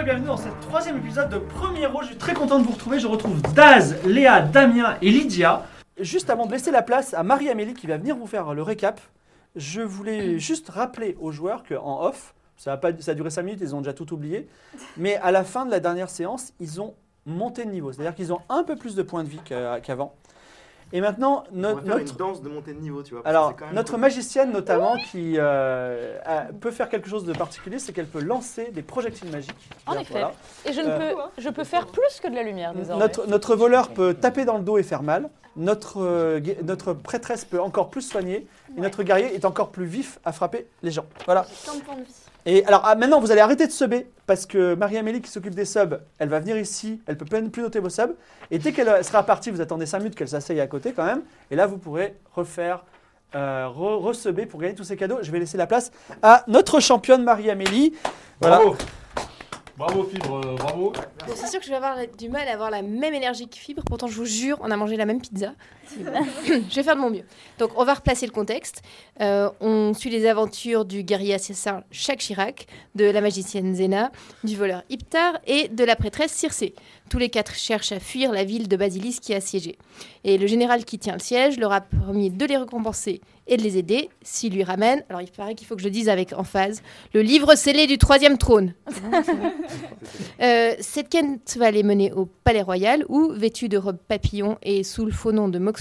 et bienvenue dans ce troisième épisode de Premier Rôle. Je suis très content de vous retrouver. Je retrouve Daz, Léa, Damien et Lydia. Juste avant de laisser la place à Marie-Amélie qui va venir vous faire le récap, je voulais juste rappeler aux joueurs qu'en off, ça a, pas, ça a duré 5 minutes, ils ont déjà tout oublié, mais à la fin de la dernière séance, ils ont monté de niveau. C'est-à-dire qu'ils ont un peu plus de points de vie qu'a- qu'avant. Et maintenant, no- On va faire notre, une danse de montée de niveau, tu vois. parce Alors, que c'est quand même notre cool. magicienne notamment qui euh, a- peut faire quelque chose de particulier, c'est qu'elle peut lancer des projectiles magiques. En Voilà. effet. Et je ne Euh, peux, je peux faire plus que de la lumière désormais. Notre, notre voleur peut taper dans le dos et faire mal. Notre, euh, gue- notre prêtresse peut encore plus soigner. Et notre guerrier est encore plus vif à frapper les gens. Voilà. Tant de points de vie. Et alors ah, maintenant, vous allez arrêter de subber parce que Marie-Amélie qui s'occupe des subs, elle va venir ici, elle peut plein- plus noter vos subs. Et dès qu'elle euh, sera partie, vous attendez 5 minutes qu'elle s'asseye à côté quand même. Et là, vous pourrez refaire, euh, re- re-subber pour gagner tous ces cadeaux. Je vais laisser la place à notre championne Marie-Amélie. Voilà. Bravo Bravo Fibre, euh, bravo Bon, c'est sûr que je vais avoir la- du mal à avoir la même énergie que Fibre. Pourtant, je vous jure, on a mangé la même pizza. je vais faire de mon mieux. Donc, on va replacer le contexte. Euh, on suit les aventures du guerrier assassin Jacques Chirac, de la magicienne Zéna, du voleur Iptar et de la prêtresse Circé. Tous les quatre cherchent à fuir la ville de Basilis qui est assiégée. Et le général qui tient le siège leur a promis de les récompenser et de les aider s'il lui ramène, alors il paraît qu'il faut que je le dise avec emphase, le livre scellé du troisième trône. Euh, cette quête va les mener au Palais Royal où, vêtus de robes papillons et sous le faux nom de Moxlon,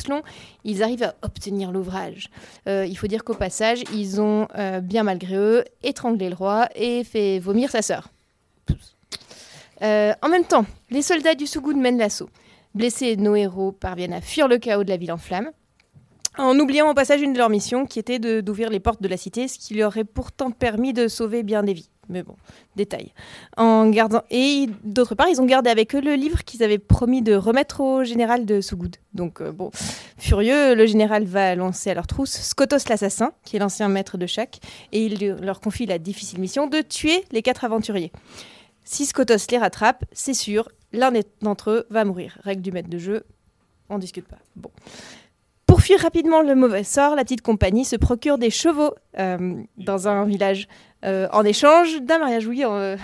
ils arrivent à obtenir l'ouvrage. Euh, il faut dire qu'au passage, ils ont, euh, bien malgré eux, étranglé le roi et fait vomir sa sœur. Euh, en même temps, les soldats du Sougoud mènent l'assaut. Blessés, nos héros parviennent à fuir le chaos de la ville en flammes, en oubliant au passage une de leurs missions qui était de- d'ouvrir les portes de la cité, ce qui leur aurait pourtant permis de sauver bien des vies. Mais bon, détail en gardant et d'autre part ils ont gardé avec eux le livre qu'ils avaient promis de remettre au général de Sougoud. Donc euh, bon, furieux, le général va lancer à leur trousse Scotos l'assassin, qui est l'ancien maître de chaque, et il lui- leur confie la difficile mission de tuer les quatre aventuriers. Si Scotos les rattrape, c'est sûr, l'un des- d'entre eux va mourir. Règle du maître de jeu, on discute pas. Bon. Pour fuir rapidement le mauvais sort, la petite compagnie se procure des chevaux euh, dans un village euh, en échange d'un mariage oui euh,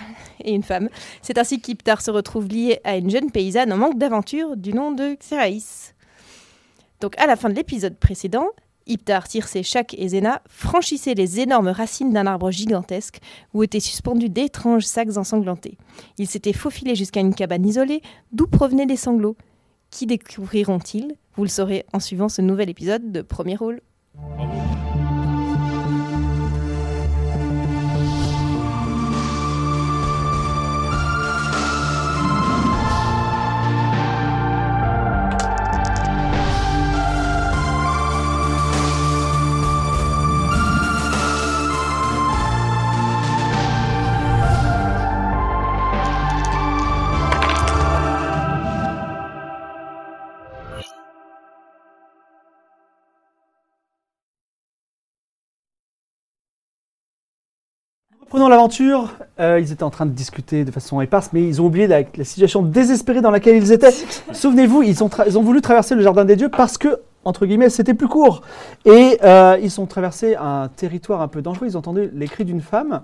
et une femme. C'est ainsi qu'Iptar se retrouve lié à une jeune paysanne en manque d'aventure du nom de Xeraïs. Donc à la fin de l'épisode précédent, Iptar, Circé, Chak et Zéna franchissaient les énormes racines d'un arbre gigantesque où étaient suspendus d'étranges sacs ensanglantés. Ils s'étaient faufilés jusqu'à une cabane isolée d'où provenaient des sanglots. Qui découvriront-ils Vous le saurez en suivant ce nouvel épisode de Premier Rôle. Bravo Reprenons l'aventure. Euh, ils étaient en train de discuter de façon éparse, mais ils ont oublié la, la situation désespérée dans laquelle ils étaient. Souvenez-vous, ils, ont tra- ils ont voulu traverser le jardin des dieux parce que, entre guillemets, c'était plus court. Et euh, ils ont traversé un territoire un peu dangereux. Ils ont entendu les cris d'une femme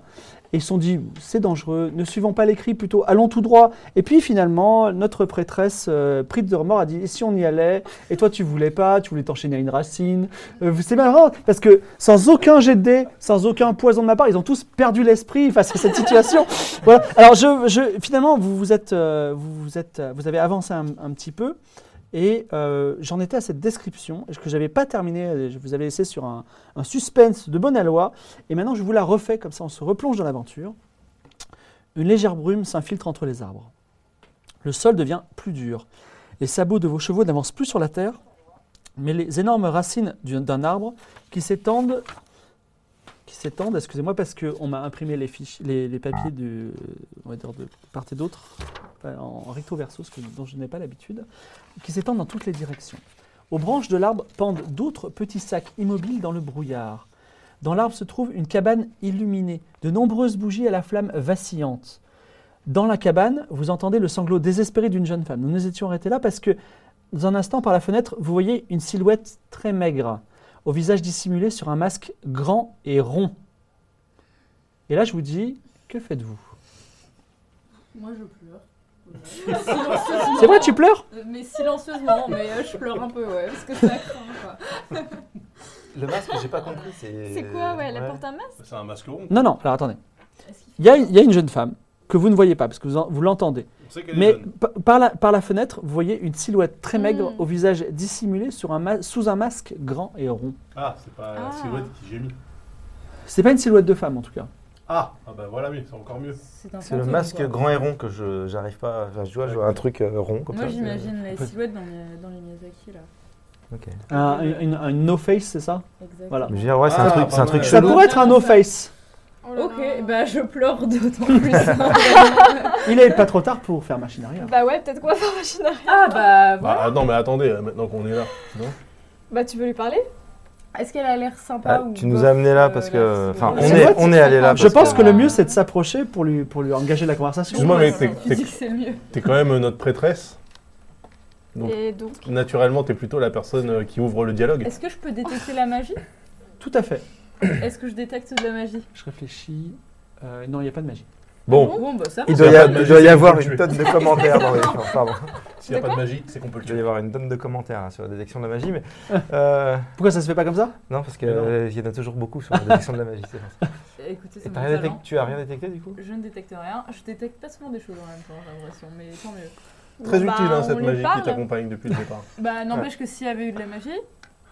et ils se sont dit c'est dangereux, ne suivons pas les cris, plutôt allons tout droit. Et puis finalement, notre prêtresse, euh, prise de remords, a dit et si on y allait Et toi, tu voulais pas, tu voulais t'enchaîner à une racine. Euh, c'est marrant parce que sans aucun jet de dés, sans aucun poison de ma part, ils ont tous perdu l'esprit face à cette situation. voilà. Alors je, je- finalement, vous vous êtes, euh, vous vous êtes, euh, vous avez avancé un, un petit peu. Et euh, j'en étais à cette description que j'avais pas terminée. euh, Je vous avais laissé sur un, un suspense de bonne aloi. Et maintenant, je vous la refais comme ça, on se replonge dans l'aventure. Une légère brume s'infiltre entre les arbres. Le sol devient plus dur. Les sabots de vos chevaux n'avancent plus sur la terre, mais les énormes racines du- d'un arbre qui s'étendent, qui s'étendent, excusez-moi, parce qu'on m'a imprimé les, fiches, les, les papiers du, on va dire de part et d'autre, euh, en recto verso, ce que- dont je n'ai pas l'habitude, qui s'étendent dans toutes les directions. Aux branches de l'arbre pendent d'autres petits sacs immobiles dans le brouillard. Dans l'arbre se trouve une cabane illuminée, de nombreuses bougies à la flamme vacillante. Dans la cabane, vous entendez le sanglot désespéré d'une jeune femme. Nous nous étions arrêtés là parce que, dans un instant, par la fenêtre, vous voyez une silhouette très maigre, au visage dissimulé sur un masque grand et rond. Et là, je vous dis, que faites-vous Moi, je pleure. C'est vrai, tu pleures Euh, Mais silencieusement, mais euh, je pleure un peu, ouais, parce que ça craint, quoi. Le masque, j'ai pas compris. C'est C'est quoi, ouais, elle porte un masque C'est un masque rond. Non, non, alors attendez. Est-ce qu'il fait- Il y, a une- il y a une jeune femme que vous ne voyez pas parce que vous, en- vous l'entendez. On sait qu'elle est Mais jeune. pa- par la, par la fenêtre, vous voyez une silhouette très maigre Mm. au visage dissimulé sur un ma- sous un masque grand et rond. Ah, c'est pas la Ah. silhouette qui gémit. C'est pas une silhouette de femme en tout cas. Ah, ah bah voilà, oui, c'est encore mieux. C'est un C'est le fantôme, masque quoi. grand et rond que je j'arrive pas. à- Enfin, je vois, je vois un truc euh, rond comme Moi, ça. j'imagine les peut- silhouettes dans les, dans les Miyazaki, là. Ok. Un, une- un no-face, c'est ça Exactement. Voilà. Mais je veux dire, ouais, c'est Ah, un truc, pas c'est un truc mal. Ça Euh, chelou. pourrait être un no-face. Oh Ok, bah je pleure d'autant plus. hein. Il est pas trop tard pour faire machine arrière. Bah ouais, peut-être quoi faire machine arrière. ah Bah bah voilà. non, mais attendez, euh, maintenant qu'on est là. Bah tu veux lui parler Est-ce qu'elle a l'air Ah, sympa ou tu nous bof, as amené là euh, parce la que. silhouette Enfin, on C'est est, vrai, on est allé là. Je parce pense que le euh, mieux, c'est de s'approcher pour lui, pour lui engager la conversation. Excuse-moi, mais Ouais, t'es- Tu dis que c'est le mieux. T'es quand même euh, notre prêtresse. Donc- Et donc Naturellement, t'es plutôt la personne euh, qui ouvre le dialogue. Est-ce que je peux détecter la magie Tout à fait. Est-ce que je détecte de la magie Je réfléchis. Euh, non, il n'y a pas de magie. Bon, Bon, bah ça va. Il doit y, a- Pas de il doit y magie, avoir c'est une tuer. tonne de commentaires dans les. Enfin, pardon. s'il n'y a De pas de magie, c'est qu'on peut le Il doit tuer. y avoir une tonne de commentaires hein, sur la détection de la magie, mais. euh, Pourquoi ça se fait pas comme ça non, parce qu'il Mais non. y en a toujours beaucoup sur la détection de la magie. c'est pour ça. Écoutez, Et c'est mon t'as rien détecté- talent. Tu as rien détecté du coup Je ne détecte rien. Je détecte pas souvent des choses en même temps, j'ai l'impression, mais tant mieux. Très bon, utile, bah, hein, on cette lui magie qui parle. t'accompagne depuis le départ. Bah n'empêche que s'il y avait eu de la magie,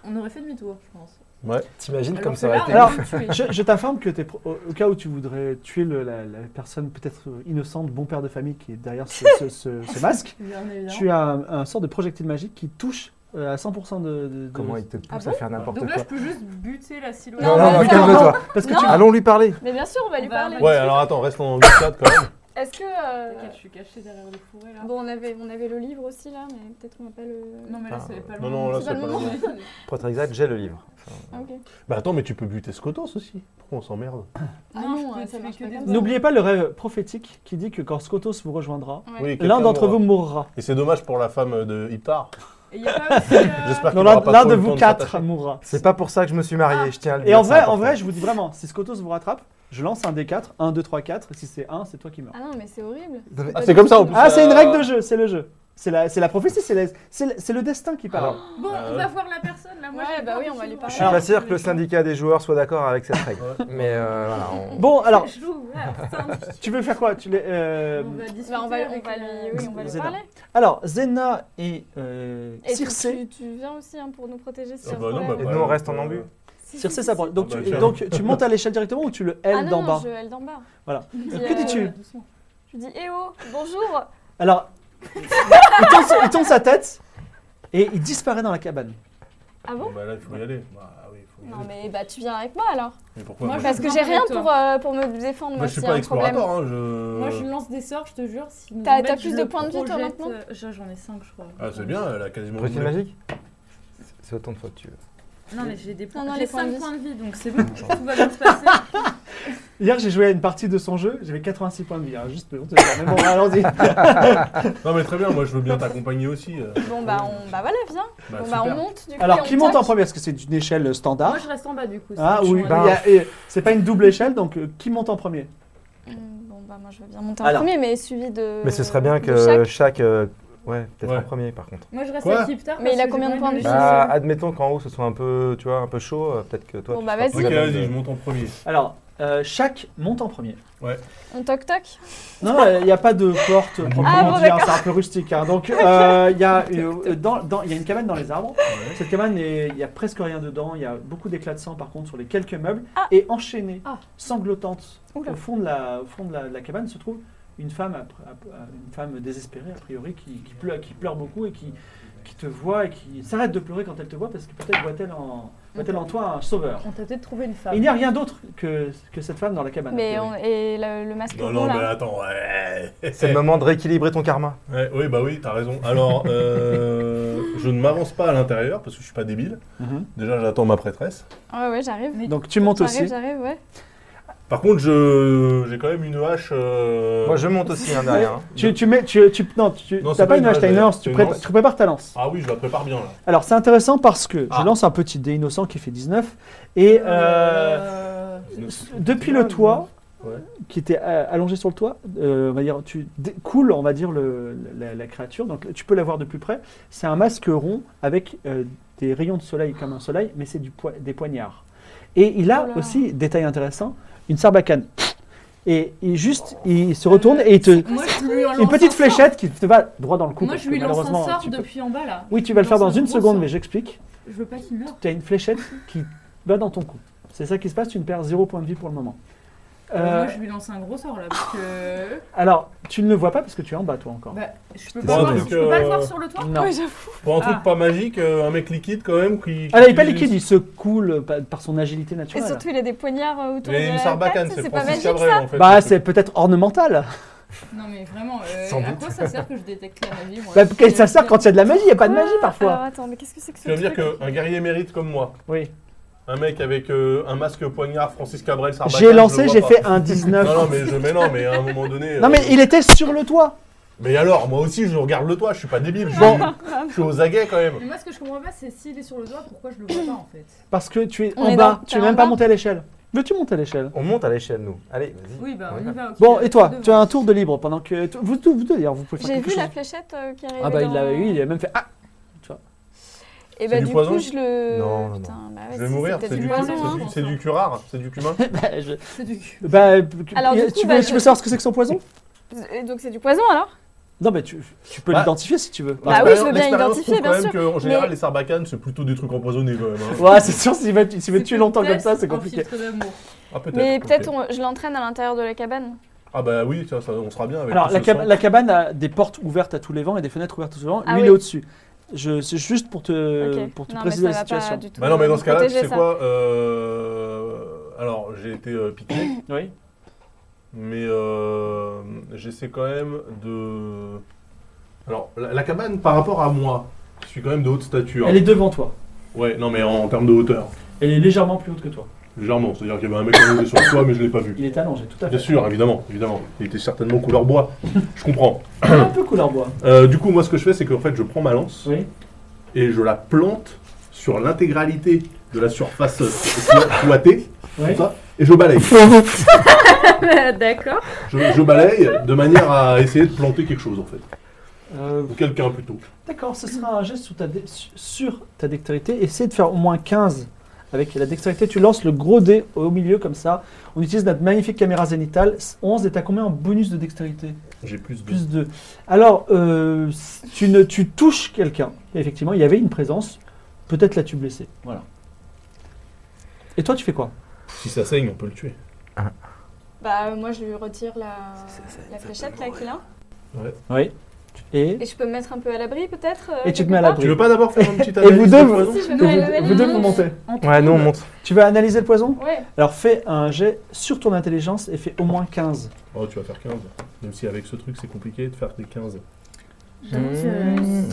on aurait fait demi-tour, je pense. Ouais. T'imagines Alors comme que ça aurait là, été. on Alors- va tout tuer. Je, je t'informe que t'es pro- au, au cas où tu voudrais tuer le- la, la personne peut-être innocente, bon père de famille qui est derrière ce, ce- ce- ce masque, Bien évidemment. tu as un, un sort de projectile magique qui touche euh, à 100% de, de- de- Comment il te pousse Ah bon à faire n'importe Donc là, quoi je peux juste buter la silhouette. Ah, Non, Non, non, mais non, ça- calme-toi. Parce que Non. tu... Allons lui parler. Mais bien sûr, Bah, on va lui On va- parler. Ouais, alors attends, restons en 4 quand même. Est-ce que euh, T'inquiète, je suis cachée derrière le fourré là. bon, on avait on avait le livre aussi là, mais peut-être qu'on n'a pas le. Non, mais là, Ah, c'est pas le non, moment. non, là, c'est pas le Pour être exact, j'ai le livre. Ah, ok. Bah attends, mais tu peux buter Scotos aussi. Pourquoi on s'emmerde Ah Non, non, je peux ça tuer marche que pas des comme ça. N'oubliez pas le rêve prophétique qui dit que quand Skotos vous rejoindra, Ouais. Oui, l'un quelqu'un d'entre vous mourra. mourra. Et c'est dommage pour la femme de Iptar. Et y a pas aussi. euh, J'espère Non, qu'il l'un aura pas l'un trop de le temps vous de quatre s'attacher. mourra. C'est pas pour ça que je me suis marié, je tiens à le Et dire. en c'est vrai, en important. vrai, je vous dis vraiment, si Skotos vous rattrape, je lance un D4, 1, 2, 3, 4, et si c'est 1, c'est toi qui meurs. Ah non, mais c'est horrible. Non, mais- Ah, c'est comme ça en plus. Ah, c'est une euh, règle de jeu, c'est le jeu. C'est la, c'est la prophétie, c'est la- c'est le- c'est le destin qui parle. Alors, Bon, Euh, on va voir la personne là. Moi, Ouais, j'ai bah peur oui, de on va lui suivre. parler. Je suis pas sûr que le syndicat des joueurs soit d'accord avec cette règle. Ouais. Mais euh, voilà, on- Bon, alors, Je joue, ouais, putain. tu veux faire quoi tu les, euh, On va discuter Bah, on va on avec va la- lui oui, on va lui Zéna. parler. Alors, Zena et, euh, Et tu, Circe. tu- tu viens aussi hein, pour nous protéger si Ah y a un bah non, bah, problème. Et nous, on reste en embus. Circe, ça prend- Donc, Ah bah, tu, tiens. donc, tu montes à l'échelle directement ou tu le L ah non, d'en non, bas je elle d'en bas. Voilà. Je dis, Que euh, dis-tu Je dis eh oh, bonjour. Alors, il, tourne, sa- il tourne sa tête et il disparaît dans la cabane. Ah Bon, bon bah là, il faut y aller. Bah ah oui, il faut y Non aller. mais bah tu viens avec moi alors. Mais pourquoi Moi, Moi, Parce je- je- que viens j'ai avec rien toi. pour, euh, pour me défendre moi, moi je suis s'il y pas a un problème. explorateur. Hein, je... Moi, je lance des sorts, je te jure. Si nous T'as- embêtent, t'as plus je de le points de vie, toi, projette, maintenant euh, je- J'en ai 5, je crois. Ah, c'est bien, elle a quasiment. Projectile doublé. magique C'est- C'est autant de fois que tu veux. Non, mais j'ai des points. Non, non, j'ai les points de 5 vie. points de vie, donc c'est bon. Tout va Ah. bien se passer. Hier, j'ai joué à une partie de son jeu, j'avais 86 points de vie. hein, juste, honte de faire, mais bon, allons-y. Non, mais très bien, moi, je veux bien t'accompagner aussi. euh. Bon bah on bah voilà viens. Bah, Bon bah on super. monte du coup. et Alors, on qui monte en toque. premier Parce que c'est une échelle standard. Moi, je reste en bas du coup. Ah c'est bon, oui, je suis en bah, bas. il y a- et c'est pas une double échelle, donc euh, qui monte en premier Hum, Bon bah moi je veux bien monter en Alors. premier mais suivi de. Mais ce serait bien de que chaque. chaque. euh, Ouais, peut-être Ouais. en premier par contre. Moi, je reste Quoi à Kiptar. Mais il a combien de points de vie Bah, admettons qu'en haut ce soit un peu, tu vois, un peu chaud, euh, peut-être que toi. Bon, tu bah, seras vas-y. plus Ok, à même vas-y, je de- monte en premier. Alors, euh, chaque monte en premier. On toc toc. Non, non, il n'y a pas de porte proprement bon, dit, hein, c'est un peu rustique. hein. Donc, euh, il y, a, euh, dans- dans- il y a une cabane dans les arbres. Ouais. Cette cabane, est- il n'y a presque rien dedans. Il y a beaucoup d'éclats de sang, par contre, sur les quelques meubles. Ah. Et enchaînée, Ah. sanglotante, Oula. au fond, de la, au fond de, la, de la cabane se trouve une femme, après- après- une femme désespérée, a priori, qui, qui pleure, qui pleure beaucoup et qui, qui te voit et qui s'arrête de pleurer quand elle te voit parce que peut-être voit-elle en, voit-elle en toi un sauveur. On t'a peut-être trouvé une Il femme. n'y a rien d'autre que, que cette femme dans la cabane. a Mais priori. on et le, le masque Non, rond, non, mais là. attends, ouais. C'est le moment de rééquilibrer ton karma. Ouais, oui, bah oui, t'as raison. Alors, euh, je ne m'avance pas à l'intérieur parce que je suis pas débile. Mhm. Déjà, j'attends ma prêtresse. Ah Ouais ouais j'arrive. Donc tu montes J'arrive aussi. j'arrive ouais. Par contre, je j'ai quand même une hache. euh, Moi je monte aussi hein, derrière. hein. Tu, tu mets, tu, tu, non, tu Non, t'as c'est pas pas une une hache, hache, t'as une d'ailleurs, lance, tu, c'est une pré- lance. tu prépares ta lance. Ah oui, je la prépare bien là. Alors c'est intéressant parce que Ah. je lance un petit dé innocent qui fait 19 et euh, Euh, Ah, depuis le toit, Ouais. qui était euh, allongé sur le toit. Euh, on va dire, tu dé- coules, on va dire, le, la, la créature. Donc tu peux la voir de plus près. C'est un masque rond avec euh, des rayons de soleil comme un soleil, mais c'est du poi- des poignards. Et il a Oh là. aussi, détail intéressant, une sarbacane. Et il juste, il se retourne et il te. Moi, je lui en lance Une petite un fléchette qui te va droit dans le sort. cou. Moi, parce je que lui lance un malheureusement, sort tu peux- depuis en bas là. Oui, tu vas le faire dans lance un une gros seconde, sort. mais j'explique. Je veux pas qu'il meure. Tu as une fléchette qui va dans ton cou. C'est ça qui se passe, tu ne perds zéro point de vie pour le moment. Euh, Moi, je lui lance un gros sort là parce que alors, tu ne le vois pas parce que tu es en bas, toi encore. bah, je peux Bon, pas le voir- donc, je peux pas le voir euh, sur le toit. Non. Pour un truc Ah. pas magique, euh, un mec liquide quand même qui. Ah, Alors, Ah, il qui- n'est pas liquide, il se coule pa- par son agilité Et naturelle. surtout, il a des poignards euh, autour de Mais une la sarbacane, tête. c'est C'est pas Francis magique. Cabrel en fait. Bah, le truc. c'est peut-être ornemental. Non mais vraiment, euh, Sans à doute. quoi ça sert que je détecte la magie moi Bah, Je- ça sert quand il y a de la magie, il n'y a pas de magie Ah, Alors parfois. attends, mais qu'est-ce que c'est que ce Tu vas me dire truc qu'un guerrier mérite comme moi, Oui. un mec avec euh, un masque poignard, Francis Cabrel, Sarbacane. J'ai Ah, bah, je le lancé, vois j'ai pas. fait un Non, non, 19. mais, je, mais non, mais à un moment donné. Non, mais euh, il était sur le toit. Mais alors, moi aussi, je regarde le toit, je suis pas débile. je- Bon. Je suis aux aguets quand même. Ah Mais moi, ce que je comprends pas, c'est s'il est sur le doigt, pourquoi je le vois pas en fait Parce que tu es On en est bas, dans- tu n'es t'es même en pas bas monté à l'échelle. Veux-tu monter à l'échelle On monte à l'échelle, nous. Allez, vas-y. Oui, bah Ouais. on y va. ok. Bon, et toi, Devant. tu as un tour de libre pendant que. t- Vous, tous- vous deux, d'ailleurs, vous pouvez faire J'ai quelque vu chose. la fléchette euh, qui arrivait. Ah, bah, il dans- l'a eu, il a même fait. Ah Et bah, du du, poison coup, je le. Non, non, Putain, bah ouais, Je vais si, mourir, c'était c'est du du, poison, c'est hein. du- c'est du curare, c'est du cumin. Bah, je- C'est du cul. bah, Alors, du tu, coup, veux, bah, tu je- veux savoir ce que c'est que son poison Et Donc, c'est du poison alors Non, mais tu, tu peux Bah- l'identifier si tu veux. Bah oui, je veux bien L'expérience identifier, prouve quand bien même que, en général, Mais- les sarbacanes, c'est plutôt des trucs empoisonnés quand même. hein. Ouais, c'est sûr, s'il veut, s'il veut tuer longtemps comme ça, c'est Un compliqué. filtre d'amour. Ah, peut-être. Mais ok. peut-être on- je l'entraîne à l'intérieur de la cabane. Ah, bah oui, tiens, ça, on sera bien avec Alors, tout la, ce cab- sang. la cabane a des portes ouvertes à tous les vents et des fenêtres ouvertes à tous les vents. Ah Lui, il oui. est au-dessus. Je- C'est juste pour Euh, te, Ok. pour te Non, mais préciser la ça va pas situation. du tout Bah non, mais dans nous ce cas-là, tu protéger, sais ça. quoi euh, Alors, j'ai été euh, piqué, Oui. mais euh, j'essaie quand même de. Alors, la, la cabane par rapport à moi, je suis quand même de haute stature. Elle est devant toi. Ouais, non, mais en, en termes de hauteur, Elle est légèrement plus haute que toi. légèrement. C'est-à-dire qu'il y avait un mec qui était sur le toit, mais je l'ai pas vu. Il est allongé, tout à fait. Bien sûr, évidemment, évidemment. Il était certainement couleur bois. Je comprends. Il est un peu couleur bois. Euh, du coup, moi, ce que je fais, c'est qu'en fait, je prends ma lance Oui. et je la plante sur l'intégralité de la surface euh, clo- cloîtée, Oui. comme ça, et je balaye. D'accord. Je, je balaye de manière à essayer de planter quelque chose, en fait. Euh, Ou quelqu'un, plutôt. D'accord, ce sera un geste sur ta, dé- su- sur ta dextérité. Essaye de faire au moins 15 avec la dextérité. Tu lances le gros dé au milieu comme ça. On utilise notre magnifique caméra zénitale. 11 et t'as combien en bonus de dextérité J'ai plus de... Plus 2. Alors, euh, si tu, ne, tu touches quelqu'un. Et Effectivement, il y avait une présence. Peut-être l'as-tu blessé. Voilà. Et toi, tu fais quoi Si ça saigne, on peut le tuer. Bah, euh, moi, je lui retire la, la fléchette là qu'il a. Oui. Et, Et je peux me mettre un peu à l'abri peut-être euh, et tu te quelque mets à part l'abri. Tu veux pas d'abord faire un petit Et analyse vous de deux, poison vous, Si, je vais vous- faire une vous deux, analyse. vous montez. Ouais, nous on monte. Tu veux analyser le poison Ouais. Alors fais un jet sur ton intelligence et fais au moins 15. Oh, tu vas faire 15. Même si avec ce truc, c'est compliqué de faire des 15.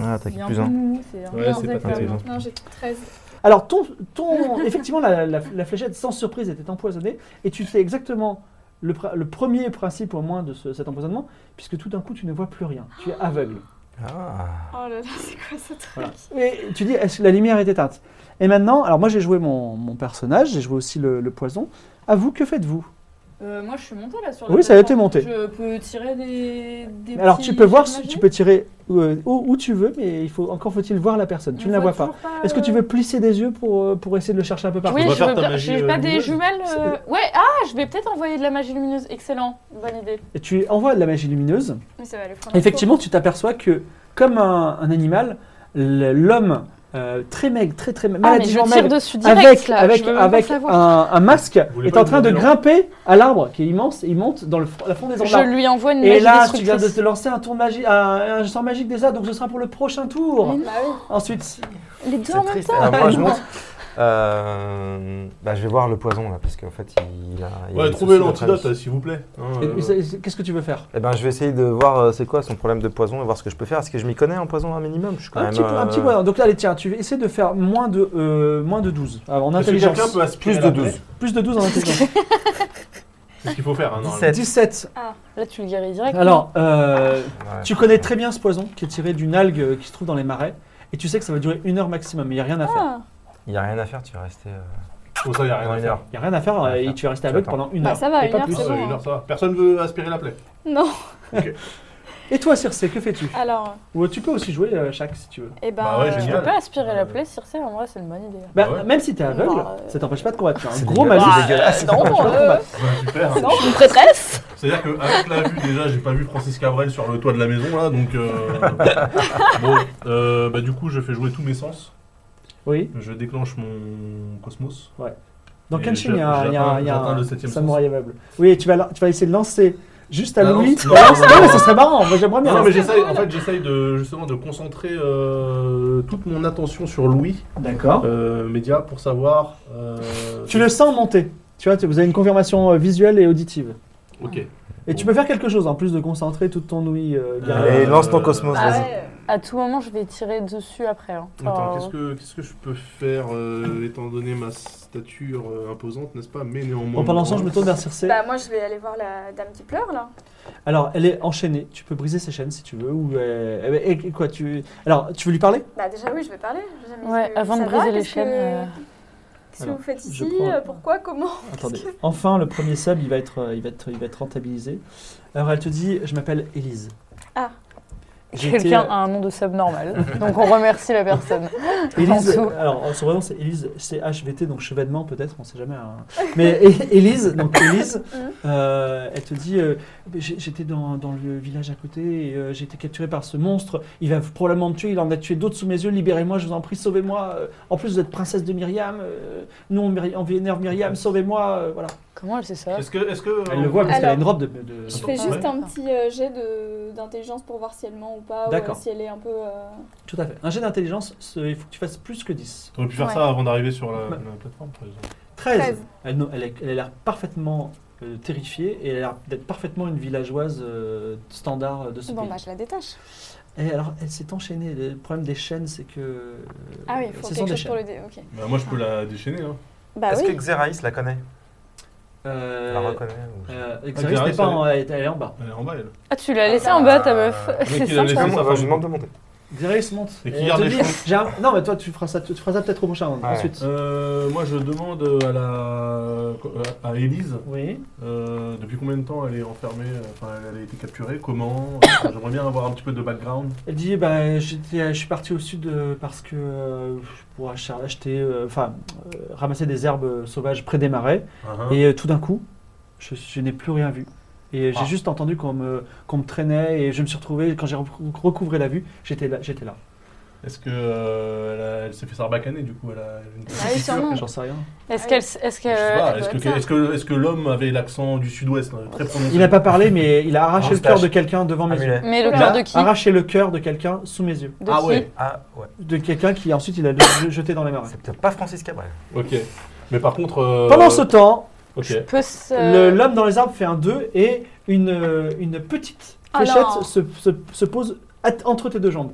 Ah, t'as qui plus un. Ouais, c'est pas intelligent. euh, terrible. Non, j'ai 13. Alors, ton, ton, effectivement, la, la- la fléchette, sans surprise, était empoisonnée. Et tu sais exactement le, pr- le premier principe, au moins, de ce- cet empoisonnement, puisque tout d'un coup, tu ne vois plus rien. Tu es aveugle. Ah. Oh là là, c'est quoi ce truc Voilà. Et tu dis, est-ce que la lumière est éteinte Et maintenant, alors moi, j'ai joué mon, mon personnage, j'ai joué aussi le, le poison. À vous, que faites-vous Euh, moi, je suis montée là sur. Oui, la ça a été plateforme. monté. Je peux tirer des. des Alors, petits tu peux voir, jets de tu magie peux tirer euh, où, où tu veux, mais il faut, encore faut-il voir la personne. Tu On ne la vois pas. toujours euh, Est-ce que tu veux plisser des yeux pour, euh, pour essayer de le chercher un peu partout Oui, va je faire veux ta bien. magie, J'ai euh, pas des lumineuse. jumelles. euh, Ouais, ah, je vais peut-être envoyer de la magie lumineuse. Excellent, bonne idée. Et tu envoies de la magie lumineuse. Mais ça va le prendre. Ah, Effectivement, tu t'aperçois que, comme un, un animal, le- l'homme euh, très maigre, très très maigre, Ah, mais je maladivement tire maigre, dessus direct avec, là. avec, je veux même avec pas savoir. un, un masque, Vous voulez est pas hein en train de demander l'ordre grimper à l'arbre qui est immense et il monte dans le, fr- la frondaison de Je l'arbre. lui envoie une magie Et là, tu viens de destructrice. te lancer un tour de magie, un, un sort magique des arts, donc ce sera pour le prochain tour. Bah oui. Ensuite, Les deux en même temps. Alors, moi je monte. Euh, bah, je vais voir le poison là, parce qu'en fait il a. il a Ouais, des trouvez soucis de l'antidote, traduction. euh, s'il vous plaît. Hein, et- euh, et- et- qu'est-ce que tu veux faire Eh ben, je vais essayer de voir euh, c'est quoi son problème de poison et voir ce que je peux faire. Est-ce que je m'y connais en poison un minimum Je suis quand un, Ah, même. petit peu, un euh, petit peu. Donc allez, tiens, tu essaies de faire moins de, euh, moins de 12 euh, en Est-ce que intelligence. quelqu'un peut aspirer Plus de la 12. plaie Plus de 12 en intelligence. C'est ce qu'il faut faire. Hein, normalement. 17. 17. Là, tu le guéris direct. Alors, euh, Ouais. Tu connais très bien ce poison qui est tiré d'une algue euh, qui se trouve dans les marais et tu sais que ça va durer une heure maximum, mais il n'y a rien à faire. Ah. Il n'y a rien à faire, tu vas rester. euh, Pour ça, il n'y a rien à Une faire. heure. Il n'y a rien à faire, Rien à euh, et faire. tu es resté aveugle J'attends. pendant une Bah, heure. ça va, Et une pas heure, plus. c'est Ah, bon. Une heure, ça va. Personne veut aspirer la plaie. Non. Et toi, Circé, que fais-tu Alors, Ou tu peux aussi jouer euh, chaque si tu veux. eh ben. Bah ouais, euh, Tu génial. peux pas aspirer la plaie, Circe, en vrai, c'est une bonne idée. Bah, ouais. Même si t'es aveugle, Bah, Ah, euh, ça t'empêche pas de combattre. Tu as un C'est gros dégueulasse. malus. C'est dégueulasse. Ça t'empêche pas de combattre. Bah, super. Non, je suis une prêtresse C'est-à-dire qu'avec la vue, déjà, j'ai pas vu Francis Cabrel sur le toit de la maison, là, donc... euh, bon, euh, bah, du coup, je fais jouer tous mes sens. Oui. Je déclenche mon cosmos. Dans Et Kenshin, il y j'a- a, il y a- j'atteins- il y a j'atteins le un septième samouraï aveugle. Oui, tu vas, la- tu vas essayer de lancer juste à La lui. Oh, lance- Non, non, non, non. mais ça serait marrant, moi j'aimerais bien. Ah, Non, non, Ah, mais lancer. j'essaye, en fait, j'essaye de, justement de concentrer euh, toute mon attention sur Louis, D'accord. euh, média, pour savoir... euh, Tu le sens monter. Tu vois, tu- vous avez une confirmation euh, visuelle et auditive. Ok. Et tu peux faire quelque chose en plus de concentrer toute ton ouïe. euh, Gary. Allez, lance ton cosmos, Ah vas-y. À tout moment, je vais tirer dessus après. hein. Attends, Enfin, qu'est-ce que, qu'est-ce que je peux faire, euh, étant donné ma stature euh, imposante, n'est-ce pas Mais néanmoins... En parlant de ça, je me tourne vers Circé. Bah, moi, je vais aller voir la dame qui pleure, là. Alors, elle est enchaînée. Tu peux briser ses chaînes si tu veux. Ou euh, et- et quoi Tu alors, tu veux lui parler Bah, déjà, oui, je vais parler. J'ai jamais Ouais, dit, euh, avant de ça briser va, les qu'est-ce que- chaînes. euh, Qu'est-ce que Alors, vous faites je ici prends- euh, Pourquoi Comment Attendez. Enfin, le premier sub, il va être, euh, il va être, il va être rentabilisé. Alors, elle te dit, je m'appelle Élise. Ah. J'ai été- Quelqu'un a un nom de subnormal. Donc on remercie la personne. Élise, En dessous. alors son prénom c'est Élise CHVT, donc chevènement peut-être, on sait jamais. hein. Mais É- Élise, donc Élise, euh, elle te dit euh, J'ai- J'étais dans, dans le village à côté et euh, j'ai été capturée par ce monstre. Il va probablement me tuer, il en a tué d'autres sous mes yeux. Libérez-moi, je vous en prie, sauvez-moi. Euh, En plus, vous êtes princesse de Myriam. euh, nous, on, Myri- on vénère Myriam, sauvez-moi. euh, voilà. Comment elle sait ça Est-ce que... Est-ce que Elle le voit parce qu'elle a Alors, une robe de. de- Je fais Ah juste ouais. un petit euh, jet de- d'intelligence pour voir si elle ment ou pas, ou euh, D'accord. si elle est un peu. euh, Tout à fait. Un jet d'intelligence, ce- il faut que tu fasses plus que 10. T'aurais pu faire Ouais. ça avant d'arriver sur la, Bah. la plateforme, par exemple. 13. 13. Elle, non, elle est- elle a l'air parfaitement euh, terrifiée et elle a l'air d'être parfaitement une villageoise euh, standard de ce Bon, pays. bah, je la détache. Et alors, elle s'est enchaînée. Le problème des chaînes, c'est que. euh, Ah oui, il faut ce quelque sont des chose chaînes. pour le dé. Ok. Bah, moi, je peux Ah. la déchaîner. Hein. Bah Est-ce oui. que Xeraïs la connaît Euh, La reconnaît ou- euh, Xeris Xeris, n'est pas Ah, elle- en- elle, est- elle est en bas. Elle est en bas, elle. Ah, tu l'as laissé en bas, ta meuf. Le mec, C'est Ah, il a laissé- sympa. C'est Vraiment, sa femme. Ah, Je demande de monter. Xeris monte. Et qui elle garde te les dit, chevaux. j'ai un- Non, mais toi, tu feras ça, tu feras ça peut-être au prochain round. Ouais. Ensuite. Euh, moi, je demande à la à Élise Oui. euh, depuis combien de temps elle est enfermée, euh, enfin elle a été capturée, comment. euh, J'aimerais bien avoir un petit peu de background. Elle dit bah, j'étais- je suis parti au sud euh, parce que euh, pour ach- acheter, euh, enfin, euh, ramasser des herbes sauvages près des marais. Hein, hein. Et euh, tout d'un coup, je, je n'ai plus rien vu. Et euh, j'ai Ah. juste entendu qu'on me, qu'on me traînait et je me suis retrouvé, quand j'ai recou- recouvré la vue, j'étais là. J'étais là. Est-ce que euh, elle, a- elle s'est fait sarbacaner du coup elle a une petite Ah oui, piqûre sûrement. Mmh. J'en sais rien. Est-ce qu'elle. Est-ce Je sais pas, que. Est-ce que, doit être ça. est-ce que, est-ce que l'homme avait l'accent du sud-ouest hein, très prononcé Il n'a pas parlé, mais il a Ah, arraché le Moustache. cœur de quelqu'un devant mes yeux. Amulet. Mais le Oula. cœur de qui Arraché le cœur de quelqu'un sous mes yeux. De Ah qui ouais, Ah ouais. De quelqu'un qui ensuite il a le- jeté dans les marais. C'est peut-être pas Francis Cabrel. Ah, ok. Mais par contre. euh, Pendant ce temps, Ok. Je peux se- le- l'homme dans les arbres fait un 2 et une, euh, une petite Ah fléchette non. se, se- se pose at- entre tes deux jambes.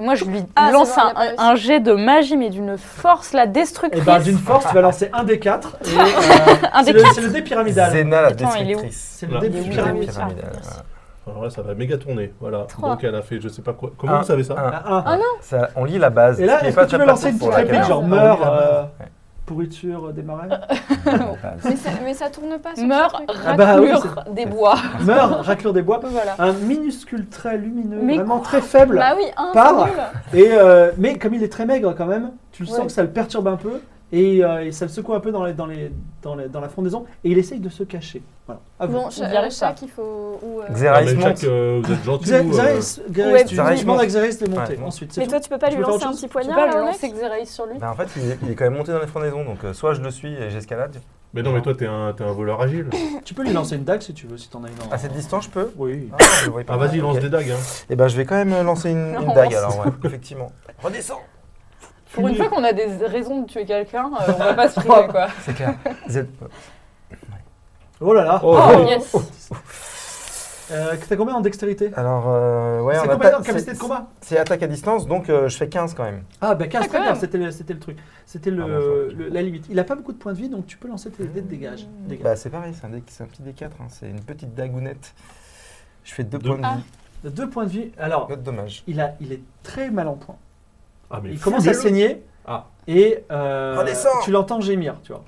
Moi, je lui Ah, c'est lance bon, un, elle a pas réussi. un jet de magie, mais d'une force Eh la Et destructrice. ben d'une force, tu vas lancer un des 4. C'est le, c'est le dé pyramidal. Zena la Attends, il est où destructrice. C'est le Là. dé Ah, Il est où, Le le pyramidal. dé pyramidal, pyramidal, merci. Alors là, ça va méga tourner. Voilà. Trois. Donc elle a fait, je sais pas quoi. Comment Un. vous savez ça Un. Ah, ah. ouais. Ça, on lit la base. Et là, Ce qui est-ce est pas que tu très veux lancer pratique une pour petite la réplique, caméra. genre On meurs, lit la base. euh, pourriture euh, des marais La base. Mais ça, mais ça tourne pas. Sur Meurt, ce truc. Ah bah oui, raclure des bois. Meurs, raclure des bois. Voilà. Un minuscule trait lumineux, Mais vraiment très faible. Bah oui, hein, un Part. c'est nul. Et, euh, mais comme il est très maigre quand même, tu le sens Ouais. que ça le perturbe un peu et, euh, et ça le secoue un peu dans, les, dans, les, dans, les- dans la fondaison et il essaye de se cacher. Voilà. À vous. Bon, On cha- dirait euh, chaque, il faut. Ou, euh, Non, mais Xeraïs monte. Jack, euh, vous êtes gentil. Xer- vous, euh, Xeris, Xeris, Ouais, tu Xeris demandes monte. à Xeris de monter. Ouais, monte. Ensuite, c'est Mais tout. toi, tu peux pas Tu lui veux faire lancer autre un chose petit Je poignard peux pas là, le mec lancer Xeraïs sur lui. Bah, en fait, il est, il est quand même monté dans les frondaisons, donc euh, soit je le suis et j'escalade. Mais non, mais toi, t'es un, t'es un voleur agile. Tu peux lui lancer une dague si tu veux, si t'en as une. en- À cette distance, je peux Oui. Ah, je le voyais pas. Ah, vas-y, Ok. lance des dagues. Hein. Eh ben, je vais quand même euh, lancer une, Non, une dague lance. alors, ouais, effectivement. Redescends Pour une Fini. fois qu'on a des raisons de tuer quelqu'un, euh, on va pas se priver quoi. C'est clair. Z- Oh là là. Oh. Oh yes Euh, T'as combien en dextérité Alors, euh, ouais, C'est on combien attaque. en capacité de combat C'est attaque à distance, donc euh, je fais 15 quand même. Ah bah 15 quand très bien, même. c'était le, c'était le truc. C'était le, Ah bon, ça va. le- la limite. Il a pas beaucoup de points de vie, donc tu peux lancer tes dés de dégage. Mmh. dégâts. Bah, c'est pareil, c'est un, dé- c'est un petit D4, hein, c'est une petite dagounette. Je fais 2 Deux. points de Ah. vie. Deux points de vie. Alors, Note dommage. il, a, il est très mal en point. Ah, mais Il commence à fous-le. saigner. Ah. Et euh, Redescends. tu l'entends gémir, tu vois.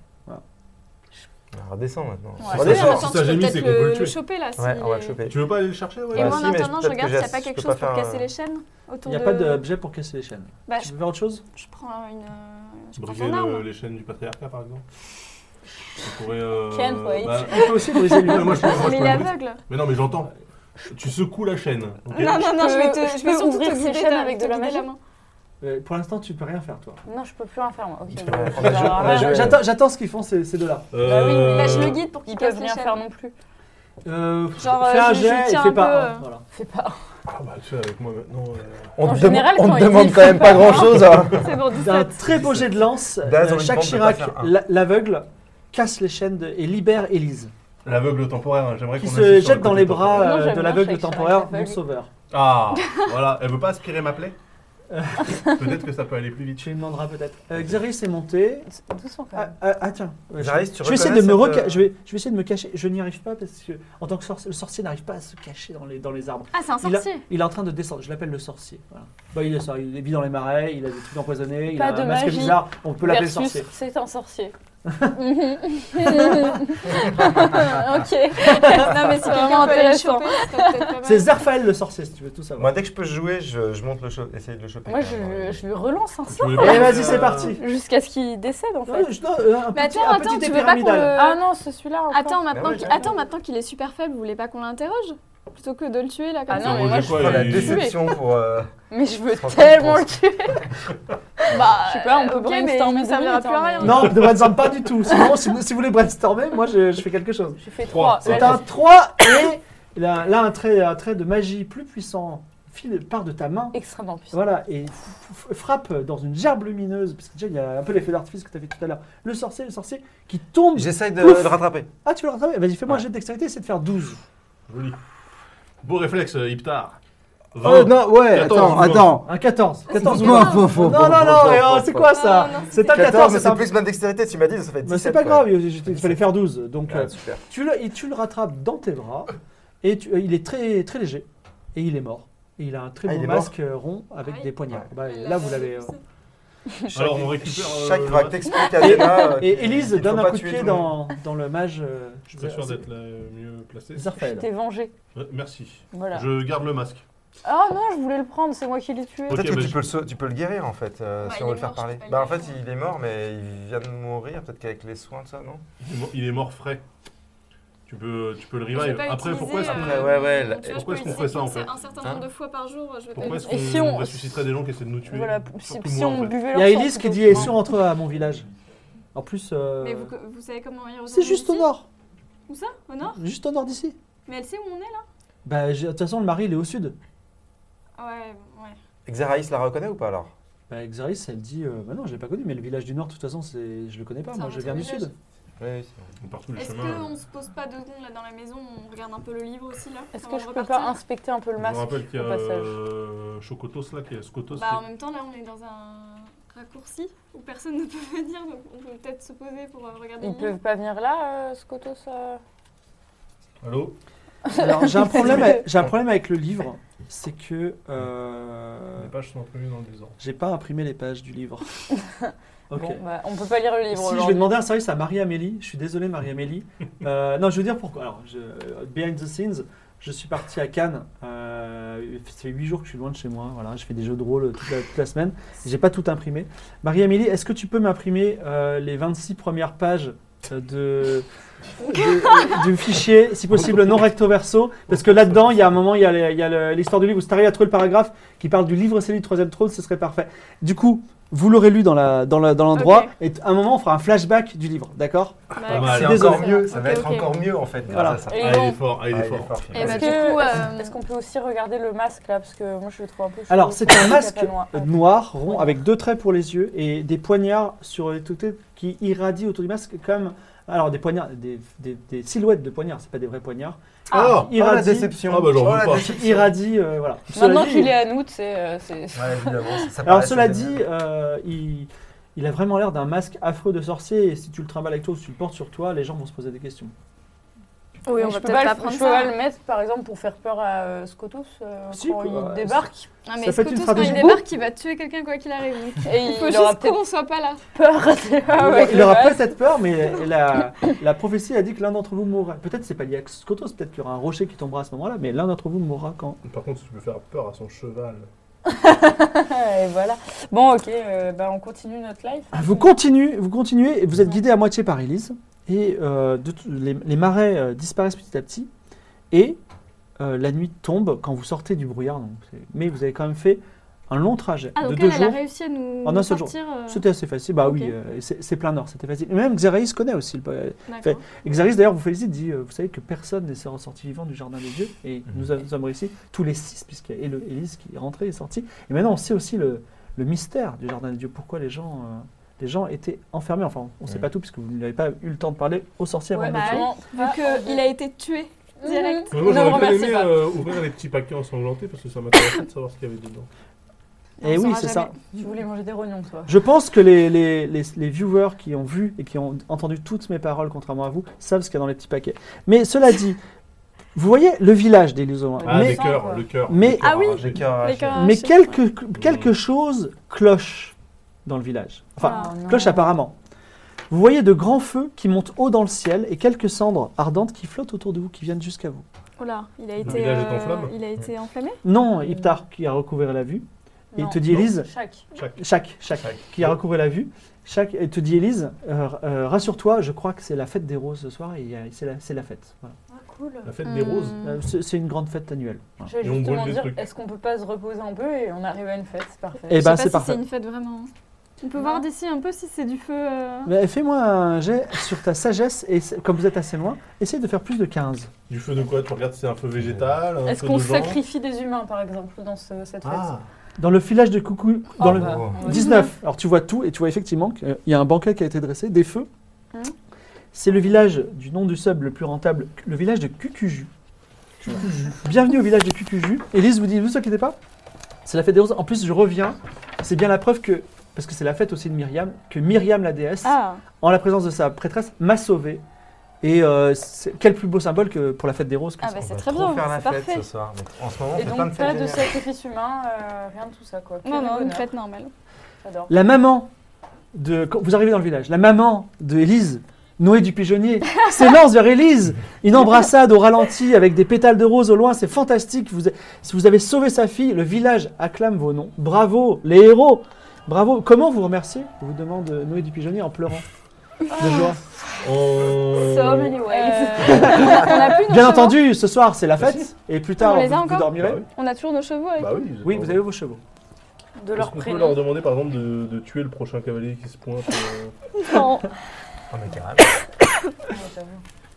On redescend maintenant. Ouais. On Redescends, Ouais, mais redescend. attends, si Ah, ça tu peux gémit, peut-être c'est qu'on peut le tuer. choper là. s'il Ouais, on va est- le choper. Tu veux pas aller le chercher ouais Et Bah, moi, si, en mais attendant, je peut-être que regarde j'ai- s'il n'y a pas je quelque peux chose pas pour faire, casser euh, les chaînes Il autour n'y a de. pas d'objet pour casser les chaînes. Bah, Tu je, veux faire autre chose je prends une. Je prends Briser ton le- arme. euh, les chaînes du patriarcat, par exemple. On pourrait. euh, Ken, faut aller bah, On peut aussi briser lui. ouais, moi, je peux- moi, je Mais peux il est la briser. aveugle. Mais non, mais j'entends. Tu secoues la chaîne. ok Non, non, non, je vais te. Je Je vais peux surtout ouvrir te ces guider chaînes ta- avec te de la guider magie main. Euh, Pour l'instant, tu peux rien faire, toi. Euh, Non, je peux plus rien faire moi. Ok. on a Bah, joué- Ah, on a voilà. joué- J'attends j'attends ce qu'ils font ces, ces deux-là. Bah oui, mais Bah, je Euh, le guide pour qu'il Ils casse peuvent les rien faire chaînes. non plus. Euh, Genre, fais euh, un je- je jet et tiens fais un pas un. peu, euh, Voilà. Fais pas. Ah bah, tu es avec moi maintenant. euh, On En te général, demande- quand on te il dit, demande il quand faut même pas pas grand chose. C'est bon, D'un 17. très beau jet de lance, Daz, on euh, lui Jacques demande de pas Chirac, faire un. la- l'aveugle, casse les chaînes de- et libère Élise, L'aveugle temporaire, hein, j'aimerais qu'on qui se insiste sur le jette dans côté les temporaire. bras temporaire. euh, Non, j'aime de bien l'aveugle Jacques Chirac, temporaire, mon l'aveugle. sauveur. Ah, voilà. Elle veut pas aspirer ma plaie Peut-être que ça peut aller plus vite. Tu lui demanderas peut-être. Euh, Xeris est monté. Doucement quand Ah, même. ah, ah, tiens, Ouais, je- Xeris, tu je vais essayer de reconnais me cette, reca- euh, je, vais, je vais essayer de me cacher. Je n'y arrive pas parce que en tant que sorcier, le sorcier n'arrive pas à se cacher dans les, dans les arbres. Ah, c'est un Il a- sorcier. Il est en train de descendre. Je l'appelle le sorcier. Voilà. Bah, il est ça. Il vit dans les marais. Il a des trucs empoisonnés. Il Pas a de un masque magie. bizarre. On peut l'appeler le Versus, sorcier. C'est un sorcier. ok. Non, mais Vraiment si quelqu'un peut aller le intéressant. choper, ce serait peut-être pas mal. C'est Zarfael le sorcier si tu veux tout Moi, savoir. dès que je peux jouer, je, je monte le cho- essayer de le choper. Moi, quand même. je, je lui relance un Tu sort. voulais Allez, pas- Eh, vas-y, c'est euh, parti. Jusqu'à ce qu'il décède en fait. Non, je- non, euh, un Mais petit- Bah, attends, un attends, petit tu veux pas qu'on épipyramidal. le- Ah non, c'est celui-là. encore. Attends maintenant, ouais, qu'il- j'avoue. attends, maintenant qu'il est super faible, vous voulez pas qu'on l'interroge Plutôt que de le tuer là comme Ah ça non, mais moi, je Quoi, Oh, la il- déception pour. euh, Mais je veux Franchement, tellement je le pense. tuer. bah, je sais pas, on peut ok, brainstormer mais ça deux servira minutes, plus à hein, rien. mais- Non, ne brainstorm pas du tout. Sinon, si vous, si vous voulez brainstormer, moi je, je fais quelque chose. J'ai fait trois. Trois. C'est Ouais, un 3 et là, là, un, trait, un trait de magie plus puissant file, part de ta main. Extrêmement puissant. Voilà, et f- f- frappe dans une gerbe lumineuse, parce que déjà il y a un peu l'effet d'artifice que tu as fait tout à l'heure. Le sorcier, le sorcier qui tombe. J'essaye de Ouf. le rattraper. Ah, tu veux le rattraper Vas-y, fais-moi un Ouais. jet de dextérité, c'est de faire 12. Joli. Beau réflexe, euh, Iptar. Oh, Vingt. non, ouais, attends, Quatorze, attends. Un Ah, 14. 14 ou Non, moins. faut, Non, faut, non, faut- non, et, oh, c'est quoi ça Non, non, C'est un 14, 14, mais c'est un c'est plus ma dextérité, tu m'as dit, ça fait 17. Mais c'est pas quoi. grave, il il fallait faire 12. Donc, euh, Ah, super. Tu le, et tu le rattrapes dans tes bras, et tu- euh, il est très, très léger, et il est mort. Et il a un très Ah, beau il est mort masque euh, rond avec Ouais. des poignards. Ouais. Ah, Bah, et là, vous l'avez. euh, Alors, on récupère, euh, Chaque le va masque. t'expliquer à Athéna, euh, Et qu'il- Élise qu'il faut donne un pas coup de tuer pied tout le monde. dans, dans le mage. euh, Je suis pas sûr c'est- d'être la mieux placée. Zarfael. T'es vengé. Ouais, Merci. Voilà. Je garde le masque. Ah non, je voulais le prendre, c'est moi qui l'ai tué. Ok, Peut-être bah, que tu je- peux, le, sau- tu peux le guérir en fait, euh, Bah, si il on est veut le mort, faire je peux parler. pas le Bah en fait guérir. il est mort mais il vient de mourir, peut-être qu'avec les soins de ça, non Il est mort- Il est mort frais. Tu peux, tu peux le Je vais revive. pas euh, Après, utiliser, pourquoi est-ce qu'on- Ouais, ouais, ouais, la- tu vois, pourquoi je est-ce peux qu'on ferait ça, en utiliser fait Un certain Hein nombre de fois par jour, je vais pas pourquoi est-ce utiliser. qu'on Et si on- ressusciterait des gens qui essaient de nous tuer Voilà, si, Surtout si moi, en on fait. buvait Il y leur a sang, Élise qui plutôt. dit Et si on rentre à mon village En plus. euh, Mais vous, vous savez comment on y retourne C'est juste au ici nord. Où ça Au nord Juste au nord d'ici. Mais elle sait où on est là Bah, j'ai- de toute façon, le mari, il est au sud. Ouais, ouais. Xeraïs la reconnaît ou pas alors Bah, Xeris, elle dit euh, Bah non, je l'ai pas connu, mais le village du nord, de toute façon, c'est- je le connais pas. C'est Moi, un je autre viens du village. sud. Oui, oui, c'est vrai. Partout les Est-ce chemins. euh, qu'on se pose pas deux secondes là dans la maison On regarde un peu le livre aussi là Est-ce avant que de je peux repartir pas inspecter un peu le Je vous masque rappelle qu'il y a au passage euh, Chocotos là, qui est Scotos. qui- Bah en même temps là on est dans un raccourci où personne ne peut venir donc on peut peut-être se poser pour euh, regarder Ils le livre. peuvent pas venir là, euh, Scotos euh Allô Alors, j'ai un, problème avec- j'ai un problème avec le livre, c'est que. euh, Les pages sont imprimées dans le désordre. J'ai pas imprimé les pages du livre. ok. Bon, bah, on peut pas lire le livre si je vais aujourd'hui. demander un service à Marie-Amélie, je suis désolé Marie-Amélie. Euh, non, je veux dire pourquoi. Alors, je, behind the scenes, je suis parti à Cannes. euh, ça fait 8 jours que je suis loin de chez moi. Voilà, je fais des jeux de rôle toute la, toute la semaine. J'ai pas tout imprimé. Marie-Amélie, est-ce que tu peux m'imprimer euh, les 26 premières pages euh, de, de- euh, du fichier, si possible non recto verso, parce que là-dedans, il y a un moment, il y a les- il y a le- l'histoire du livre, où si t'arrives à trouver le paragraphe qui parle du livre scellé du troisième trône, ce serait parfait. Du coup, vous l'aurez lu dans l'endroit, la, dans la- dans l'endroit, Ok. et t- à un moment, on fera un flashback du livre, d'accord Pas mal. C'est Désolé. encore mieux, ça va Ok, être ok. encore mieux en fait grâce Voilà. à ça. Et Ah, bon, il est fort, ah, il Ah, est fort. Eh ben, Est-ce du que- coup, euh, Est-ce qu'on peut aussi regarder le masque là Parce que moi je le trouve un peu chelou. Alors, c'est un Le masque euh, capanois. Ah. noir, rond, Ouais. avec deux traits pour les yeux et des poignards sur les côtés qui irradient autour du masque comme. Alors, des poignards, des, des- des silhouettes de poignards, c'est pas des vrais poignards. Ah, il oh, la radie. déception. Ah, bah, j'en Oh, veux la pas. déception. Qui irradient, euh, voilà. Maintenant Cela dit- qu'il est à nous, c'est. euh, c'est- Ouais, évidemment, ça- ça Alors paraît cela dit, assez euh, il, il a vraiment l'air d'un masque affreux de sorcier et si tu le trimbales avec toi ou si tu le portes sur toi, les gens vont se poser des questions. Oui, on je va peux pas, peut-être pas le- prendre je peux pas ça. le mettre, par exemple, pour faire peur à euh, Scotus euh, Si, quand quoi, ouais, il débarque. Ça Non, Ah, mais peut être une Scotus, quand il stratégie. débarque, il va tuer quelqu'un quoi qu'il arrive. donc Et Il il, faut aura juste peut-être qu'on soit pas là. peur. Ah ouais, il aura ouais. peut-être peur, mais la, la prophétie a dit que l'un d'entre vous mourra. Peut-être c'est pas lié à Scotos, peut-être qu'il y aura un rocher qui tombera à ce moment-là, mais l'un d'entre vous mourra quand Par contre, tu peux faire peur à son cheval. Et voilà. Bon, ok, euh, bah, on continue notre live. Vous continuez, vous continuez, et vous êtes guidé à moitié par Elise, et euh, de tout- les, les marais euh, disparaissent petit à petit, et euh, la nuit tombe quand vous sortez du brouillard. donc c'est- mais vous avez quand même fait un long trajet Ah, de donc deux elle, elle a jours. réussi à nous En un seul jour. sortir. euh, C'était assez facile, bah oui, Ok. euh, c'est c'est plein nord, c'était facile. Et même Xerais connaît aussi. le pa- d'accord. Xerais d'ailleurs vous félicite, dit euh, Vous savez que personne n'est ressorti vivant du jardin des dieux, Mhm. et nous, a- nous sommes réussis, tous les six, puisqu'il y a Élo- Élise qui est rentrée et sortie. Et maintenant on sait aussi le, le mystère du jardin des dieux, pourquoi les gens, euh, les gens étaient enfermés. Enfin, on ne sait Mhm. pas tout, puisque vous n'avez pas eu le temps de parler aux hein, sorciers avant Ouais, de bah, le tuer. non, Vu pas envie. qu'il a été tué direct. Mais Ne moi, me j'aurais bien remerciez aimé pas. euh, ouvrir les petits paquets ensanglantés parce que ça m'intéressait de savoir ce qu'il y avait dedans. Et On oui, saura c'est ça. jamais. Tu voulais manger des rognons, toi. Je pense que les, les, les, les viewers qui ont vu et qui ont entendu toutes mes paroles, contrairement à vous, savent ce qu'il y a dans les petits paquets. Mais cela dit, vous voyez le village des Lusolins. Ah, mais des cœurs, le cœur. mais- le cœur Ah oui. arraché. J'ai cœur arraché. D'accord. mais quelque, quelque chose cloche dans le village. Enfin, Ah, non. cloche apparemment. Vous voyez de grands feux qui montent haut dans le ciel et quelques cendres ardentes qui flottent autour de vous, qui viennent jusqu'à vous. Oh là, il a Le été, village est en euh, flammes. il a été enflammé. Non, Iptar qui a recouvert la vue. Et il Euh. Non. te dit, Élise, Chaque. chaque, chaque, Chaque. qui a recouvré la vue. Chaque, et te dit Élise, euh, euh, rassure-toi, je crois que c'est la fête des roses ce soir et il y a- c'est la, c'est la fête. Voilà. Ah, cool. La fête des roses. Mm. Euh, c'est c'est une grande fête annuelle. Hmm. Voilà. Je vais Et on brûle justement des dire, trucs. est-ce qu'on peut pas se reposer un peu et on arrive à une fête C'est parfait. Eh Je ben, sais c'est pas si c'est parfait. une fête vraiment. On peut Non. voir d'ici un peu si c'est du feu. euh, Mais Fais-moi un jet sur ta sagesse et c'est- comme vous êtes assez loin, essaye de faire plus de 15. Du feu de quoi Tu regardes si c'est un feu végétal un Est-ce feu qu'on de gens sacrifie des humains, par exemple, dans ce- cette fête Ah, Dans le village de Coucou, dans Ah Oh, le bah, on va- 19. Alors tu vois tout et tu vois effectivement qu'il y a un banquet qui a été dressé, des feux. Hein Hum. C'est le village du nom du sub le plus rentable, le village de Cucuju. Bienvenue au village de Cucuju. Élise vous dit, vous inquiétez pas, c'est la fête des roses. En plus, je reviens. C'est bien la preuve que, parce que c'est la fête aussi de Myriam, que Myriam la déesse, Ah, en la présence de sa prêtresse, m'a sauvé. Et euh, c'est- quel plus beau symbole que pour la fête des roses que Ah ça. bah On c'est va très trop bien, faire la c'est fête parfait. ce soir. Donc, en ce moment, on Et fait plein de donc pas fêtes. de géniales. sacrifice humain, euh, rien de tout ça quoi. Que non, du non, une bonheur. fête normale. J'adore. La maman de. Quand vous arrivez dans le village, la maman de Élise, Noé du Pigeonnier, s'élance vers Élise. Une embrassade au ralenti avec des pétales de rose au loin, c'est fantastique. Vous, si vous avez sauvé sa fille, le village acclame vos noms. Bravo, les héros Bravo. Comment vous remerciez vous demande euh, Noé du Pigeonnier en pleurant. De joie. on... So many ways. Euh, on a plus nos Bien chevaux. entendu, ce soir c'est la fête et plus tard On les vous, a vous encore dormirez. Bah oui. On a toujours nos chevaux avec Bah oui, Oui, vous avez vos chevaux. De Est-ce leur qu'on peut prénom. leur demander par exemple de, de tuer le prochain cavalier qui se pointe euh, Non. Oh, mais carrément. Ouais, j'avoue.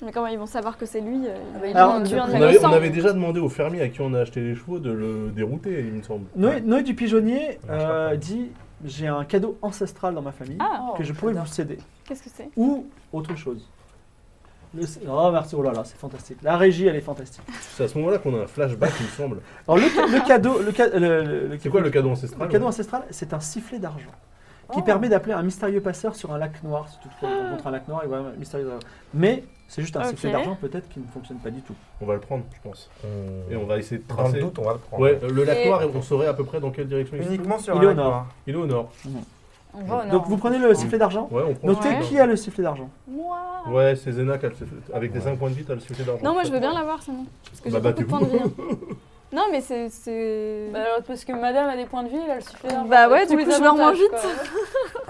Mais comment ils vont savoir que c'est lui euh, Ah ils- bah, ils Alors, ont dû en on on, faire avait, ensemble. on avait déjà demandé au fermier à qui on a acheté les chevaux de le dérouter, il me semble. Ah, Noé, Noé du Pigeonnier On marchera euh, pas. dit J'ai un cadeau ancestral dans ma famille Ah, Oh, que je pourrais vous céder. qu'est-ce que c'est ou autre chose. Le- Oh, merci, oh là là, c'est fantastique. La régie, elle est fantastique. C'est à ce moment-là qu'on a un flashback, il me semble. Alors, le, ca- le cadeau. Le, ca- le- le- le- C'est quoi le cadeau le ancestral cadeau ouais ancestral C'est un sifflet d'argent qui permet d'appeler un mystérieux passeur sur un lac noir. Si toutefois on rencontre un lac noir, il voit un mystérieux passeur. Mais c'est juste un Ok. sifflet d'argent, peut-être, qui ne fonctionne pas du tout. On va le prendre, je pense. On- Et on va essayer de Dans le tracer. doute, on va le prendre. Ouais, euh, le lac Et- noir, on saurait à peu près dans quelle direction il se trouve. Uniquement sur Il un hein. est au lac nord. noir. Il est au nord. On va au Donc, nord. vous prenez le sifflet d'argent. Ouais, on prend. Notez le qui sifflet a le sifflet d'argent. Moi d'argent. Ouais, c'est Zena qui a le sifflet- Avec les Ouais. 5 points de vie, t'as le sifflet d'argent. Non, moi je veux bien l'avoir, c'est bon. Parce que Bah, j'ai beaucoup de points de battez-vous. vie. hein. Non, mais c'est. c'est- Bah, alors, parce que madame a des points de vie, elle a le sifflet d'argent. Bah ouais, Elle a du tous coup, les je leur mange avantages,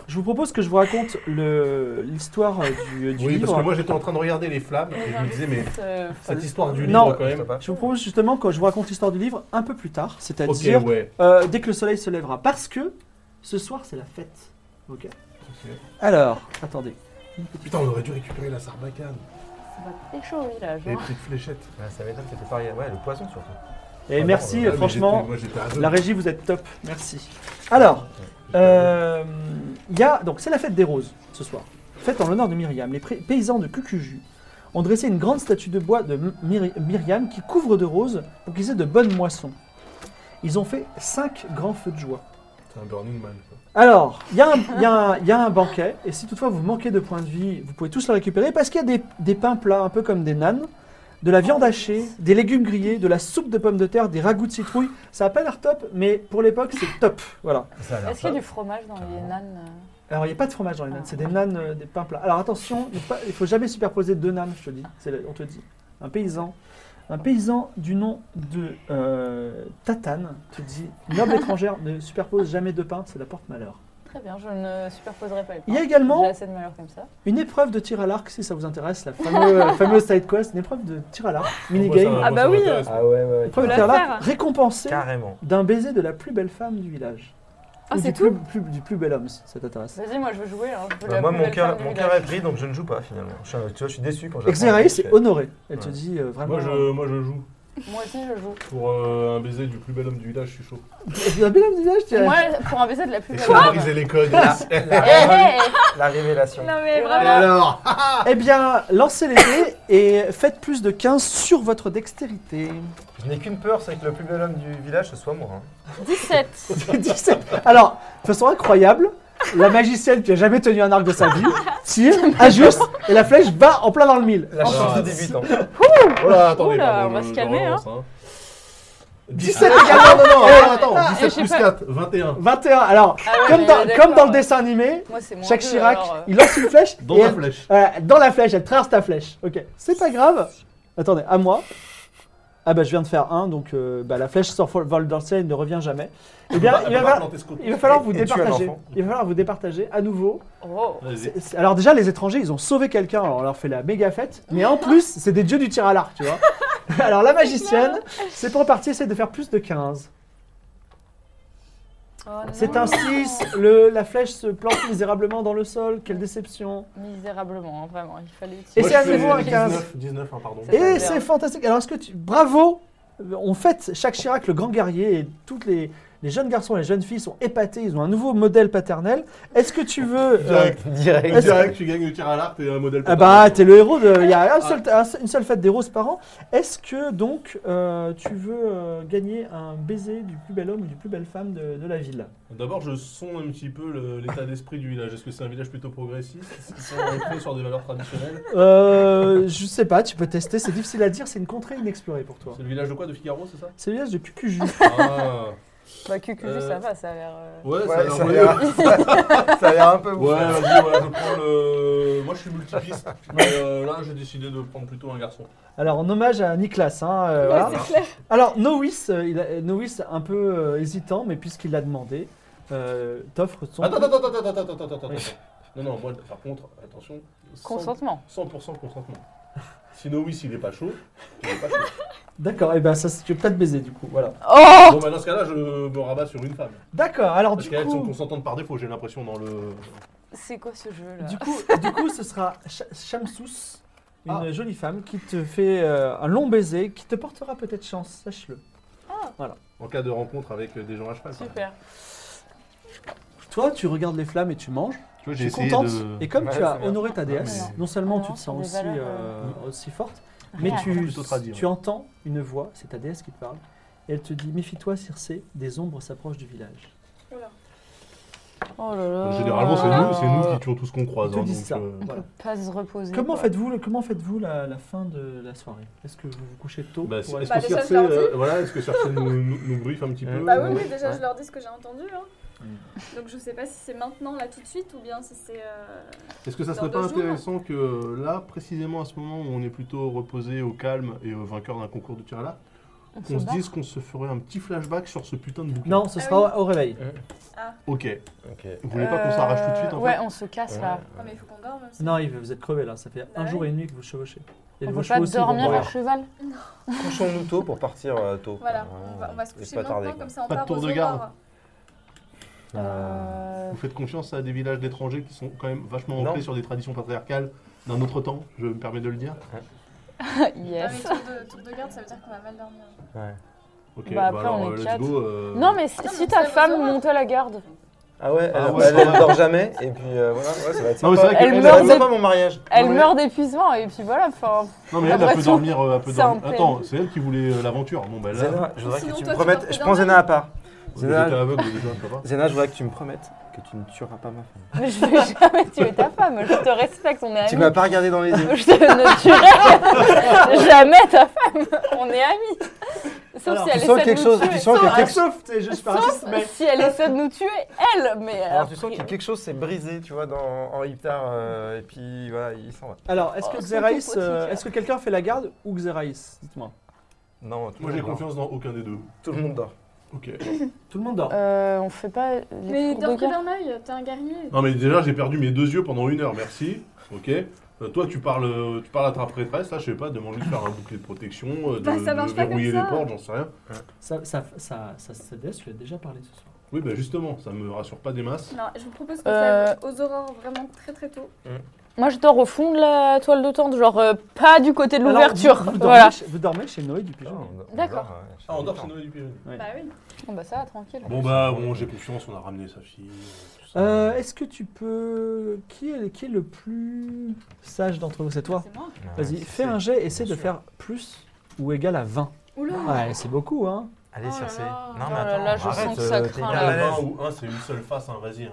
Je vous propose que je vous raconte le- l'histoire euh, du, du Oui, parce que livre. moi j'étais en train de regarder les flammes et je me disais, mais quoi. Euh, cette histoire du Non. livre quand même. Je vous propose justement que je vous raconte l'histoire du livre un peu plus tard, Ok, c'est-à-dire ouais. Euh, dès que le soleil se lèvera. Parce que ce soir, c'est la fête. Ok. Ok. Alors, attendez. Putain, on aurait dû récupérer la sarbacane. Ça va pécho au village. Et Ah. les hein. petites fléchettes. Ouais, Ça m'étonne que t'aies pas regardé. Ouais, le poison surtout. Et Ah merci, non, euh, Ouais, bah, mais franchement. j'étais- moi, j'étais aveugle. La régie, vous êtes top. Merci. Alors, euh, il y a, donc c'est la fête des roses ce soir. Fête en l'honneur de Myriam. Les pré- paysans de Cucuju ont dressé une grande statue de bois de M- Myri- Myriam qui couvre de roses pour qu'ils aient de bonnes moissons. Ils ont fait cinq grands feux de joie. C'est un Burning Man. quoi. Alors, il y, a un- il y a un- il y a un banquet, et si toutefois vous manquez de points de vie, vous pouvez tous le récupérer parce qu'il y a des, des pains plats, un peu comme des nanes, de la viande hachée, des légumes grillés, de la soupe de pommes de terre, des ragoûts de citrouille. Ça a pas l'air top, mais pour l'époque, c'est top. Voilà. Ça a l'air Est-ce qu'il y pas- a du fromage dans les nanes euh Alors, il n'y a pas de fromage dans les nanes, c'est des nanes, euh, des pains plats. Alors, attention, il ne faut, pas- il faut jamais superposer deux nanes, je te dis. C'est le- on te dit. Un paysan, un paysan du nom de euh, Tatane te dit Noble étrangère, ne superpose jamais deux pains, c'est la porte-malheur. Très bien, je ne superposerai pas les Il y a pains. également- J'ai assez de malheur comme ça. Une épreuve de tir à l'arc, si ça vous intéresse, la fameuse, la fameuse side quest, une épreuve de tir à l'arc, Moi, ça- minigame. moi, Ah bah ça oui. m'intéresse. Ah ouais, ouais, ouais. Épreuve de la tir à l'arc, faire. récompensée Carrément. d'un baiser de la plus belle femme du village. Ah, Ou c'est du plus, plus- du plus bel homme, si ça t'intéresse. Vas-y, moi je veux jouer. hein, je veux Bah, la moi, plus mon belle cœur, femme du mon village. cœur est pris, donc je ne joue pas finalement. Je suis, tu vois, je suis déçu quand j'apprends. Exeraïs est honorée. Elle te Ouais. dit euh, vraiment. Moi je, moi je joue. Moi aussi je joue. Pour euh, un baiser du plus bel homme du village, je suis chaud. euh, Un bel homme du village, tu Moi, pour un baiser de la plus Et belle ça a femme. brisé les codes. La, Eh, la- eh, eh, la révélation. Non mais Et vraiment. alors Eh bien, lancez les dés et faites plus de 15 sur votre dextérité. Je n'ai qu'une peur, c'est que le plus bel homme du village, ce soit moi. hein. 17. 17. Alors, de façon incroyable, la magicienne qui a jamais tenu un arc de sa vie tire, ajuste et la flèche bat en plein dans le mille. La Oh, chance du mince. débutant. Oh là, attendez, Oula, pardon, on va je- se je calmer, relance, hein. 17 Ah, non, non, non, Ah, attends, ah, j'ai 17 plus pas- 4, 21. 21. Alors, Ah ouais, comme mais dans, d'accord, comme dans le ouais. dessin animé, hein. Moi c'est mon Jacques jeu, Chirac, alors, euh, il lance une flèche Dans et la elle- flèche. Voilà, dans la flèche, elle traverse ta flèche. Ok, c'est pas grave. Attendez, à moi. Ah bah je viens de faire un, donc euh, bah, la flèche s'envole dans le ciel et ne revient jamais. Eh bien, Ah, il va, bah, falloir, plantez ce côté. il va falloir vous Et- et tue un départager. enfant. Il va falloir vous départager à nouveau. Oh. Vas-y. C'est- c'est- Alors déjà, les étrangers, ils ont sauvé quelqu'un, alors on leur fait la méga fête. Mais en plus, c'est des dieux du tir à l'arc, tu vois. Alors la magicienne, c'est pour partie, essaie de faire plus de 15. Oh C'est non. un 6, le, la flèche se plante misérablement dans le sol, quelle déception. Misérablement, hein, vraiment. Il fallait. Et c'est Moi, je à fais nouveau un 15. 19, 19, hein, pardon. Ça Et tombe c'est bien. fantastique. Alors, est-ce que tu. Bravo On fête Jacques Chirac, le grand guerrier, et toutes les. Les jeunes garçons et les jeunes filles sont épatés, ils ont un nouveau modèle paternel. Est-ce que tu veux. euh, Direct. Direct. Direct, tu gagnes le tir à l'arc, t'es un modèle. ah bah, t'es le héros de. Il y a un seul- un seul- une seule fête des roses par an. Est-ce que donc euh, tu veux euh, gagner un baiser du plus bel homme ou du plus belle femme de, de la ville D'abord, je sonde un petit peu le- l'état d'esprit du village. Est-ce que c'est un village plutôt progressiste Est-ce qu'ils sont ancrés sur des valeurs traditionnelles euh, Je sais pas, tu peux tester, c'est difficile à dire, c'est une contrée inexplorée pour toi. C'est le village de quoi De Figaro, c'est ça C'est le village de Cucuju. Ah Bah, QQQ, Euh, ça va, ça a l'air. euh, Ouais, Ouais, ça ça a a l'air l'air- ça a l'air un peu ouf. Ouais, vas-y, ouais, je prends le. Moi, je suis multipliste. mais euh, là, j'ai décidé de prendre plutôt un garçon. Alors, en hommage à Nicolas, hein, euh, voilà. Alors, Nois, euh, il a- euh, Nois, un peu euh, hésitant, mais puisqu'il l'a demandé, euh, t'offre son. Attends, attends, attends, attends, attends, attends, attends. Oui. attends. Non, non, moi, par contre, attention. 100%, Consentement. 100% consentement. Sinon, oui, s'il est pas chaud, il est pas chaud. D'accord, et ben ça, c'est- tu veux peut-être baiser du coup, voilà. Oh Bon, bah, dans ce cas-là, je me rabats sur une femme. D'accord, alors Parce Oh, du qu'elles sont coup, consentantes par défaut, j'ai l'impression, dans le. C'est quoi ce jeu là du coup, du coup, ce sera Ch- Shamsous, une Ah. jolie femme qui te fait euh, un long baiser, qui te portera peut-être chance, sache-le. En cas de rencontre avec des gens à cheval. par exemple. Super. Toi, tu regardes les flammes et tu manges, Tu vois, tu j'ai es essayé contente, de. et comme Ouais, tu as c'est bien. honoré ta déesse, Ah, non seulement Ah tu non, te c'est sens des aussi, valeurs, euh, aussi forte, mais Rien. tu, Plutôt tradis, tu entends une voix, c'est ta déesse qui te parle, et elle te dit Méfie-toi, Circé, des ombres s'approchent du village. Oh là là. Euh, Généralement, c'est nous, c'est nous qui tuons tout ce qu'on croise. Ils te hein, disent donc, ça. euh, Voilà. Pas se reposer. Comment quoi. faites-vous le- comment faites-vous la, la fin de la soirée Est-ce que vous vous couchez tôt Bah, pour c'est- aller- est-ce Bah, que déjà, Circe je leur dis. euh, voilà, est-ce que Circe nous, nous, nous briefe un petit Hein. peu Bah oui, euh, oui, déjà Ouais. je leur dis ce que j'ai entendu. hein. Mm. Donc je sais pas si c'est maintenant, là tout de suite, ou bien si c'est. euh, Est-ce que ça Dans serait pas deux jours. intéressant que euh, là, précisément à ce moment où on est plutôt reposé, au calme et euh, vainqueur d'un concours de tir à l'arc, On qu'on se se bat dise qu'on se ferait un petit flashback sur ce putain de bouquin Non, ce Ah sera oui. au, au réveil. Ok. Ok. Vous voulez pas qu'on s'arrache tout de suite en Euh, Ouais, fait on se casse là. Oh, mais il faut qu'on dorme aussi. Non, Yves, vous êtes crevés là, ça fait Bah un ouais. jour et une nuit que vous chevauchez. Et On vos peut chevaux pas aussi vont dormir à mourir. cheval Couchons-nous tôt pour partir euh, tôt. Voilà, quoi. on va, on va se Et coucher pas maintenant, tarder, quoi. comme ça on Pas de part tour aux de aurores. garde. Euh, Vous faites confiance à des villages d'étrangers qui sont quand même vachement Non. ancrés sur des traditions patriarcales d'un autre temps, je me permets de le dire. Ah, mais Yes. tour de, tour de garde, ça veut dire qu'on va mal dormir. Ouais. Ok, Bah, après, on est let's quatre. go. euh, Non, mais si, Non, mais si on ta se femme revoit. monte à la garde. Ah ouais, elle, Ah bah, ouais, elle, c'est vrai. dort jamais. Et puis euh, voilà, ouais, ça va être Non, mais sympa. c'est vrai Elle qu'elle, meurt elle- de- pas mon mariage. Elle Ouais. meurt d'épuisement et puis voilà. Enfin, Non, mais elle, elle peut L'impression- dormir. euh, elle peut c'est dormir. un Attends, c'est elle qui voulait euh, l'aventure. Bon, bah là, Zéna, je voudrais Sinon, que tu toi, me tu promettes. dors Je prends dans Zéna à part. vous Zéna, aveugle déjà, ça va. Zéna, je voudrais que tu me promettes que tu ne tueras pas ma femme. Mais je vais jamais tuer ta femme, je te respecte, on est Tu amis. m'as pas regardé dans les yeux. Je te ne tuerai jamais ta femme, on est amis. Sauf Alors, si elle tu sens essaie quelque de chose, nous tu tuer. sens que Ah, quelque chose. sauf, tu sais, je suis pas raciste, mais. Si elle essaie de nous tuer, elle, mais. euh, Alors, tu sens après, que quelque chose s'est brisé, tu vois, dans, en Iptar, euh, et puis voilà, il s'en va. Alors, est-ce que Oh, c'est Xeraïs, tout petit, euh, ça. est-ce que quelqu'un fait la garde ou Xeraïs Dites-moi. Non, tout Moi le j'ai monde dort. confiance dans aucun des deux. Tout le monde dort. Ok. Tout le monde dort. Euh, on fait pas les Mais cours de d'un coup guerre. d'un œil, t'es un guerrier. Non mais déjà j'ai perdu mes deux yeux pendant une heure, merci. Ok. Euh, toi tu parles, euh, tu parles à ta prêtresse, là je sais pas, demande-lui de faire un bouclier de protection, euh, de, Bah, ça de marche pas verrouiller comme les ça. portes, j'en sais rien. Ça, ça, ça, ça, ça déesse, lui a déjà parlé ce soir. Oui bah justement, ça me rassure pas des masses. Non, je vous propose qu'on Euh. s'aille aux aurores vraiment très très tôt. Moi, je dors au fond de la toile de tente, genre euh, pas du côté de Alors, l'ouverture. Vous, vous dormez Voilà. chez- vous dormez chez Noé du Pigeon. D'accord. Ah on dort chez Noël du Pérou. Ouais. Bah oui. Bon, bah ça va, tranquille. Bon bah bon j'ai confiance, on a ramené sa fille. euh, tout ça. Euh, Est-ce que tu peux. Qui est, qui est le plus sage d'entre vous C'est toi C'est moi. Vas-y, fais un jet, essaie de Ah, sûr. faire plus ou égal à 20. Oula Ouais, c'est beaucoup, hein. Allez, Oh là Circe. là. Non, Oh mais là attends, là, je arrête, sens que ça euh, t'es craint, Il y hyper a là. à l'aise. un ou un, c'est une seule face, hein, vas-y. hein.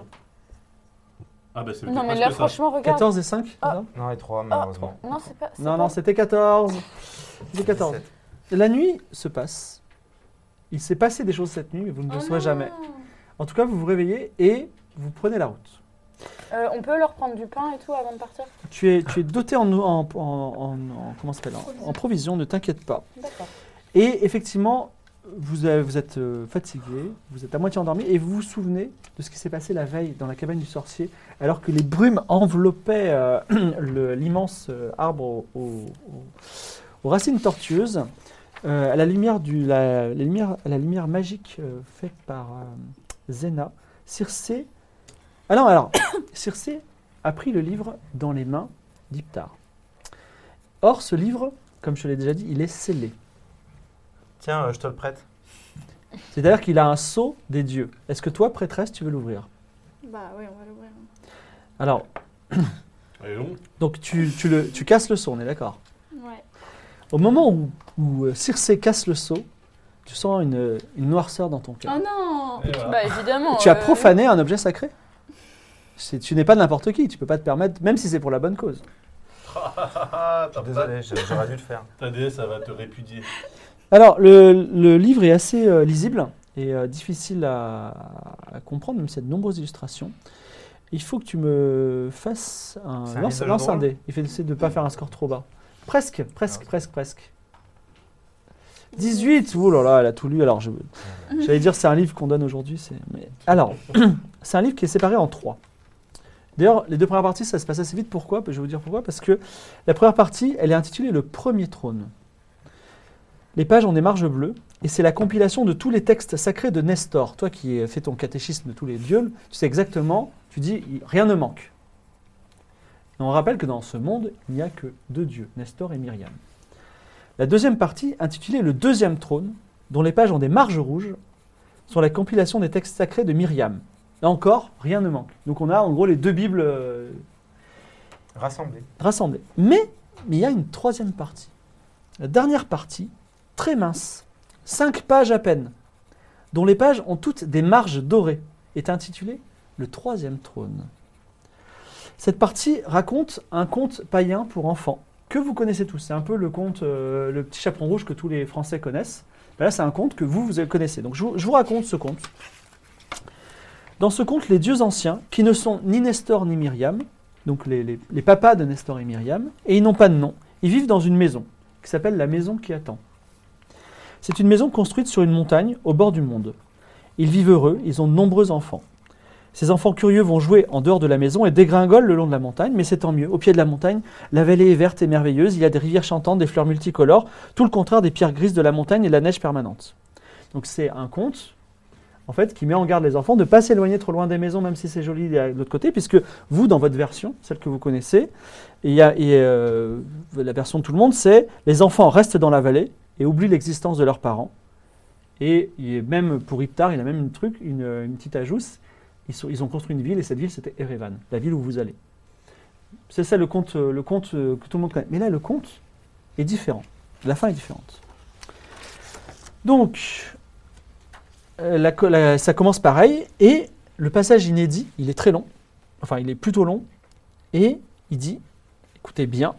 Ah bah c'est Non, mais presque là, ça. franchement, regarde. 14 et 5 Ah. non Non, et trois, malheureusement. Non, c'est pas. c'est Non, pas- non, c'était 14. C'était 14. 17. La nuit se passe. Il s'est passé des choses cette nuit, mais vous ne le Oh saurez non. jamais. En tout cas, vous vous réveillez et vous prenez la route. Euh, on peut leur prendre du pain et tout avant de partir Tu es, tu es doté en, en, en- en- comment ça s'appelle, en- en provision, ne t'inquiète pas. D'accord. Et effectivement, vous, avez- vous êtes euh, fatigué, vous êtes à moitié endormi et vous vous souvenez de ce qui s'est passé la veille dans la cabane du sorcier, alors que les brumes enveloppaient euh, le- l'immense euh, arbre au- au- au- aux racines tortueuses. Euh, à la lumière du, la, la lumière, à la lumière magique euh, faite par euh, Zena, Circe. Ah non, alors Circe a pris le livre dans les mains d'Iptar. Or, ce livre, comme je te l'ai déjà dit, il est scellé. Tiens, euh, je te le prête. C'est-à-dire qu'il a un sceau des dieux. Est-ce que toi, prêtresse, tu veux l'ouvrir Bah oui, on va l'ouvrir. Alors, Elle est longue. donc tu, tu le, tu casses le sceau, on est d'accord Ouais. Au moment où, où, euh, Circé casse le sceau, tu sens une, une noirceur dans ton cœur. Oh non Et voilà. Bah évidemment. Et tu as euh, profané un objet sacré C'est- tu n'es pas n'importe qui, tu peux pas te permettre, même si c'est pour la bonne cause. Ah, Je t'as suis pas- Désolé, je- j'aurais dû le faire. ta déesse, elle va te répudier. Alors, le, le livre est assez euh, lisible et euh, difficile à, à comprendre, même s'il y a de nombreuses illustrations. Il faut que tu me fasses un. C'est un Lance, mise à lance jour un dé. Il faut essayer de ne pas faire un score trop bas. Presque, presque, Alors. presque, presque. 18 Ouh là là, elle a tout lu. Alors, je- j'allais dire, c'est un livre qu'on donne aujourd'hui. c'est- mais- Alors, c'est un livre qui est séparé en trois. D'ailleurs, les deux premières parties, ça se passe assez vite. Pourquoi Je vais vous dire pourquoi. Parce que la première partie, elle est intitulée Le premier trône. Les pages ont des marges bleues, et c'est la compilation de tous les textes sacrés de Nestor. Toi qui euh, fais ton catéchisme de tous les dieux, tu sais exactement, tu dis, il- rien ne manque. Et on rappelle que dans ce monde, il n'y a que deux dieux, Nestor et Myriam. La deuxième partie, intitulée Le deuxième trône, dont les pages ont des marges rouges, sont la compilation des textes sacrés de Myriam. Là encore, rien ne manque. Donc on a en gros les deux Bibles euh, Rassemblé. rassemblés. Mais mais il y a une troisième partie. La dernière partie, très mince, cinq pages à peine, dont les pages ont toutes des marges dorées, est intitulée Le troisième trône. Cette partie raconte un conte païen pour enfants que vous connaissez tous. C'est un peu le conte, euh, le petit chaperon rouge que tous les Français connaissent. Ben là, c'est un conte que vous, vous connaissez. Donc, je vous, je vous raconte ce conte. Dans ce conte, les dieux anciens, qui ne sont ni Nestor ni Myriam, donc les, les- les papas de Nestor et Myriam, et ils n'ont pas de nom. Ils vivent dans une maison qui s'appelle la maison qui attend. C'est une maison construite sur une montagne au bord du monde. Ils vivent heureux, ils ont de nombreux enfants. Ces enfants curieux vont jouer en dehors de la maison et dégringolent le long de la montagne, mais c'est tant mieux. Au pied de la montagne, la vallée est verte et merveilleuse, il y a des rivières chantantes, des fleurs multicolores, tout le contraire des pierres grises de la montagne et de la neige permanente. Donc c'est un conte, en fait, qui met en garde les enfants de ne pas s'éloigner trop loin des maisons, même si c'est joli de l'autre côté, puisque vous, dans votre version, celle que vous connaissez, il y a- et, euh, la version de tout le monde, c'est les enfants restent dans la vallée et oublient l'existence de leurs parents. Et il est même pour Iptar, il a même une, truc, une, euh, une petite ajoute. Ils, sont- ils ont construit une ville et cette ville, c'était Erevan, la ville où vous allez. C'est ça le conte, euh, le conte euh, que tout le monde connaît. Mais là, le conte est différent. La fin est différente. Donc, euh, la co- la- ça commence pareil et Le passage inédit, il est très long, enfin il est plutôt long, et il dit, écoutez bien,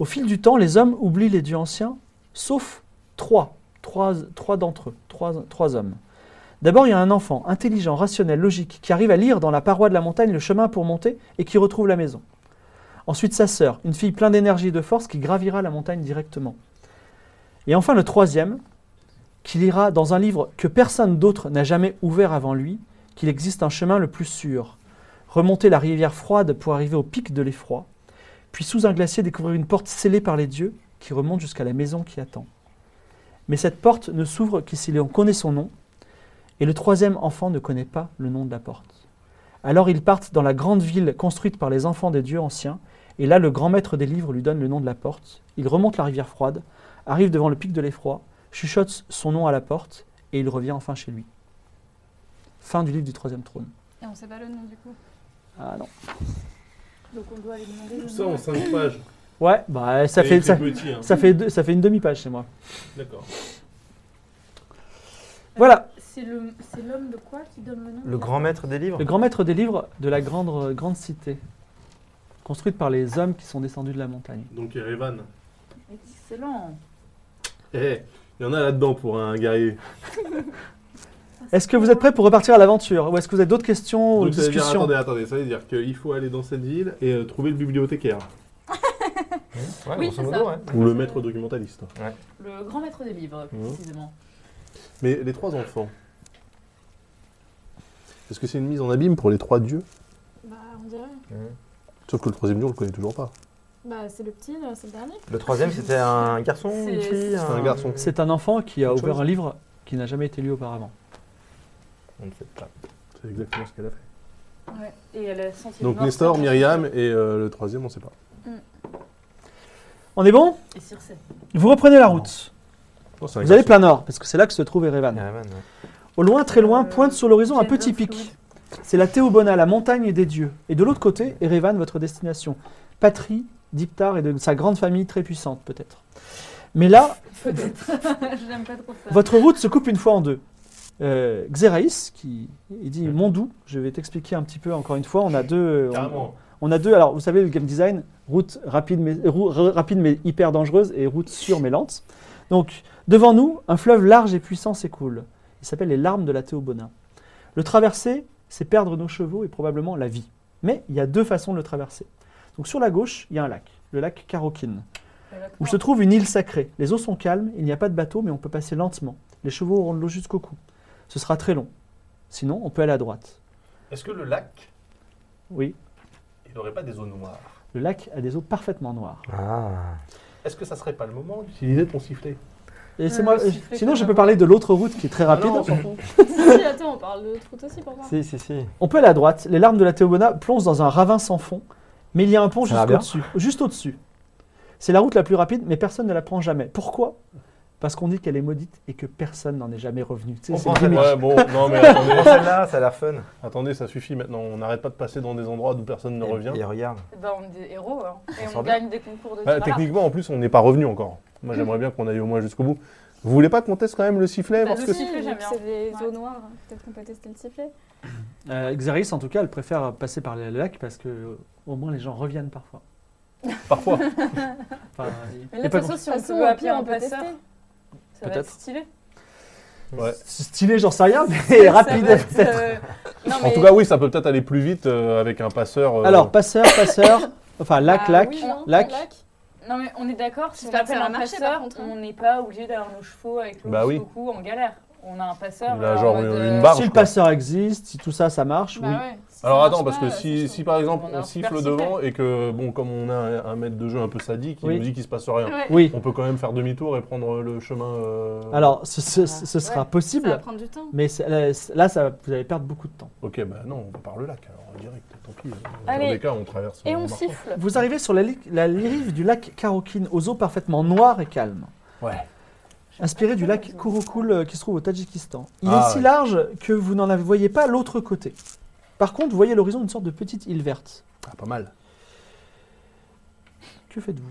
au fil du temps, les hommes oublient les dieux anciens, sauf trois, trois, trois d'entre eux, trois, trois hommes. D'abord, il y a un enfant, intelligent, rationnel, logique, qui arrive à lire dans la paroi de la montagne le chemin pour monter et qui retrouve la maison. Ensuite, sa sœur, une fille pleine d'énergie et de force qui gravira la montagne directement. Et enfin, le troisième, qui lira dans un livre que personne d'autre n'a jamais ouvert avant lui, qu'il existe un chemin le plus sûr. Remonter la rivière froide pour arriver au pic de l'effroi, puis sous un glacier découvrir une porte scellée par les dieux qui remonte jusqu'à la maison qui attend. Mais cette porte ne s'ouvre que si l'on connaît son nom, et le troisième enfant ne connaît pas le nom de la porte. Alors ils partent dans la grande ville construite par les enfants des dieux anciens, et là le grand maître des livres lui donne le nom de la porte. Il remonte la rivière froide, arrive devant le pic de l'effroi, chuchote son nom à la porte, et il revient enfin chez lui. Fin du livre du troisième trône. Et on sait pas le nom du coup. Ah non. Donc on doit aller demander. le Tout ça nom. en 5 pages. Ouais, bah ça C'est fait, écrit ça, petit, hein. ça fait deux- ça fait une demi-page chez moi. D'accord. Voilà, C'est le- c'est l'homme de quoi qui donne le nom Le grand maître des livres le grand maître des livres de la grande, grande cité, construite par les hommes qui sont descendus de la montagne. Donc Erevan. Excellent. Eh, il y en a là-dedans pour un guerrier. Est-ce que vous êtes prêts pour repartir à l'aventure Ou est-ce que vous avez d'autres questions ou Donc ça veut dire- discussions attendez, attendez, ça veut dire qu'il faut aller dans cette ville et euh, trouver le bibliothécaire. Ouais, Oui, grosso c'est modo, ça. ouais. Ou le maître documentaliste. Le grand maître des livres, Mhm. précisément. Mais les trois enfants. Est-ce que c'est une mise en abîme pour les trois dieux Bah, on dirait. Mhm. Sauf que le troisième dieu, on le connaît toujours pas. Bah, c'est le petit, là, c'est le dernier. Le troisième, c'était un garçon, une C'est- fille C'était un garçon. C'est un enfant qui a Autre ouvert chose un livre qui n'a jamais été lu auparavant. On ne sait pas. C'est exactement ce qu'elle a fait. Ouais. Et elle a senti le Donc nord- Nestor, Myriam et euh, le troisième, on sait pas. On est bon Et Circe. Vous reprenez la route. Non, c'est un Vous allez garçon. plein nord, parce que c'est là que se trouve Erevan. Erevan, ouais. Au loin, très loin, pointe sur l'horizon un Jane petit Doe, pic. C'est la Théobona, la montagne des dieux. Et de l'autre côté, Erevan, votre destination. Patrie d'Iptar et de sa grande famille très puissante, peut-être. Mais là, J'aime pas trop ça. votre route se coupe une fois en deux. Euh, Xéraïs, qui il dit Mon doux, je vais t'expliquer un petit peu encore une fois. On a deux. on- Carrément. On a deux, alors vous savez, le game design, route rapide mais, rou- ra- rapide mais hyper dangereuse et route sûre mais lente. Donc, devant nous, un fleuve large et puissant s'écoule. Il s'appelle les larmes de la Théobona. Le traverser, c'est perdre nos chevaux et probablement la vie. Mais il y a deux façons de le traverser. Donc, sur la gauche, il y a un lac, le lac Karokine, où se trouve une île sacrée. Les eaux sont calmes, il n'y a pas de bateau, mais on peut passer lentement. Les chevaux auront de l'eau jusqu'au cou. Ce sera très long. Sinon, on peut aller à droite. Est-ce que le lac, Oui, il n'aurait pas des eaux noires le lac a des eaux parfaitement noires. Ah. Est-ce que ça serait pas le moment d'utiliser ton sifflet Euh, Laissez-moi- le sifflet euh, sinon, quand je même. peux parler de l'autre route qui est très rapide. Ah non, on s'en fout. si, si, attends, on parle de truc aussi pour voir. Si, si, si. on peut aller à droite. Les larmes de la Théobona plongent dans un ravin sans fond, mais il y a un pont Ça va jusqu'au dessus, juste au-dessus. C'est la route la plus rapide, mais personne ne la prend jamais. Pourquoi Parce qu'on dit qu'elle est maudite et que personne n'en est jamais revenu. Tu sais, On c'est prend gimmick. Ouais, bon, non mais attendez, Celle-là, ça a l'air fun. attendez, ça suffit maintenant. On n'arrête pas de passer dans des endroits d'où personne ne Et- revient. Et regarde. Bah, on est des héros, hein. Et On on, sort bien. gagne des concours de Bah, tir à l'arc. techniquement, en plus, on n'est pas revenu encore. Moi, j'aimerais bien qu'on aille au moins jusqu'au bout. Vous voulez pas qu'on teste quand même le sifflet Bah, parce le que... sifflet. Si, j'aime vu que bien. c'est des Ouais. eaux noires, peut-être qu'on peut tester le sifflet. Euh, Xeris, en tout cas, elle préfère passer par le lac parce que euh, au moins les gens reviennent parfois. Parfois. Enfin, il- Mais il là, y a de pas toute façon, si De on toute façon, peut au appeler pire, un on peut passeur, tester. ça va Peut-être. être stylé. Ouais. Stylé, j'en sais rien, mais rapide. Ça va être, euh, Non, mais En tout cas, oui, ça peut peut-être aller plus vite euh, avec un passeur. euh, Alors, passeur, passeur, enfin lac, Ah, lac. oui, Non, lac. non, mais on est d'accord, si on J'espère que ça appelle va un marcher, passeur, par contre, hein. on n'est pas obligé d'avoir nos chevaux avec l'eau Bah oui. jusqu'au cou en galère. On a un passeur. Il a en genre mode, une euh, barre. Si le je crois. passeur existe, si tout ça, ça marche, Bah oui. ouais, si ça Alors attends, marche parce que pas, si, c'est euh, si chaud. par exemple On a on un siffle super devant et que, bon, comme on a un, un maître de jeu un peu sadique, il Oui. nous dit qu'il se passe rien, Ouais. Oui. on peut quand même faire demi-tour et prendre le chemin. euh, Alors, ce, ce- ce sera Ouais. Ça va possible, prendre du temps. mais c'est- là, c'est- là, ça, va- vous allez perdre beaucoup de temps. Ok, bah non, on va par le lac alors direct, tant pis. hein. Dans Allez. tous les cas, on traverse. Et en on marchant. siffle. Vous arrivez sur la, li- la rive du lac Karokine, aux eaux parfaitement noires et calmes. Ouais. Inspiré du lac Kurukul euh, qui se trouve au Tadjikistan. Il Ah, est si ouais. large que vous n'en voyez pas l'autre côté. Par contre, vous voyez à l'horizon une sorte de petite île verte. Ah, pas mal. Que faites-vous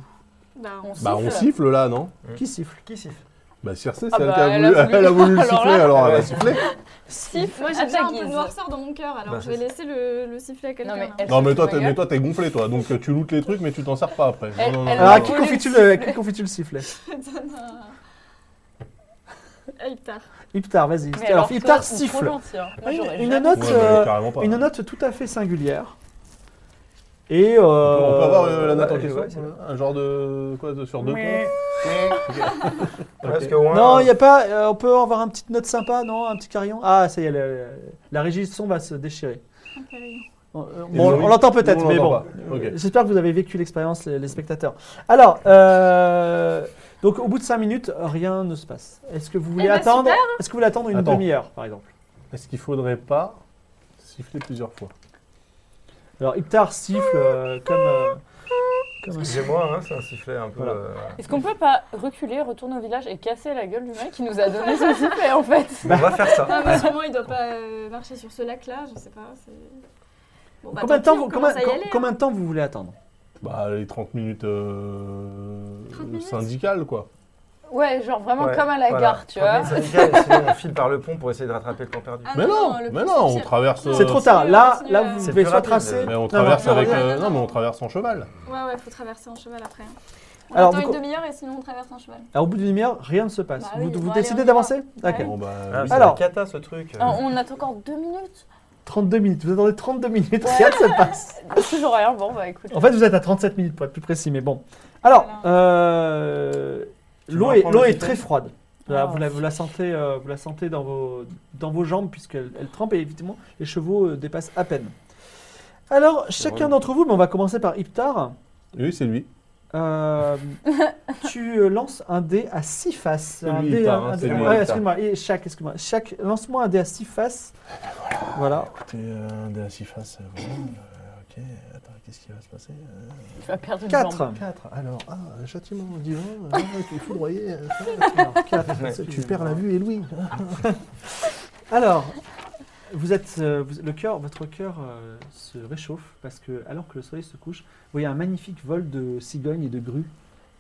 Bah, on On Bah on siffle. siffle là, non Qui siffle Qui siffle Bah Circe, c'est Ah elle bah, qui a elle voulu, a voulu- elle a voulu le Alors siffler, là. alors elle a Ouais. sifflé. Sif, Moi, j'ai à ta déjà un peu de guise. noirceur dans mon cœur, alors Bah, je vais c'est- laisser le, le sifflet à quelqu'un. Ah, Non, mais là. elle- Non, mais toi, Ta t'es- gueule. mais toi, t'es gonflé, toi. Donc, euh, tu lootes les trucs, mais tu t'en sers pas après. Elle- Non, non, non, elle non, Alors, à Ah, non. qui volé le confies-tu le, à qui confies-tu le sifflet Je te donne un- Hey, putain. Iptar, vas-y. Mais Alors, toi, Iptar t'es trop siffle. gentil, hein. Moi, Une- j'aurais une jamais- note, Ouais, mais euh, carrément pas. Une note tout à fait singulière. Et. euh, On peut- on peut avoir euh, la note en ouais, question ouais, c'est Un genre de. Quoi de- Sur deux points Ok. Parce que, ouais, Non, il y a pas. euh, on peut avoir une petite note sympa, non Un petit carillon Ah, ça y est, la, la régie son va se déchirer. On, euh, Et bon, Laurie on l'entend peut-être, Nous, on mais bon. l'entend pas. Ok. Euh, J'espère que vous avez vécu l'expérience, les, les spectateurs. Alors, euh, donc au bout de 5 minutes, rien ne se passe. Est-ce que vous voulez Eh ben, attendre Est-ce que vous voulez attendre une Attends. demi-heure, par exemple Est-ce qu'il faudrait pas siffler plusieurs fois Alors, Iptar siffle euh, comme, euh, comme un- Excusez-moi, hein, c'est un sifflet un peu. Voilà. euh, Est-ce qu'on peut pas reculer, retourner au village et casser la gueule du mec qui nous a donné ce sifflet en fait On va faire ça. Non, mais sûrement, il doit pas euh, marcher sur ce lac-là, je sais pas. c'est- Bon, bah, Combien de tant temps, pis, vous, on combien, commence à y aller, hein. combien de temps vous voulez attendre Bah, les 30 minutes, euh, 30 minutes syndicales, quoi. Ouais, genre vraiment Ouais, comme à la voilà. gare, tu Premier vois. syndicat, et sinon, on file par le pont pour essayer de rattraper le temps perdu. Ah mais non, le mais plus non, on facile. traverse. euh, C'est trop tard. on Là, continue, là euh, vous C'est pouvez plus soit rapide, tracer. euh, Mais on Non, traverse non, avec. non, euh, non, non, mais non. on traverse en cheval. Ouais, ouais, faut traverser en cheval après. hein. On Alors, attend vous- une demi-heure et sinon on traverse en cheval. Alors, au bout d'une demi-heure, rien ne se passe. Bah vous oui, vous bon, allez, on y décidez va. d'avancer D'accord. Bon, bah, Ah, oui. c'est Alors. un cata ce truc. Ah, on a encore deux minutes. 32 minutes. Vous attendez 32 minutes, Ouais. rien ne se passe. Toujours rien, bon bah écoute. En fait, vous êtes à 37 minutes pour être plus précis, mais bon. Alors, Voilà. euh, Tu veux l'eau est, reprendre l'eau le est sifflet très froide. Voilà, Ah, vous, la, vous la sentez, euh, vous la sentez dans, vos, dans vos jambes puisqu'elle elle trempe et évidemment les chevaux euh, dépassent à peine. Alors, chacun relou. d'entre vous, mais on va commencer par Iptar, Oui, c'est lui. euh, tu euh, lances un dé à 6 faces. C'est un lui, dé à- Iptar, hein, un dé- c'est ouais, lui, Iptar. excuse-moi, et chaque, excuse-moi. Chaque, lance-moi un dé à 6 faces. Voilà. Écoutez, euh, un des à six faces. euh, ok, attends, qu'est-ce qui va se passer euh? Tu vas perdre une jambe. 4. 4. Alors, ah, châtiment divin, tu es foudroyé. tu perds la vue et l'ouïe. Alors, vous êtes, euh, vous- le cœur, votre cœur euh, se réchauffe parce que, alors que le soleil se couche, vous voyez un magnifique vol de cigognes et de grues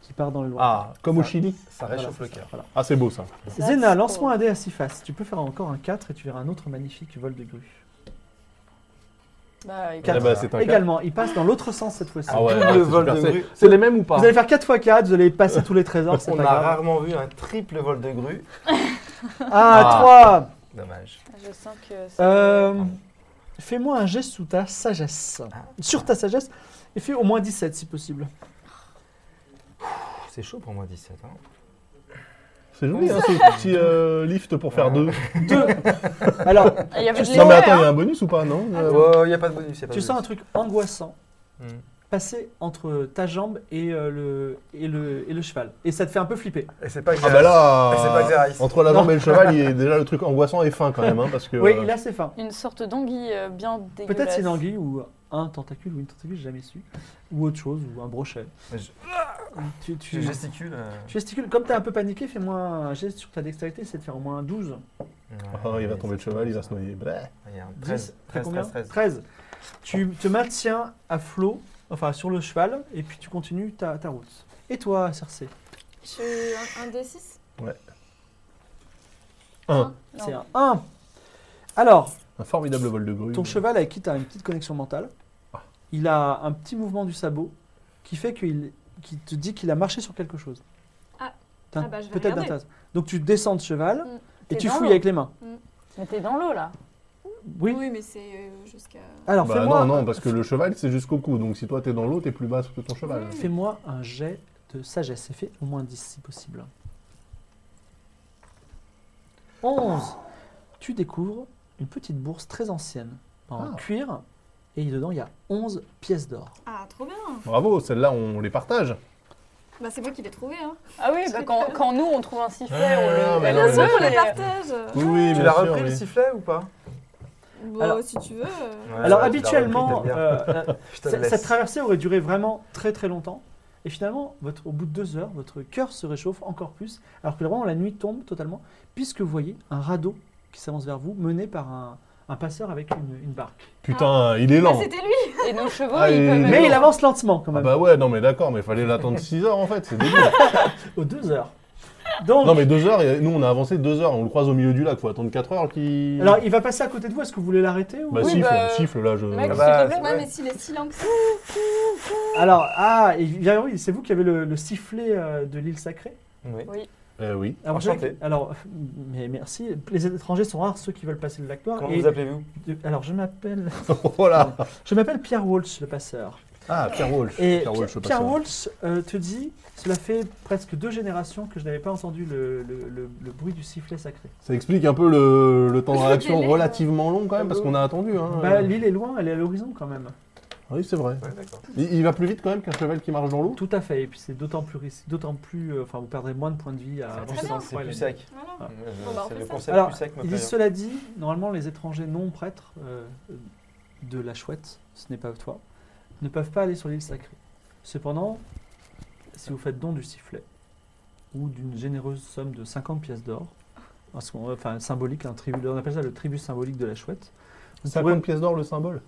qui part dans le loin. Ah, Comme au Ça- Chili. Ça Voilà, réchauffe c'est le ça, cœur. voilà. Ah, c'est beau ça. Zéna, lance-moi un dé à 6 faces. Tu peux faire encore un 4 et tu verras un autre magnifique vol de grues. Bah, écoute. Quatre. Eh ben, c'est un quatre. Également, il passe dans l'autre sens cette fois-ci. Ah ouais, Tout ouais, le c'est vol super, de c'est- grue. C'est les mêmes ou pas Vous allez faire 4 x 4, vous allez passer tous les trésors, c'est On pas a grave. rarement vu un triple vol de grue. Ah, Ah. toi Dommage. Je sens que c'est. Euh, Fais-moi un geste sous ta sagesse. Sur ta sagesse, et fais au moins 17 si possible. Pff, C'est chaud pour moi 17. Hein. C'est joli, hein, ce petit euh, lift pour faire deux. Deux. Alors, Ah, Il y avait de Non, mais l'erreur, attends, il y hein. a un bonus ou pas Non Il Euh, n'y a pas de bonus. y a pas tu de sens un bonus. truc angoissant Hmm. passer entre ta jambe et, euh, le, et, le, et le cheval. Et ça te fait un peu flipper. Et c'est pas Ah bah là, C'est pas Xerais. entre la jambe et le cheval, il est déjà le truc angoissant et fin quand même, hein, parce que. Oui, euh, il a ses fins. Une sorte d'anguille euh, bien dégueulasse. Peut-être c'est une anguille ou un tentacule ou une tentacule, j'ai jamais su. Ou autre chose, ou un brochet. Mais je- Tu, Tu tu, tu gesticules. euh, gesticules. Comme t'es un peu paniqué, fais-moi un geste sur ta dextérité, c'est de faire au moins un 12. ah, il va tomber de cheval, il va se noyer. Bah, Bleh. Regarde, 10, 13, t'as 13, combien 13, 13. 13. Tu te maintiens à flot, enfin sur le cheval, et puis tu continues ta, ta route. Et toi, Circé Je suis un, un D6 Un, Non. C'est un 1. Alors, un formidable vol de grue. Ton cheval avec qui tu as une petite connexion mentale, Ah. il a un petit mouvement du sabot qui fait qu'il qui te dit qu'il a marché sur quelque chose. Ah. T'as- Ah bah, je vais Peut-être d'un regarder. tas. Donc tu descends de cheval Mm. et T'es tu dans fouilles l'eau. avec les mains. Mais t'es dans l'eau là. Oui. Oui, mais c'est euh, jusqu'à. Alors Bah fais-moi non, non, parce que le cheval, c'est jusqu'au cou. Donc si toi, t'es dans l'eau, t'es plus basse que ton cheval. fais-moi un jet de sagesse et fais au moins 10 si possible. 11. Tu découvres une petite bourse très ancienne en Ah. cuir et dedans il y a 11 pièces d'or. Ah, trop bien Bravo, celle-là, on les partage. Bah, c'est moi qui l'ai trouvé, hein Ah oui, bah, quand, quand nous on trouve un sifflet, Ah, on le. mais Eh non, bien mais sûr, euh, non, on les partage. Partage Oui, oui, Tu bien l'as sûr, repris oui. le sifflet ou pas Bon, Alors- si tu veux. euh, Alors habituellement, euh, euh, Ah, je te Cette, le cette laisse. traversée aurait duré vraiment très très longtemps. Et finalement, votre, au bout de deux heures, votre cœur se réchauffe encore plus, alors que vraiment la nuit tombe totalement, puisque vous voyez un radeau qui s'avance vers vous, mené par un, un passeur avec une, une barque. Putain, il est Ah, lent. c'était lui Et nos chevaux, Ah, ils et- peuvent. Mais il avance lentement quand Ah même, bah ouais, non mais d'accord, mais fallait l'attendre 6 heures en fait, c'est débile. aux deux heures. Donc, Non, mais deux heures, et nous on a avancé deux heures, on le croise au milieu du lac, faut attendre quatre heures qu'il. alors il va passer à côté de vous. Est-ce que vous voulez l'arrêter ou... Bah, Oui, siffle, bah, siffle là, je. Mec, Ah s'il bah, te plaît. Ouais, mais s'il est silencieux, Alors ah, et bien oui, c'est vous qui avez le, le sifflet euh, de l'île sacrée. Oui. Eh oui. Alors, je- Enchanté. alors, mais merci. Les étrangers sont rares ceux qui veulent passer le lac Noir. Comment Et vous appelez-vous de- alors je m'appelle, voilà. je m'appelle Pierre Walsh, le passeur. Ah, Pierre Walsh. Et Pierre Walsh, Pierre, le Pierre passeur. Walsh, euh, te dit, cela fait presque deux générations que je n'avais pas entendu le, le- le- le bruit du sifflet sacré. Ça explique un peu le, le temps de Le réaction délai. relativement long quand même, parce qu'on a attendu. Hein. Bah, L'île est loin, elle est à l'horizon quand même. Oui, c'est vrai. Ouais, d'accord. Il, il va plus vite quand même qu'un cheval qui marche dans l'eau. Tout à fait, et puis c'est d'autant plus risqué, d'autant plus... euh, Enfin, vous perdrez moins de points de vie à Ah, C'est avancer plus dans le sec, c'est froid et la nuit. plus sec. voilà. Ah. Euh, Bon, bah, on C'est fait le ça. concept Alors, plus sec, ma Ils disent, frère. cela dit, normalement les étrangers non prêtres euh, de la chouette, ce n'est pas toi, ne peuvent pas aller sur l'île sacrée. Cependant, si vous faites don du sifflet ou d'une généreuse somme de 50 pièces d'or, en ce moment, enfin symbolique, un tribut, on appelle ça le tribut symbolique de la chouette, vous pourrez- 50 pièces d'or le symbole.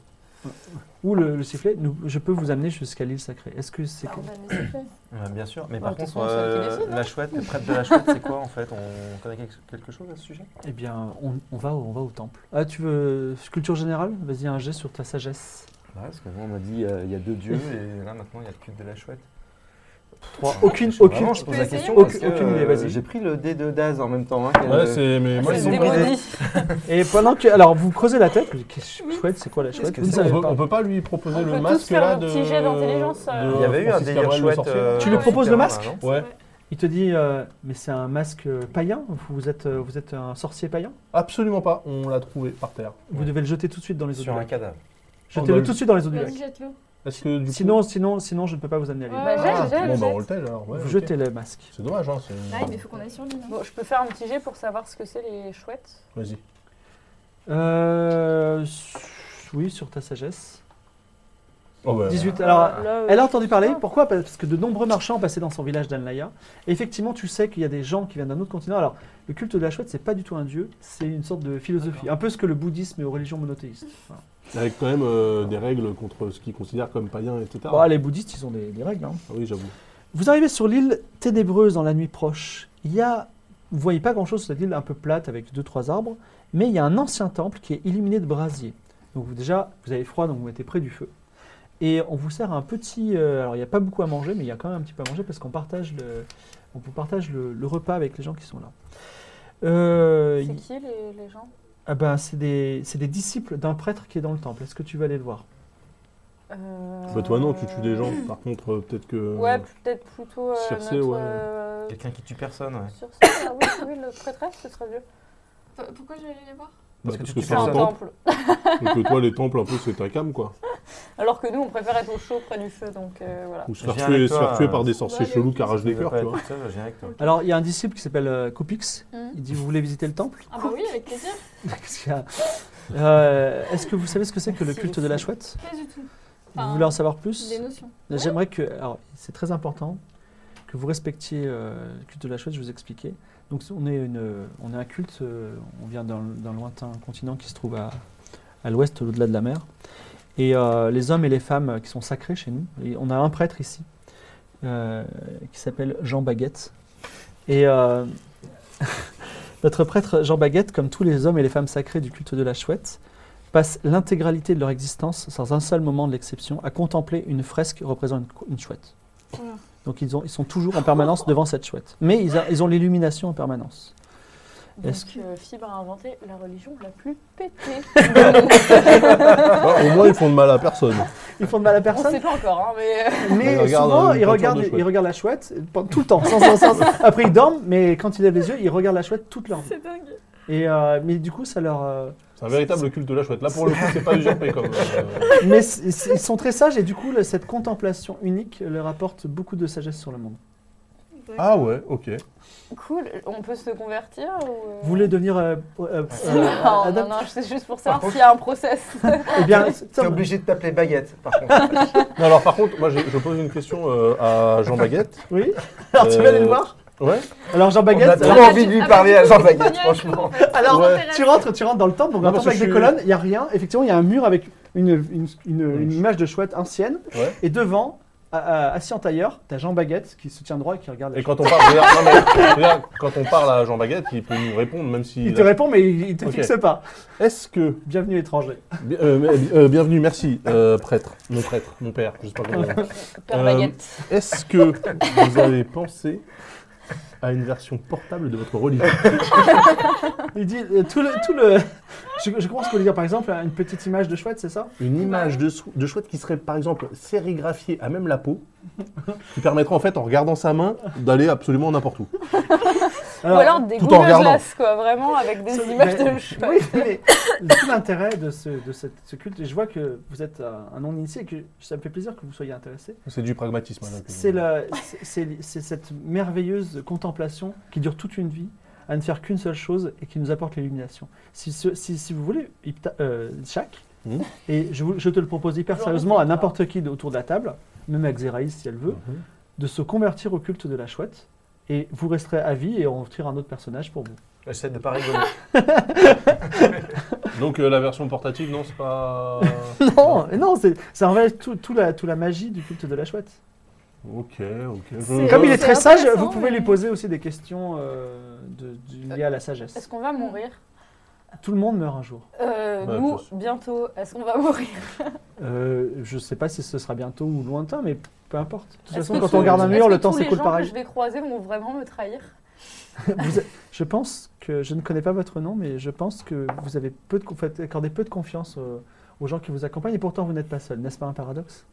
ou le, le sifflet, nous- je peux vous amener jusqu'à l'île sacrée. Est-ce que c'est Ah, Bah, on va le laisser faire. Euh, Bien sûr, Ah, mais par de toute contre, façon, c'est elle qui euh, décide, la chouette, le prêtre de la chouette, c'est quoi en fait On connaît quelque- quelque chose à ce sujet Eh bien, on, on va, au- on va au temple. Ah, tu veux culture générale Vas-y, un jet sur ta sagesse. Bah, parce qu'avant on m'a dit euh, il y a deux dieux et là maintenant il y a le cul de la chouette. Trois. Aucune, aucune. Vraiment, je pose la essayer, question. aucune- parce que, aucune idée, vas-y. J'ai pris le dé de Daz en même temps. hein, qu'elle- Ouais, c'est. Mais moi, Euh, C'est ils le sont des pas- bridés. démoni. Et pendant que. Alors, vous creusez la tête, vous dites, Qu'est-ce que chouette, c'est quoi la Qu'est-ce chouette que Vous ne c'est On savez peut, pas. on peut pas lui proposer On le peut tous masque faire là un de. petit jet d'intelligence, euh. de Il y avait eu un Francis délire Cabrel, le chouette. sorcier. euh, Tu lui proposes le etc., masque non Ouais. Il te dit, euh, mais c'est un masque euh, païen vous, vous êtes, euh, vous êtes un sorcier païen Absolument pas, on l'a trouvé par terre. Vous Ouais. devez le jeter tout de suite dans les eaux Sur du un lac. cadavre. Jetez-le Vas-y. tout de suite dans les eaux du lac. vas-y, jette-le. Est-ce que du coup- Sinon, sinon, sinon, je ne peux pas vous amener à l'île. Ouais, Ah, jette, bon, jette, bah jette. on le tèle alors. ouais, vous ok. jetez le masque. C'est dommage, hein. c'est- Ah, mais faut qu'on aille sur l'île. hein. Bon, je peux faire un petit jet pour savoir ce que c'est les chouettes. Vas-y. Euh, s- oui, sur ta sagesse. Oh, bah, 18. Alors, Là, euh, elle a entendu parler. Pourquoi Parce que de nombreux marchands passaient dans son village d'Anlaya. Et effectivement, tu sais qu'il y a des gens qui viennent d'un autre continent. Alors, le culte de la chouette, c'est pas du tout un dieu, c'est une sorte de philosophie. Un peu ce que le bouddhisme et aux religions monothéistes. Voilà. Avec quand même euh, des règles contre ce qu'ils considèrent comme païen, etc. Bon, ah, les bouddhistes, ils ont des, des règles. hein. Ah oui, j'avoue. Vous arrivez sur l'île ténébreuse dans la nuit proche. Il y a, vous voyez pas grand-chose sur cette île un peu plate avec deux trois arbres, mais il y a un ancien temple qui est illuminé de brasiers. Donc vous, déjà, vous avez froid, donc vous mettez près du feu. Et on vous sert un petit. euh, alors il n'y a pas beaucoup à manger, mais il y a quand même un petit peu à manger parce qu'on partage le, on vous partage le, le repas avec les gens qui sont là. Euh, C'est il- qui les, les gens ah ben, c'est des, c'est des disciples d'un prêtre qui est dans le temple. Est-ce que tu vas aller le voir Euh, Bah, toi, non, tu tues des gens. Par contre, euh, peut-être que. Ouais, peut-être plutôt euh, Circé, notre. ouais. euh, Quelqu'un qui tue personne, ouais. Circé, ah oui, oui, le prêtresse, ce serait mieux. P- Pourquoi je vais aller les voir Bah, Parce que parce tu que tues c'est C'est un un personne. temple. temple. Donc, euh, toi, les temples, un peu, c'est ta cam, quoi. Alors que nous, on préfère être au chaud près du feu, donc euh, voilà. Ou se Je faire viens tuer, avec se toi, faire tuer euh, par des sorciers Ouais, chelous qui arrachent des Je veux cœurs, pas tu être vois. tout seul, je viens avec toi. Alors il y a un disciple qui s'appelle euh, Copix. Mmh. Mhm. Il dit vous voulez visiter le temple Ah, bah oui, avec plaisir. Qu'est-ce qu'il y a Euh, Est-ce que vous savez ce que c'est que le Merci, culte de la merci. chouette Pas du tout. Vous Enfin, voulez en savoir plus Des notions. J'aimerais que. Alors, c'est très important que vous respectiez euh, le culte de la chouette, je vous expliquais. Donc, on est, une, on est un culte, euh, on vient d'un d'un lointain continent qui se trouve à, à l'ouest, au-delà de la mer. Et euh, les hommes et les femmes euh, qui sont sacrés chez nous, et on a un prêtre ici euh, qui s'appelle Jean Baguette. Et euh, notre prêtre Jean Baguette, comme tous les hommes et les femmes sacrés du culte de la chouette, passent l'intégralité de leur existence, sans un seul moment de l'exception, à contempler une fresque représentant une cou- une, chouette. Voilà. Donc ils, ont, ils sont toujours en permanence devant cette chouette. Mais ils, a- ils ont l'illumination en permanence. Donc, Est-ce euh, Fibre a inventé la religion la plus pétée. Ah, Au moins, ils font de mal à personne. Ils font de mal à on personne, sait pas encore, hein, mais. euh, mais Ils regardent, souvent euh, ils, une peinture regardent, de chouette. ils regardent la chouette pendant- tout le temps. sans- sans- sans- Après ils dorment, mais quand ils lèvent les yeux, ils regardent la chouette toute leur vie. C'est dingue. Et, euh, mais du coup, ça leur... euh, C'est un véritable culte de la chouette. Là, pour le coup, c'est pas usurpé comme. euh, mais c- c- ils sont très sages et du coup, le- cette contemplation unique leur apporte beaucoup de sagesse sur le monde. Ah ouais, ok. Cool, on peut se convertir ou. euh, Vous voulez devenir euh, euh, euh, Non, adepte non, non, c'est juste pour savoir s'il y a un process. Eh bien, ça- T'es obligé de t'appeler Baguette, par contre. Non, alors, par contre, moi, je, je pose une question euh, à Jean Baguette. Oui. Alors tu Euh, vas aller le voir Ouais. Alors Jean On a Baguette. trop Alors, envie de lui parler à Jean Baguette, franchement. alors, Ouais. tu rentres, tu rentres dans le temple, donc Non, un parce temple avec que des je suis- colonnes, il y a rien. Effectivement, il y a un mur avec une, une, une- une image de chouette ancienne, Ouais. et devant a- a- assis en tailleur, t'as Jean Baguette qui se tient droit et qui regarde. la Et quand on parle, regarde, non, mais, regarde, quand on parle à Jean Baguette, il peut nous répondre, même si. Il te répond, mais il il te euh, Ok. fixe pas. Est-ce que. Bienvenue étranger. Bi- euh, mais- euh, bienvenue, merci, euh, prêtre, mon prêtre, mon père, je sais pas comment. Père Euh, Baguette. Est-ce que vous avez pensé à une version portable de votre religion Il dit euh, tout le. Tout le je, je commence qu'on lui dire par exemple une petite image de chouette, c'est ça Une image de, sou- de chouette qui serait par exemple sérigraphiée à même la peau, qui permettra en fait, en regardant sa main, d'aller absolument n'importe où. Ou alors des tout en Google regardant. Glass, quoi, vraiment, avec des images de cheveux. Oui, mais tout l'intérêt de, ce, de cette- ce culte, et je vois que vous êtes euh, un, un non-initié et que ça me fait plaisir que vous soyez intéressé, C'est du pragmatisme. hein, euh. là, que- c'est la- c'est- c'est- c'est cette merveilleuse contemplation qui dure toute une vie à ne faire qu'une seule chose et qui nous apporte l'illumination. Si, ce- si, si vous voulez, Ipta- euh, Shaq, Mhm. et je, vous- je te le propose hyper Toujours sérieusement à Ipta. n'importe qui autour de la table, même à Xeraïs si elle veut, Mhm. de se convertir au culte de la chouette. Et vous resterez à vie et on tire un autre personnage pour vous. J'essaie de pas rigoler. Donc euh, la version portative, non, c'est pas. Non, mais non, c'est- ça enlève tout, tout la, tout la magie du culte de la chouette. Ok, ok. je- C'est- Comme il est c'est très sage, intéressant, vous pouvez mais- lui poser aussi des questions euh, de- du- liées à la sagesse. Est-ce qu'on va mourir Tout le monde meurt un jour. Euh, Bah, Nous, je pense. bientôt, est-ce qu'on va mourir Euh, je ne sais pas si ce sera bientôt ou lointain, mais peu importe. De toute Est-ce façon, que quand tous- on regarde un est-ce mur, que le temps tous les s'écoule gens pareil. que je vais croiser vont vraiment me trahir. Vous êtes- je pense que je ne connais pas votre nom, mais je pense que vous avez peu de, con- faites- accordé peu de confiance euh, aux gens qui vous accompagnent et pourtant vous n'êtes pas seul. N'est-ce pas un paradoxe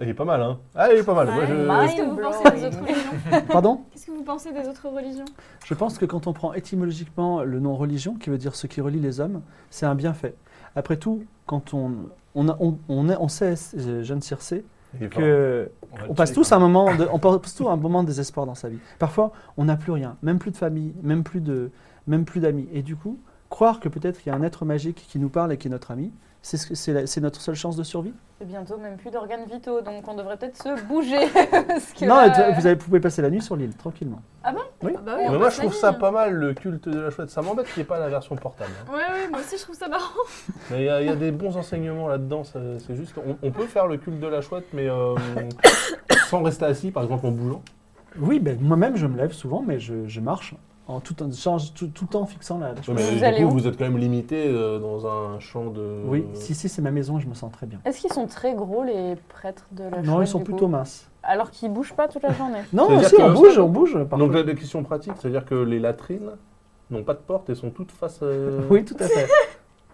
Il est pas mal, hein Ah, il est pas mal. Moi, Ouais. je... Mind Qu'est-ce que vous pensez des blowing. autres religions Pardon Qu'est-ce que vous pensez des autres religions Je pense que quand on prend étymologiquement le nom religion, qui veut dire ce qui relie les hommes, c'est un bienfait. Après tout, quand on, on, a- on, on, est- on sait, euh, jeune Circé, il est fort. que va le on passe tuer, tous quand un moment, de, on passe tous un moment de désespoir dans sa vie. Parfois, on n'a plus rien, même plus de famille, même plus de, même plus d'amis. Et du coup, croire que peut-être il y a un être magique qui nous parle et qui est notre ami, c'est ce que- c'est la- c'est notre seule chance de survie. Et bientôt, même plus d'organes vitaux, donc on devrait peut-être se bouger. parce que Non, là, euh, et vous, avez, vous pouvez passer la nuit sur l'île tranquillement. Ah bah oui, Mais on moi, passe je la trouve vie, ça hein. pas mal, le culte de la chouette. Ça m'embête qu'il n'y ait pas la version portable. hein. Ouais, ouais, moi aussi je trouve ça marrant. Mais il y, a- il y a des bons enseignements là-dedans. ça- C'est juste, on, on peut faire le culte de la chouette, mais euh, sans rester assis, par exemple en bougeant. Oui, ben, moi-même, je me lève souvent, mais je, je marche en tout, en, change- tout, tout le temps en fixant la. la chose. Ouais, mais Vous du allez coup, où vous êtes quand même limité euh, dans un champ de. Euh, Oui, si, si, c'est ma maison, je me sens très bien. Est-ce qu'ils sont très gros, les prêtres de la Non, chouette, ils sont du coup plutôt minces. Alors qu'ils bougent pas toute la journée. Non, C'est-à-dire si, que- on bouge, on bouge. parfois. Donc, la, la question pratique, c'est-à-dire que les latrines n'ont pas de porte et sont toutes face. euh, Oui, tout à fait.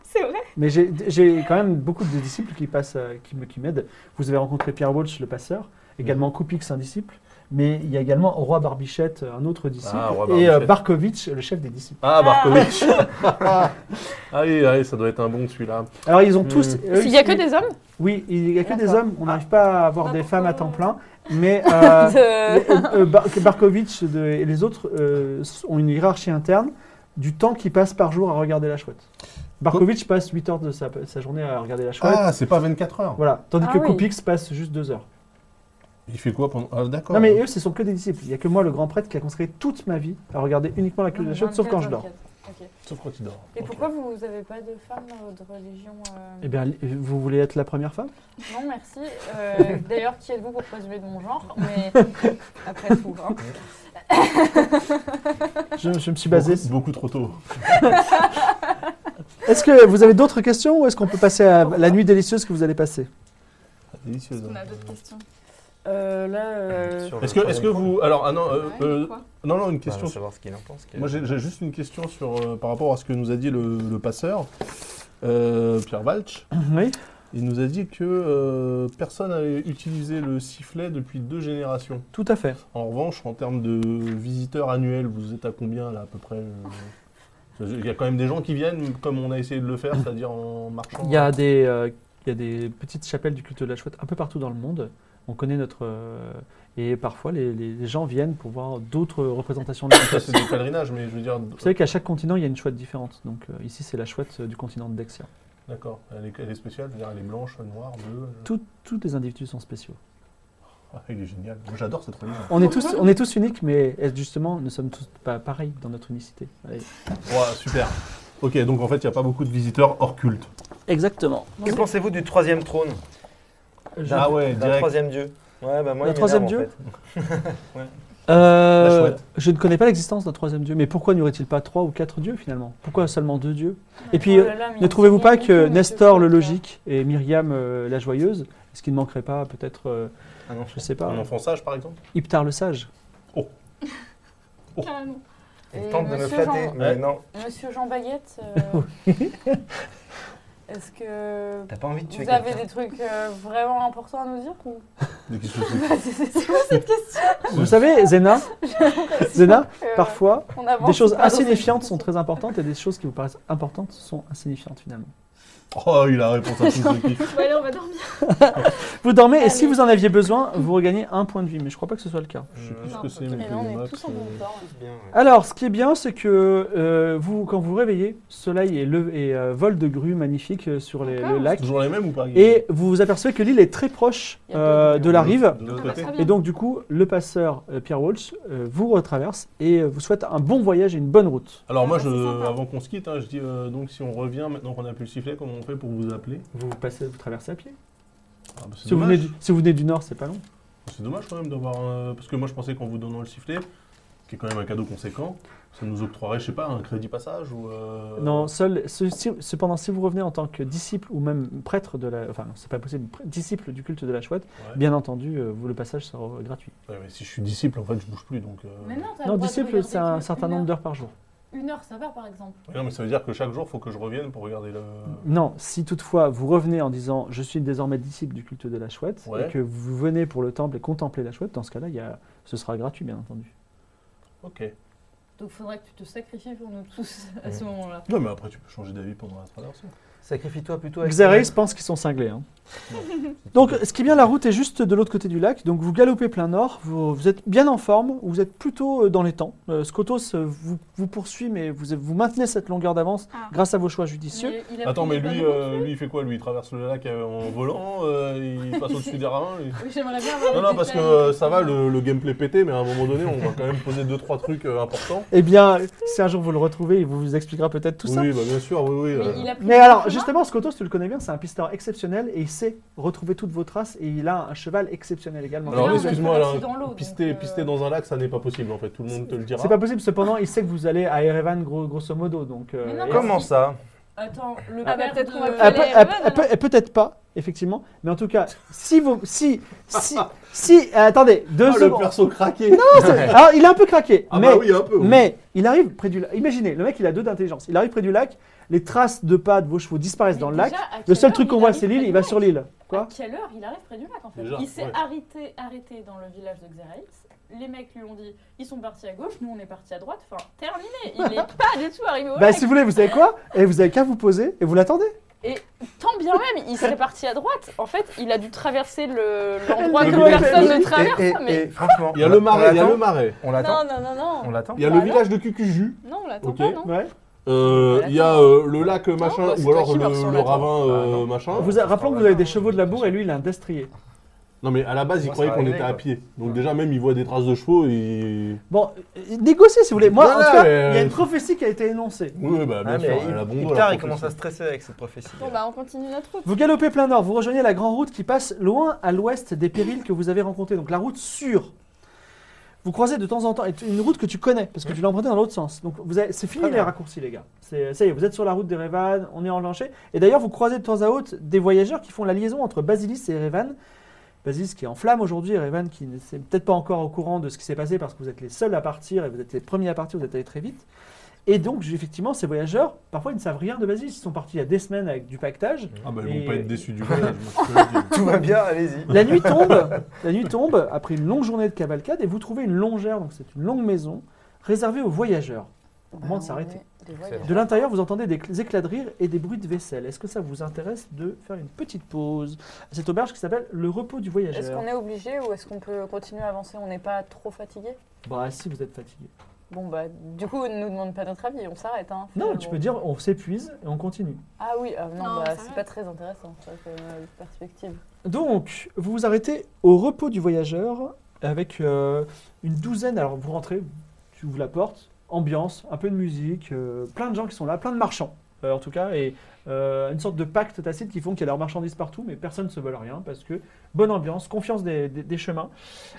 C'est vrai. Mais j'ai- j'ai quand même beaucoup de disciples qui passent, euh, qui me- qui m'aident. Vous avez rencontré Pierre Walsh, le passeur, Mhm. également Koupix, un disciple, mais il y a également Roi Barbichette, euh, un autre disciple, Ah, Roi et Barbichette. Barkovitch, le chef des disciples. Ah, Barkovitch Ah oui, ah oui, ça doit être un bon celui-là. Alors ils ont Hmm. tous. eux, S'il y a ils- que des hommes Euh, Oui, il n'y a que des D'accord. hommes. On n'arrive pas à avoir des N'importe femmes à quoi. temps plein, mais. euh, de- mais, euh, euh, Bar- Barkovitch de- et les autres euh, ont une hiérarchie interne du temps qu'ils passent par jour à regarder la chouette. Barkovitch passe 8 heures de sa, sa journée à regarder la chouette. Oh. Ah, c'est pas 24 heures. Voilà. Tandis Ah que oui. Koupix passe juste 2 heures. Il fait quoi pendant. Ah, d'accord. Non mais eux, ce sont que des disciples. Il n'y a que moi, le grand prêtre, qui a consacré toute ma vie à regarder uniquement la queue de la chouette, sauf quand je dors. 24, ok. Sauf quand il dort. Et Ok. pourquoi vous n'avez pas de femmes dans votre religion euh, Eh bien, vous voulez être la première femme Non, merci. Euh, D'ailleurs, qui êtes-vous pour présumer de mon genre Mais après tout, hein. je, je me suis Beaucoup- basé. beaucoup trop tôt. Est-ce que vous avez d'autres questions ou est-ce qu'on peut passer à la nuit délicieuse que vous allez passer Délicieuse. On a d'autres questions. Euh, là, euh, Sur le Est-ce que, est-ce que troisième vous. Alors, ah non, euh, Ouais, euh, quoi non, non, une point, on va question. savoir ce qu'il en pense. quel- Moi, j'ai j'ai juste une question sur, euh, par rapport à ce que nous a dit le, le passeur, euh, Pierre Valch. Oui. Il nous a dit que euh, personne n'avait utilisé le sifflet depuis deux générations. Tout à fait. En revanche, en termes de visiteurs annuels, vous êtes à combien là à peu près euh Il y a quand même des gens qui viennent, comme on a essayé de le faire, c'est-à-dire en marchant. Il y a des, euh, il y a des petites chapelles du culte de la chouette un peu partout dans le monde. On connaît notre euh, et parfois les, les- les gens viennent pour voir d'autres représentations de la Ça, chouette. c'est du pèlerinage, mais je veux dire. Vous savez qu'à chaque continent, il y a une chouette différente. Donc euh, ici, c'est la chouette euh, du continent de Dexia. D'accord. Elle est, elle est spéciale, je veux dire, elle est blanche, noire, bleue. euh. Tout- tous les individus sont spéciaux. Ah, il est génial. Moi, j'adore cette religion. On est tous, on est tous uniques, mais est-ce justement, nous sommes tous pas pareils dans notre unicité. Allez. Ouah, super. Ok, donc en fait, il n'y a pas beaucoup de visiteurs hors culte. Exactement. Que pensez-vous du troisième trône je- Ah ouais, D'un direct. troisième dieu. Ouais, bah moi, Le il troisième m'énerve, dieu en fait. Euh, La Bah, chouette. je ne connais pas l'existence d'un troisième dieu, mais pourquoi n'y aurait-il pas trois ou quatre dieux finalement Pourquoi seulement deux dieux Et puis, euh, Oh là là, mais ne il trouvez-vous dit pas beaucoup, que monsieur Nestor le Potter. logique et Myriam euh, la joyeuse, est-ce qu'il ne manquerait pas peut-être, euh, Un enfant. je sais pas, Un enfant sage, par exemple Iptar le sage Oh. Carrément. Il Et tente de me monsieur flatter, Jean- mais Ouais. non. Monsieur Jean Baguette, euh, est-ce que T'as pas envie de tuer vous avez quelqu'un des trucs euh, vraiment importants à nous dire ou Mais qu'est-ce que c'est Vous savez, Zena, Zena, Euh, parfois, on avance des choses ou pas dans cette insignifiantes sont très importantes et des choses qui vous paraissent importantes sont insignifiantes finalement. Oh, il a réponse à tout ce Bon, allez, on va dormir. Vous dormez et Allez. si vous en aviez besoin, vous regagnez un point de vie, mais je crois pas que ce soit le cas. Je sais plus ce Non, que c'est, Mais mais non, on est Max, tous en euh, même temps. Bien, ouais. Alors, ce qui est bien, c'est que euh, vous, quand vous vous réveillez, soleil et, le, et euh, vol de grue magnifique euh, sur les- le Encore c'est lac. Toujours les mêmes ou pas Guy Et vous vous apercevez que l'île est très proche Il y a euh, pas de la rive. De l'autre Ah bah, côté ça va. Et donc, du coup, le passeur euh, Pierre Walsh euh, vous retraverse et euh, vous souhaite un bon voyage et une bonne route. Alors, moi, Ah, je, c'est sympa. avant qu'on se quitte, hein, je dis euh, donc si on revient maintenant qu'on a plus le sifflet, comment on fait pour vous appeler Vous, passez, vous traversez à pied. Ah, bah, C'est Si vous, venez dommage. du, si vous venez du nord, c'est pas long. C'est dommage quand même d'avoir. euh, parce que moi, je pensais qu'en vous donnant le sifflet, qui est quand même un cadeau conséquent, ça nous octroierait, je sais pas, un crédit passage ou. euh, Non, seul, ce- si- cependant, si vous revenez en tant que disciple ou même prêtre de la. Enfin, non, c'est pas possible, pr- disciple du culte de la chouette, Ouais. bien entendu, euh, vous, le passage sera euh, gratuit. Ouais, mais si je suis disciple, en fait, je bouge plus donc. euh, Mais non, t'as le Non, droit de disciple, regarder c'est un que certain une nombre heure. d'heures par jour. Une heure, ça va par exemple. mais non, mais ça veut dire que chaque jour, faut que je revienne pour regarder le. Non, si toutefois vous revenez en disant je suis désormais disciple du culte de la chouette Ouais. et que vous venez pour le temple et contempler la chouette, dans ce cas-là, il y a- ce sera gratuit, bien entendu. Ok. Donc faudrait que tu te sacrifies pour nous tous à ce Ouais. moment-là. Non, mais après, tu peux changer d'avis pendant la traversée. Sacrifie-toi plutôt avec. Xerais pense qu'ils sont cinglés. hein. Donc, ce qui est bien, la route est juste de l'autre côté du lac. Donc, vous galopez plein nord, vous, vous êtes bien en forme, vous êtes plutôt euh, dans les temps. Euh, Scotos euh, vous, vous poursuit, mais vous, vous maintenez cette longueur d'avance Ah. grâce à vos choix judicieux. Mais il a Attends, mais pris lui, le panneau. euh, lui, il fait quoi Lui, il traverse le lac euh, en volant, euh, il passe au-dessus des ravins. il- Oui, J'aimerais bien avoir euh, Non, le non, parce que détail. euh, ça va, le, le gameplay pété, mais à un moment donné, on va quand même poser deux, trois trucs euh, importants. Eh bien, si un jour vous le retrouvez, il vous, vous expliquera peut-être tout ça. oui, bah, bien sûr, oui, oui. Mais euh, il a pris Mais le alors, chemin. justement, Scotos, tu le connais bien, c'est un pisteur exceptionnel et il sait retrouver toutes vos traces et il a un cheval exceptionnel également. Alors, Là, on a excuse-moi, traversé alors, dans l'eau, donc, Pister, euh, pister dans un lac, ça n'est pas possible en fait, tout le monde te le dira. C'est pas possible, cependant, il sait que vous allez à Erevan gros- grosso modo. Donc, euh, Mais non, et- Comment ça Attends, le Ah bah, père peut-être de- qu'on va Ah, aller peut- à ah, Erevan, ah, peut- ah, peut-être pas, effectivement. Mais en tout cas, si vous. Si. Si. si euh, attendez, deux Ah, le secondes. perso craqué Non, c'est- alors, il est un peu craqué. Ah mais, bah oui, un peu. oui. mais il arrive près du lac. Imaginez, le mec, il a deux d'intelligence. Il arrive près du lac, les traces de pas de vos chevaux disparaissent dans le Mais lac. déjà, à Le quelle seul heure truc qu'on il voit, arrive c'est l'île, près il va du sur lac l'île. À Quoi quelle heure il arrive près du lac en fait Déjà, Il s'est ouais. arrêté, arrêté dans le village de Xerais. Les mecs lui ont dit ils sont partis à gauche, nous on est partis à droite. Enfin, terminé Il n'est pas du tout arrivé au Bah, lac. si vous voulez, vous savez quoi Et vous avez qu'à vous poser et vous l'attendez. Tant bien même, il serait parti à droite. En fait, il a dû traverser le- l'endroit Le que village. personne Et- ne et- traverse. et- mais... et franchement. Il y a on- le on marais, il y a l'attend, le marais. On l'attend. Non, non, non, On non. l'attend. Il y a Bah le non. village de Cucuju, Non, on l'attend Ok. pas, non. Ouais. euh, il y a euh, le lac machin, bah, c'est ou alors toi qui le, meurs si on le l'attend. ravin euh, Ah, non. machin. Vous, rappelons que vous avez des chevaux de labour et lui, il a un destrier. Non mais à la base, il Moi, croyait ça qu'on arrivait, était à quoi. pied. Donc déjà, même, il voit des traces de chevaux et... Bon, euh, négociez si vous voulez. Moi, Ouais, en tout cas, mais- il y a une prophétie qui a été énoncée. Oui, oui, bah bien Ah, mais sûr, il- elle a bon il dos, la part, il prophétie. commence à stresser avec cette prophétie. Bon, bah, on continue notre route. Vous galopez plein nord, vous rejoignez la grande route qui passe loin à l'ouest des périls que vous avez rencontrés, donc la route sûre. Vous croisez de temps en temps, et tu- une route que tu connais, parce que tu l'as empruntée dans l'autre sens. Donc vous avez- c'est fini Très les bien. raccourcis, les gars. C'est- Ça y est, vous êtes sur la route des Revan, on est enlanché. Et d'ailleurs, vous croisez de temps à autre des voyageurs qui font la liaison entre Basilis et Erevan. Basilis qui est en flamme aujourd'hui, Erevan qui ne s'est peut-être pas encore au courant de ce qui s'est passé parce que vous êtes les seuls à partir et vous êtes les premiers à partir, vous êtes allés très vite. Et donc, effectivement, ces voyageurs, parfois, ils ne savent rien de Basilis. Ils sont partis il y a des semaines avec du pactage. Ah bah ils Et- vont pas être déçus du voyage, moi, je te le dis. Tout va bien, allez-y. La nuit tombe, la nuit tombe après une longue journée de cavalcade et vous trouvez une longère, donc c'est une longue maison réservée aux voyageurs. On Bah, commence à s'arrêter. De l'intérieur, vous entendez des cl- éclats de rire et des bruits de vaisselle. Est-ce que ça vous intéresse de faire une petite pause à cette auberge qui s'appelle le repos du Est-ce voyageur qu'on est obligé ou est-ce qu'on peut continuer à avancer On n'est pas trop fatigué Bah si vous êtes fatigué. Bon, bah, du coup, ne nous demande pas notre avis, on s'arrête. Hein, Non, finalement. tu peux dire on s'épuise et on continue. Ah oui, euh, non, Non, bah, ça c'est va. pas très intéressant, ça, comme euh, perspective. Donc, vous vous arrêtez au repos du voyageur avec euh, une douzaine. Alors, vous rentrez, tu ouvres la porte, ambiance, un peu de musique, euh, plein de gens qui sont là, plein de marchands. euh, en tout cas, et euh, une sorte de pacte tacite qui font qu'il y a leurs marchandises partout, mais personne ne se vole rien parce que bonne ambiance, confiance des, des- des chemins.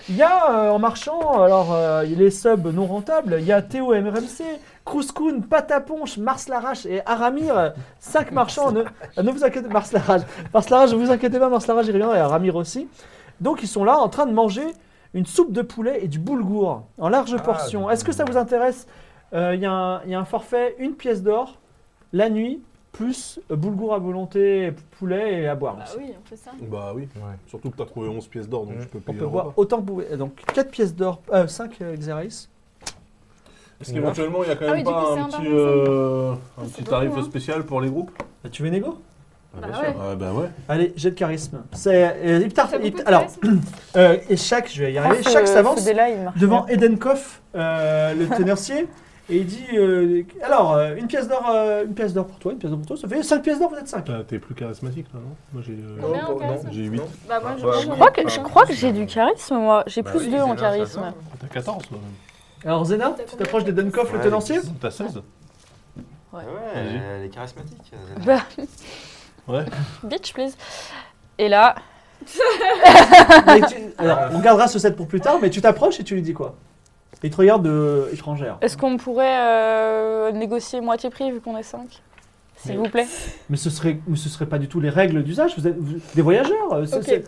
Il y a euh, en marchant, alors euh, les subs non rentables, il y a Théo MRMC, Kruskun, Pataponche, Mars Larache et Aramir, euh, cinq marchands. ne, euh, ne vous inquiétez pas, Mars Larache, Mars Larache, vous inquiétez pas, Mars Larache, il revient, et Aramir aussi. Donc ils sont là en train de manger une soupe de poulet et du boulgour en large Ah, portion. du Est-ce que ça vous boulgour. intéresse Euh, Il y, a un- il y a un forfait, une pièce d'or, la nuit, plus euh, boulgour à volonté, poulet et à boire. Bah oui, on fait ça. Bah oui, Ouais. surtout que t'as trouvé 11 pièces d'or, donc Mm. je peux On payer peut le boire repas. autant que vous voulez. Donc 4 pièces d'or, euh, 5 Xerais. Est-ce qu'éventuellement, il y a quand Ah même oui, du coup, pas c'est un un petit, par personne. euh, un Ça, petit c'est tarif beaucoup, hein. spécial pour les groupes tu veux négo Bah ouais. Ah, bah ouais. Allez, jet de charisme. C'est euh, Iptar- Ça a beaucoup Ipt- de alors charisme. euh, et chaque, je vais y Ah, arriver. chaque s'avance là il marche. devant Edenkoff, euh, le tenancier, et il dit euh, alors euh, une pièce d'or, euh, une pièce d'or pour toi, une pièce d'or pour toi. Ça fait 5 pièces d'or, vous êtes 5 Bah, T'es plus charismatique là, non Moi j'ai. euh, Combien en charisme J'ai 8. Bah, moi, je, Bah, je oui. crois que, je crois que j'ai du charisme, moi. J'ai Bah plus oui, 2 en c'est bien, ça charisme. T'as 14 là. même. Alors Zena, tu t'approches d'Edenkoff, le Ouais. tenancier. T'as 16 Ouais, Vas-y. elle est charismatique. euh, Zana. Bah, Ouais. bitch, please. Et là, Mais tu- alors, on gardera ce set pour plus tard, mais tu t'approches et tu lui dis quoi Il te regarde de euh, hein. étrangère. est-ce qu'on pourrait euh, négocier moitié prix vu qu'on est 5 S'il Mais- vous plaît. Mais ce serait, mais ce serait pas du tout les règles d'usage. Vous êtes vous- des voyageurs. euh, c'est- Ok. c'est-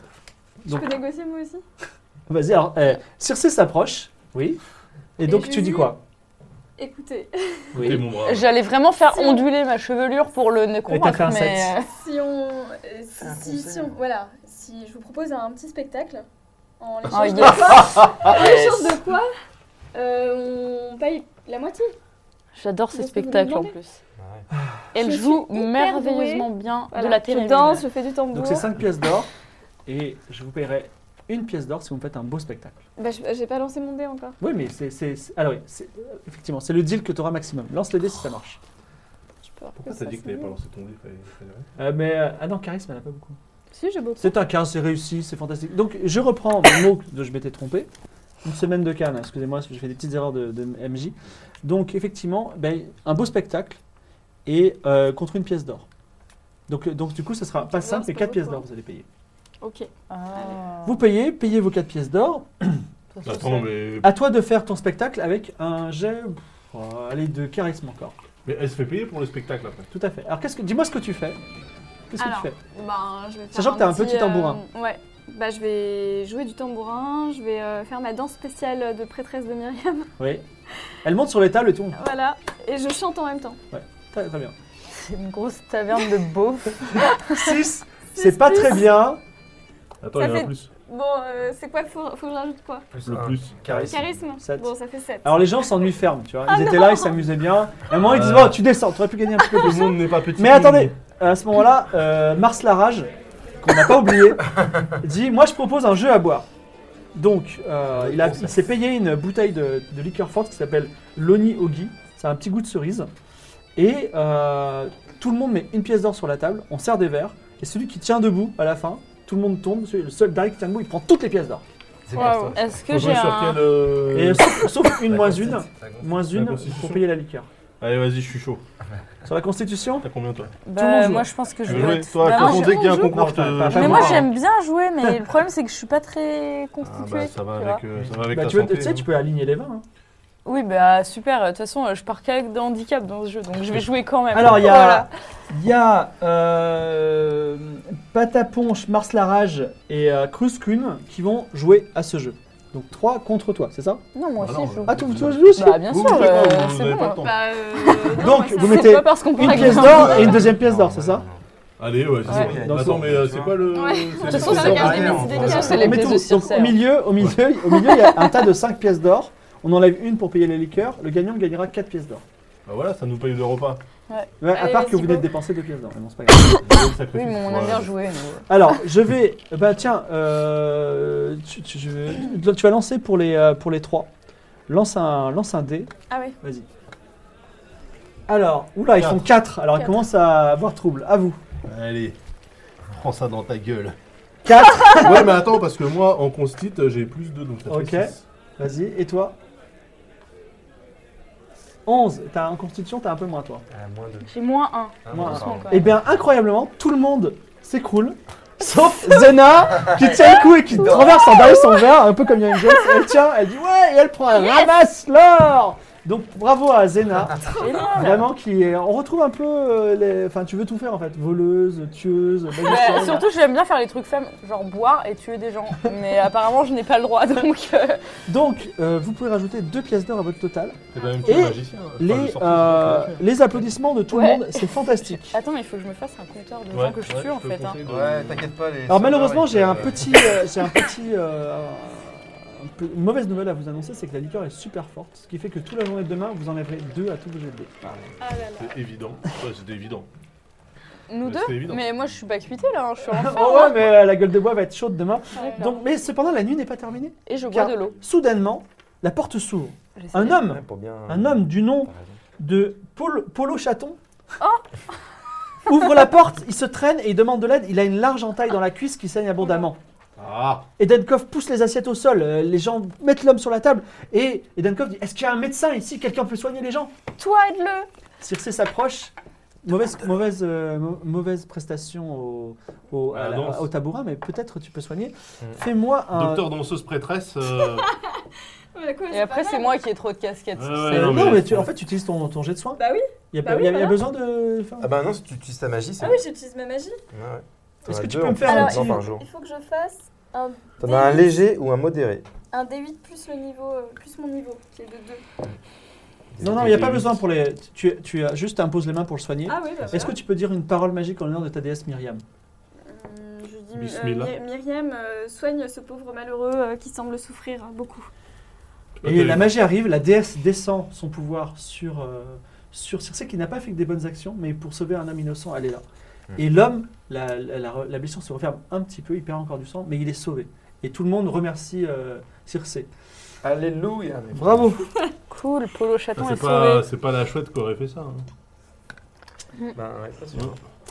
Je Donc- peux négocier moi aussi Vas-y, alors, euh, Circe s'approche, oui. Et Et donc je tu dis dis- quoi Écoutez, T'es mon bras. J'allais vraiment faire Si on- onduler ma chevelure pour le ne t'as fait un convaincre, mais... sept. euh, si on. euh, un Si, si concert. on. Voilà, si je vous propose un petit spectacle, en Oh, l'échange de, yes. en échange de quoi euh, On paye la moitié. J'adore ces Est-ce que vous spectacles en demandez plus. Ah Ouais. Elle Je joue suis hyper merveilleusement bien de la Je thérémine. danse, je fais du tambour. Donc c'est 5 pièces d'or, et je vous paierai une pièce d'or si vous me faites un beau spectacle. Bah, je- j'ai pas lancé mon dé encore. Oui, mais c'est. c'est- c'est- Alors, oui, c'est- euh, effectivement, c'est le deal que tu auras maximum. Lance les dés si ça marche. Je peux Pourquoi t'as dit que t'avais pas lancé ton dé fallait- fallait arrêter. Euh, mais. euh, ah non, charisme, elle n'a pas beaucoup. Si, j'ai beaucoup. C'est un 15, c'est réussi, c'est fantastique. Donc, je reprends mon mot de je m'étais trompé. Une semaine de Cannes, excusez-moi, j'ai fait des petites erreurs de, de MJ. Donc, effectivement, ben, un beau spectacle et euh, contre une pièce d'or. Donc, euh, donc, du coup, ce sera pas Ouais, simple, c'est mais pas 4 pièces beaucoup, d'or, vous allez payer. Ok. Ah. Vous payez, payez vos 4 pièces d'or. Attends, mais. À toi de faire ton spectacle avec un jet pff, euh, allez, de charisme encore. Mais elle se fait payer pour le spectacle après. Tout à fait. Alors, qu'est-ce que, dis-moi ce que tu fais. Qu'est-ce que tu Alors, fais Ben, je vais faire Sachant que t'as un petit euh, tambourin. ouais. Bah, je vais jouer du tambourin, je vais euh, faire ma danse spéciale de prêtresse de Myriam. Oui. Elle monte sur les tables et tout. voilà. Et je chante en même temps. Très, très bien. C'est une grosse taverne de beauf. 6, c'est pas très bien. Attends, Ça il y en a fait- plus. Bon, euh, c'est quoi Faut, faut que je rajoute quoi Le un. plus. Charisme. Charisme Sept. Ah Bon, ça fait 7. Alors les gens s'ennuient ferme, tu vois. Ils étaient là, ils s'amusaient bien. Et à un moment, ils disent Euh. Oh, tu descends, tu aurais pu gagner un petit peu Tout le plus. monde n'est pas petit. Mais attendez, à ce moment-là, euh, Mars la rage, qu'on n'a pas oublié, dit Moi, je propose un jeu à boire. Donc, euh, il, a- il s'est payé une bouteille de, de liqueur forte qui s'appelle Loni Ogi. C'est un petit goût de cerise. Et euh, tout le monde met une pièce d'or sur la table, on sert des verres. Et celui qui tient debout à la fin, tout le monde tombe. celui- Le seul dernier qui tient debout, il prend toutes les pièces d'or. C'est Waouh. pour ça. Est-ce que Faut j'ai jouer sur un... quel. euh, Et sauf, sauf une La moins une, constitution. La constitution. moins une constitution. pour payer la liqueur. Allez, vas-y, je suis chaud. Sur la constitution T'as combien toi le monde Bah, joue. moi, je pense que Tu je veux vais jouer être- Toi, Bah, quand moi, on j'ai- dès qu'il y a un euh, Non, concours, je t'as- t'as te. pas Mais je moi, te- j'aime bien jouer, mais le problème, c'est que je suis pas très Ah, constituée. bah, ça va tu vois. avec, euh, ça va avec Bah, ta tu, veux- santé, tu sais, tu peux aligner les vins. hein. Oui, bah super. De toute façon, euh, je pars qu'avec des handicaps dans ce jeu, donc je vais jouer quand même. Alors, il y a, Ah, Voilà. il y a euh, Pataponche, Mars la Rage et euh, Kruskun qui vont jouer à ce jeu. Donc 3 contre toi, c'est ça Non, moi aussi, Alors, je joue. Ah, tout, tout le jeu aussi Bah, bien Vous, sûr, vous faites quoi, euh, vous c'est avez pas le bon. temps. Bah, euh, non, Donc, bah, ça vous va. mettez C'est pas parce qu'on Une prend pièce un- d'or et une deuxième pièce d'or, Non, c'est non, ça non, non. Allez, ouais, c'est Ouais. bon. Attends, mais euh, Tu c'est vois. pas le. Ouais. c'est- De toute c'est- façon, c'est- ça hein. c'est- regarde les en idées fait. de Ça, c'est On les met pièces tout. de cirque, Donc, au milieu, au milieu, au milieu, il y a un tas de 5 pièces d'or. On enlève une pour payer les liqueurs. Le gagnant gagnera 4 pièces d'or. Bah voilà, ça nous paye le repas. Ouais, à Allez, part que vas-y, vous venez de go. dépenser 2 pièces d'or. Mais bon, c'est pas grave. Oui, mais on aime bien jouer. nous. Alors, je vais. Bah, tiens, euh, tu, tu- je- tu vas lancer pour les, euh, pour les 3. Lance un, lance un dé. Ah ouais. Vas-y. Alors, oula, ils font 4. Alors, ils Quatre. commencent à avoir trouble. À vous. Allez, prends ça dans ta gueule. 4. ouais, mais attends, parce que moi, en constit, j'ai plus 2, donc ça fait Ok. six. Vas-y, et toi 11. T'as en constitution, t'as un peu moins toi. Euh, moins de. J'ai moins 1. Ah, Moins pardon. un. Et bien, incroyablement, tout le monde s'écroule. Sauf Zena qui tient le coup et qui traverse en derrière son verre, un peu comme Yann Jones. Elle tient, elle dit ouais, et elle prend, elle ramasse l'or Donc bravo à Zena, vraiment qui est. On retrouve un peu. euh, les... Enfin, tu veux tout faire en fait. Voleuse, tueuse, magicienne. Bah, surtout, j'aime bien faire les trucs femmes, genre boire et tuer des gens. Mais apparemment, je n'ai pas le droit, donc. euh, Donc, euh, vous pouvez rajouter deux pièces d'or à votre total. C'est quand même Et le magicien. hein. Enfin, le Les, sorcier, euh, c'est les applaudissements de tout Ouais. le monde, c'est fantastique. Attends, mais il faut que je me fasse un compteur de le magicien. gens que je Ouais, tue ouais, en peux fait. hein. conseiller de- Ouais, t'inquiète pas. Les Alors malheureusement, serveurs, j'ai un euh, petit, euh, j'ai un petit, euh, un peu- une mauvaise nouvelle à vous annoncer, c'est que la liqueur est super forte, ce qui fait que toute la journée de demain, vous enlèverez deux à tous vos jets de dés. Ah là là. C'est évident. Ouais, C'était évident. Nous Mais deux c'était Bah, évident. Mais moi, je suis pas cuitée là, hein, je suis en Oh ouais, mais euh, la gueule de bois va être chaude demain. D'accord. Donc, mais cependant, la nuit n'est pas terminée. Et je bois Car- de l'eau. Soudainement, la porte s'ouvre. J'essaie. Un ouais, homme, pour bien- un homme du nom T'as raison. de Paul- Polo Chaton. Oh. Ouvre la porte, il se traîne et il demande de l'aide. Il a une large entaille dans la cuisse qui saigne abondamment. Ah Edenkov pousse les assiettes au sol, euh, les gens mettent l'homme sur la table et Edenkov dit Est-ce qu'il y a un médecin ici Quelqu'un peut soigner les gens Toi, aide-le Circé s'approche. Mauvaise, mauvaise, euh, mau- mauvaise prestation au, au, À la à la- danse. au tabouret, mais peut-être tu peux soigner. Mm. Fais-moi un. Docteur danseuse prêtresse. euh, Ouais, Ah, quoi, Et après, pas c'est mal. moi qui ai trop de casquettes. Ouais, Euh, ouais, non, non, mais, mais- tu, en fait, tu utilises ton, ton jet de soin. Bah oui. Il y a, Bah il y a- oui, il y a voilà. besoin de. faire- Ah bah non, si tu utilises ta magie, c'est Ah oui, j'utilise ma magie. bon. Ouais, ouais. T'en Est-ce as que tu deux, peux en me plus, faire un deux petit- par jour. Il faut que je fasse un, T'en as un léger ou un modéré. un D8 plus le niveau, euh, plus mon niveau, qui est de 2. Non, non, il n'y a pas besoin pour les. Tu, tu as juste imposes les mains pour le soigner. Ah oui, bah Est-ce voilà. que tu peux dire une parole magique en l'honneur de ta déesse Myriam Hum, Je dis, euh, Bismillah. My- Myriam, euh, soigne ce pauvre malheureux euh, qui semble souffrir hein, beaucoup. Et Ok. la magie arrive, la déesse descend son pouvoir sur, euh, sur Circe qui n'a pas fait que des bonnes actions, mais pour sauver un homme innocent, elle est là. Mm. Et l'homme, la, la- la- la blessure se referme un petit peu, il perd encore du sang, mais il est sauvé. Et tout le monde remercie euh, Circe. Alléluia. mais- Bravo Cool, Polo Chaton est, C'est sauvé. pas, c'est pas la chouette qui aurait fait ça. hein. Bah ouais, ça, c'est bon.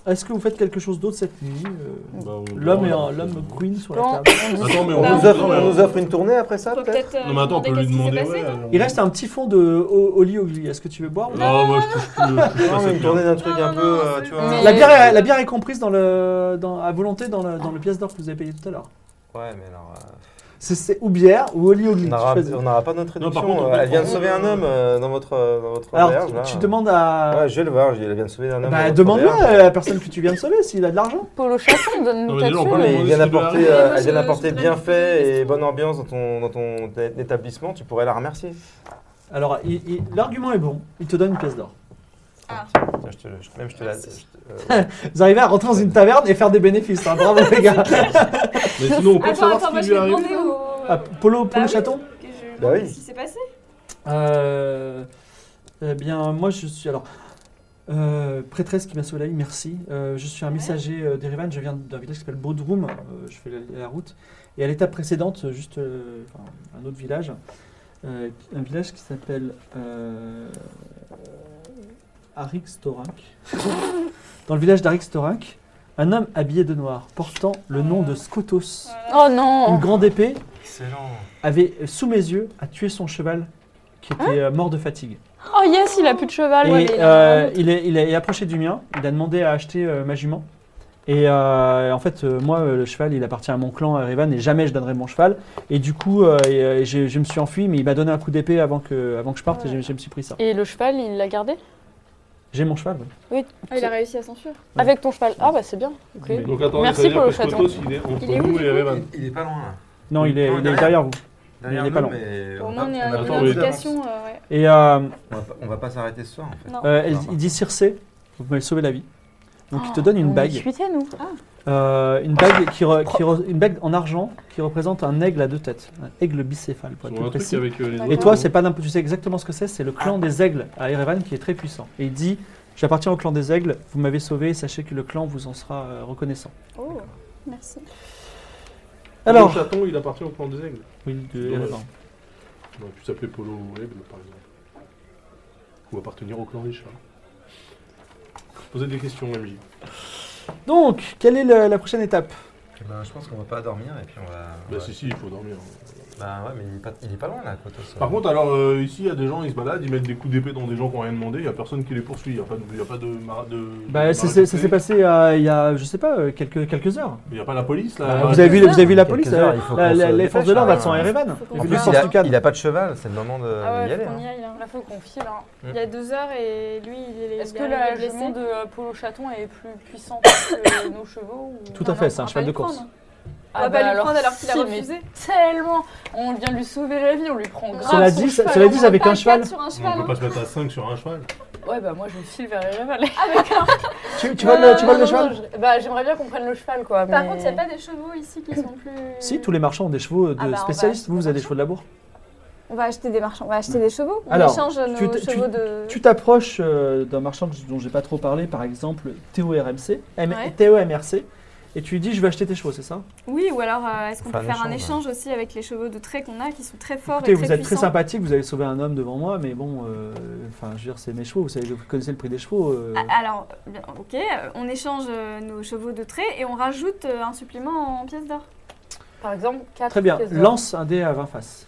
Est-ce que vous faites quelque chose d'autre cette nuit euh, Bah, on- L'homme bah, est on- un- l'homme queen sur la Bon. table. Attends, mais on, Bah, On nous offre- on nous offre une tournée après ça, Faut peut-être peut-être. euh, Non, mais attends, on peut lui qu'est-ce qui s'est demander. passé, ouais, non alors- Il reste un petit fond de o- oliogli. Est-ce que tu veux boire ou- Non, moi je touche plus. je touche Non, pas mais cette une tournée merde. d'un truc Non, un non, peu, non, euh, c'est- tu vois. Mais- la bière, est, la bière est comprise dans le, dans- à volonté dans le, dans le pièce d'or que vous avez payé tout à l'heure. Ouais, mais alors. euh, C'est- C'est ou bière ou oliogli. On tu n'aura choisis. on n'aura pas notre Non, par réduction. contre, on euh, peut elle vient de prendre- sauver un homme euh, dans votre, euh, dans votre Alors, auberge, tu- là. tu demandes à. Ouais, je vais le voir, je dis, elle vient de sauver un homme. bah, dans votre demande-le à auberge. la personne que tu viens de sauver s'il a de l'argent. Polo Chaton, Non, donne-nous mais ta déjà, on thune. peut Ouais, mais il Demande-lui ce vient qui lui d'apporter arrive. euh, Moi, elle vient je- d'apporter je voudrais bien lui poser fait une et question. bonne ambiance dans ton, dans ton é- établissement, tu pourrais la remercier. Alors, il- il- l'argument est bon. Il te donne une pièce d'or. Tiens, je te, le- je- même je te la. Merci. je te- euh, ouais. Vous arrivez à rentrer dans une taverne et faire des bénéfices. hein. Bravo, les gars. Mais sinon, on peut Attends, savoir attends, ce moi qui je lui vais arrive. demander au. Ah, Polo, Polo Bah oui. Chaton que je- Bah oui. qu'est-ce qui s'est passé Euh, eh bien, moi, je suis. Alors, euh, prêtresse qui m'a sauvé la vie, merci. Euh, je suis un messager euh, d'Erevan. Je viens d'un village qui s'appelle Bodrum. Euh, je fais la, la route. Et à l'étape précédente, euh, juste euh, enfin, un autre village, euh, un village qui s'appelle euh, Arix Dans le village d'Arix un homme habillé de noir, portant le nom de Skotos, Voilà. Oh une non grande épée, Excellent. avait, euh, sous mes yeux, a tué son cheval qui était euh, mort de fatigue. Oh yes, il a plus de cheval. Et euh, il, est, il est approché du mien, il a demandé à acheter euh, ma jument. Et euh, en fait, euh, moi, euh, le cheval, il appartient à mon clan, à Revan, et jamais je donnerai mon cheval. Et du coup, euh, et, euh, je, je me suis enfui, mais il m'a donné un coup d'épée avant que, avant que je parte, et Ouais. je, je me suis pris ça. Et le cheval, il l'a gardé J'ai mon cheval. oui. Ah, il a réussi à s'enfuir. Ouais. Avec ton cheval. Ah bah c'est bien. Ok. Mais- Donc attendez, Merci ça veut dire pour que le ce chaton. poteau, il est Il est entre où, nous du et coup Evan. Il est pas loin. Non, il est, Non, il est derrière. derrière vous. Derrière Il est pas nous, loin. mais Au on moins, va- on est on à a la Attends, bonne mais- indication. euh, ouais. Et euh, On va pas- on va pas s'arrêter ce soir, en fait. Non. euh, elle- il dit Circé, vous m'avez sauvé la vie. Donc il te donne une bague. Suitez nous. Euh, une, bague qui re- qui re- une bague en argent qui représente un aigle à deux têtes. Un aigle bicéphale, pour On être a plus un truc précis. avec euh, les Et autres, toi, non c'est pas n'importe- tu sais exactement ce que c'est, c'est le clan des aigles à Erevan qui est très puissant. Et il dit J'appartiens au clan des aigles, vous m'avez sauvé, sachez que le clan vous en sera euh, reconnaissant. Oh, merci. Le Alors, chaton, il appartient au clan des aigles. oui, de Dommage. Erevan. On aurait pu s'appeler Polo ou Aigle, par exemple. Ou appartenir au clan des chats. Posez des questions, MJ. donc, quelle est le- la prochaine étape Eh ben, je pense qu'on va pas dormir et puis on va. Bah ouais. si, si, il faut dormir. Bah ouais, mais il est pas, il est pas loin là, Kotos. Par contre, alors euh, ici, il y a des gens, ils se baladent, ils mettent des coups d'épée dans des gens qui n'ont rien demandé, il n'y a personne qui les poursuit, il n'y a, pas de- il y a pas de. mara- de Bah, de ça s'est ça s'est marée passé euh, il y a, je sais pas, euh, quelques, quelques heures. Il n'y a pas la police Bah, là Ah, vous, avez vu, vous avez vu la Quelques police heures, euh, il faut la- qu'on la- se Les forces de dépêche, l'ordre, hein. elles sont à Erevan. Faut qu'on En Vu le plus, parte. il a, Sortucan. il a pas de cheval, c'est le moment de Ah d'y ouais, aller. faut qu'on hein. y aille. hein. Là, faut qu'on file. hein. Mm. Il y a deux heures et lui, il est. Est-ce il que est la- arrivé le blessé. monde de euh, Polo Chaton est plus puissant que nos chevaux ou- Ah, Tout à fait, c'est un cheval de course. On va pas lui bah alors prendre alors qu'il a si, refusé. mais Tellement On vient lui sauver la vie, on lui prend grave Cela son dit, cheval. cela dit, avec Pas un cheval. quatre sur un On cheval, peut hein. pas se mettre à 5 sur un cheval. Ouais, bah moi je file vers Ereval. Tu, tu vois le, tu vois le Non, non, cheval non, je- Bah j'aimerais bien qu'on prenne le cheval quoi. Par mais- contre, il n'y a pas des chevaux ici qui sont plus. Si, tous les marchands ont des chevaux de Ah bah, on va spécialistes. acheter Vous, vous avez des des chevaux de labour. On va acheter des marchands, on va acheter des chevaux. On Alors, échange nos tu te- tu- chevaux de. Tu t'approches euh, d'un marchand que- dont j'ai pas trop parlé, par exemple TORMC, M- Ouais. TOMRC, et tu lui dis Je vais acheter tes chevaux, c'est ça Oui, ou alors euh, est-ce qu'on Enfin, peut faire un l'échange, échange aussi avec les chevaux de trait qu'on a qui sont très forts Écoutez, et vous très êtes très puissants sympathique, vous avez sauvé un homme devant moi, mais bon, euh, enfin, je veux dire, c'est mes chevaux, vous savez, vous connaissez le prix des chevaux. euh. Ah, Alors, bien, ok, euh, on échange euh, nos chevaux de trait et on rajoute euh, un supplément en pièces d'or. Par exemple, 4 Très bien, lance un dé à 20 faces.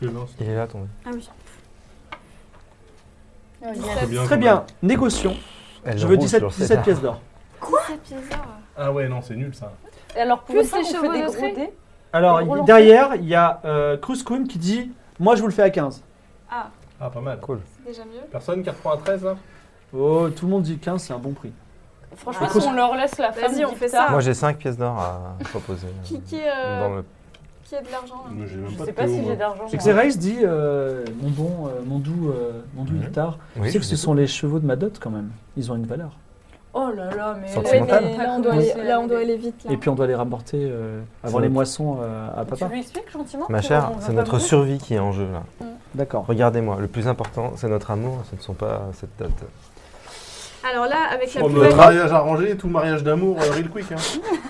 Je le lance. Il est là, tombé. Ah oui. Très bien. Très quand bien, même. négocions. Je veux 17, 17 pièces d'or. Quoi pièces d'or Ah ouais, non, c'est nul ça. Et alors, Plus plus ça, on les fait chevaux des de gros trait. dés. Alors, Et relance. derrière, il y a euh, Kruskun qui dit Moi, je vous le fais à 15. Ah, Ah, pas mal. Cool. c'est déjà mieux. Personne qui reprend à 13 là Oh, tout le monde dit 15, c'est un bon prix. Franchement, Écoute- si on leur laisse la femme Vas-y, on du fait tard, ça. Moi j'ai 5 pièces d'or à proposer. euh, Qui, qui, euh, dans le- qui a de l'argent là Mais j'ai même Je pas sais de pas Théo, si moi. j'ai d'argent. moi. Xerais dit euh, Mon bon, euh, mon doux, euh, mon doux Mhm. Ictar, Oui, tu sais que ce sont les chevaux de ma dot quand même. Ils ont une valeur. Oh là là, mais. Ouais, mais Sentimental. là, on doit aller, là, on doit aller vite. Là. Et puis, on doit les rapporter euh, avant C'est les notre- moissons euh, à Tu papa. lui expliques gentiment Ma que chère, on veut c'est pas notre mourir survie qui est en jeu là. D'accord. Regardez-moi, le plus important c'est notre amour, ce ne sont pas euh, cette date. Alors là, avec, la Comme le plus- mariage arrangé, tout mariage d'amour, euh, real quick. Hein.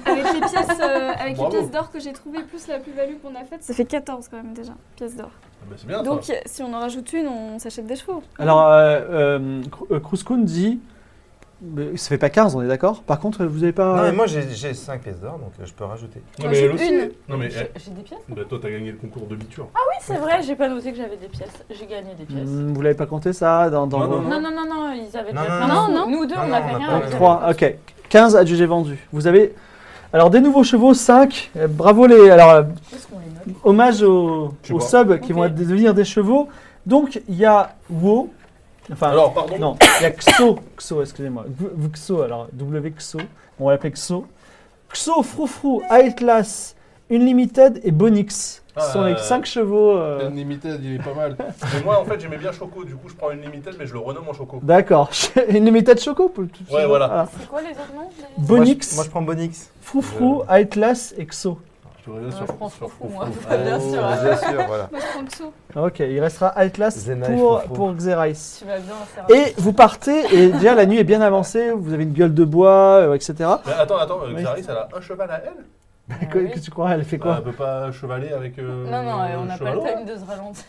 avec les pièces, euh, avec les Bravo. pièces d'or que j'ai trouvées, plus la plus-value qu'on a faite, ça fait 14 quand même déjà, pièces d'or. Ah bah, c'est bien Donc ça. y a- si on en rajoute une, on s'achète des chevaux. Alors, euh, euh, Kru- euh, Kruskun dit mais Ça fait pas 15, on est d'accord Par contre, vous avez pas. Non mais moi j'ai 5 pièces d'or donc euh, je peux rajouter. Non, mais elle Moi, aussi. hein. j'ai Non, mais J'ai- J'ai des pièces eh, bah, toi, t'as gagné le concours de biture. Oui, c'est vrai, j'ai pas noté que j'avais des pièces. J'ai gagné des pièces. Hmm, vous l'avez pas compté ça dans, dans Non, vos- non, Non, non, non, non, ils avaient Non, déjà non, plein non, de non. sous. Nous deux, Non, on non, avait on a rien. pas avec eu. ça. 3, ok. 15 adjugés vendus. Vous avez. Alors, des nouveaux chevaux, 5. Bravo les. Alors, euh, Qu'est-ce qu'on les note hommage aux, Je sais aux pas. subs qui Ok. vont être- devenir des chevaux. Donc, il y a Wo. Enfin, Alors, pardon. non, il y a Xo. Xo, excusez-moi. V- v- Xo, alors, W Xo. On va l'appeler Xo. Xo, Froufrou, Atlas, Unlimited et Bonix. Ce sont les Euh, 5 chevaux. euh, Limited, il est pas mal. Mais moi, en fait, j'aimais bien Choco, du coup, je prends une Limited, mais je le renomme en Choco. D'accord. Unlimited Choco pour- Ouais, voilà. C'est quoi les autres noms des- Moi, Ah. Bonix, je, moi, je prends Bonix. Froufrou, Atlas et Xo. Tu reviens Ah, je prends sur Froufrou, moi. Froufrou. Ah, bien Oh, sûr. Bien sûr, voilà. Moi je prends Xo. Ok, il restera Atlas Zenaï, pour, Froufrou. pour Xerais. Tu vas bien, c'est rapide. Et vous partez, et déjà la nuit est bien avancée, vous avez une gueule de bois, euh, etc. Mais attends, attends, euh, Oui. Xaris, elle a un cheval à elle Que, oui. que tu crois, elle fait Bah, quoi Elle peut pas chevaler avec. euh, Non, non, euh, on n'a pas le chevalot, time de se ralentir.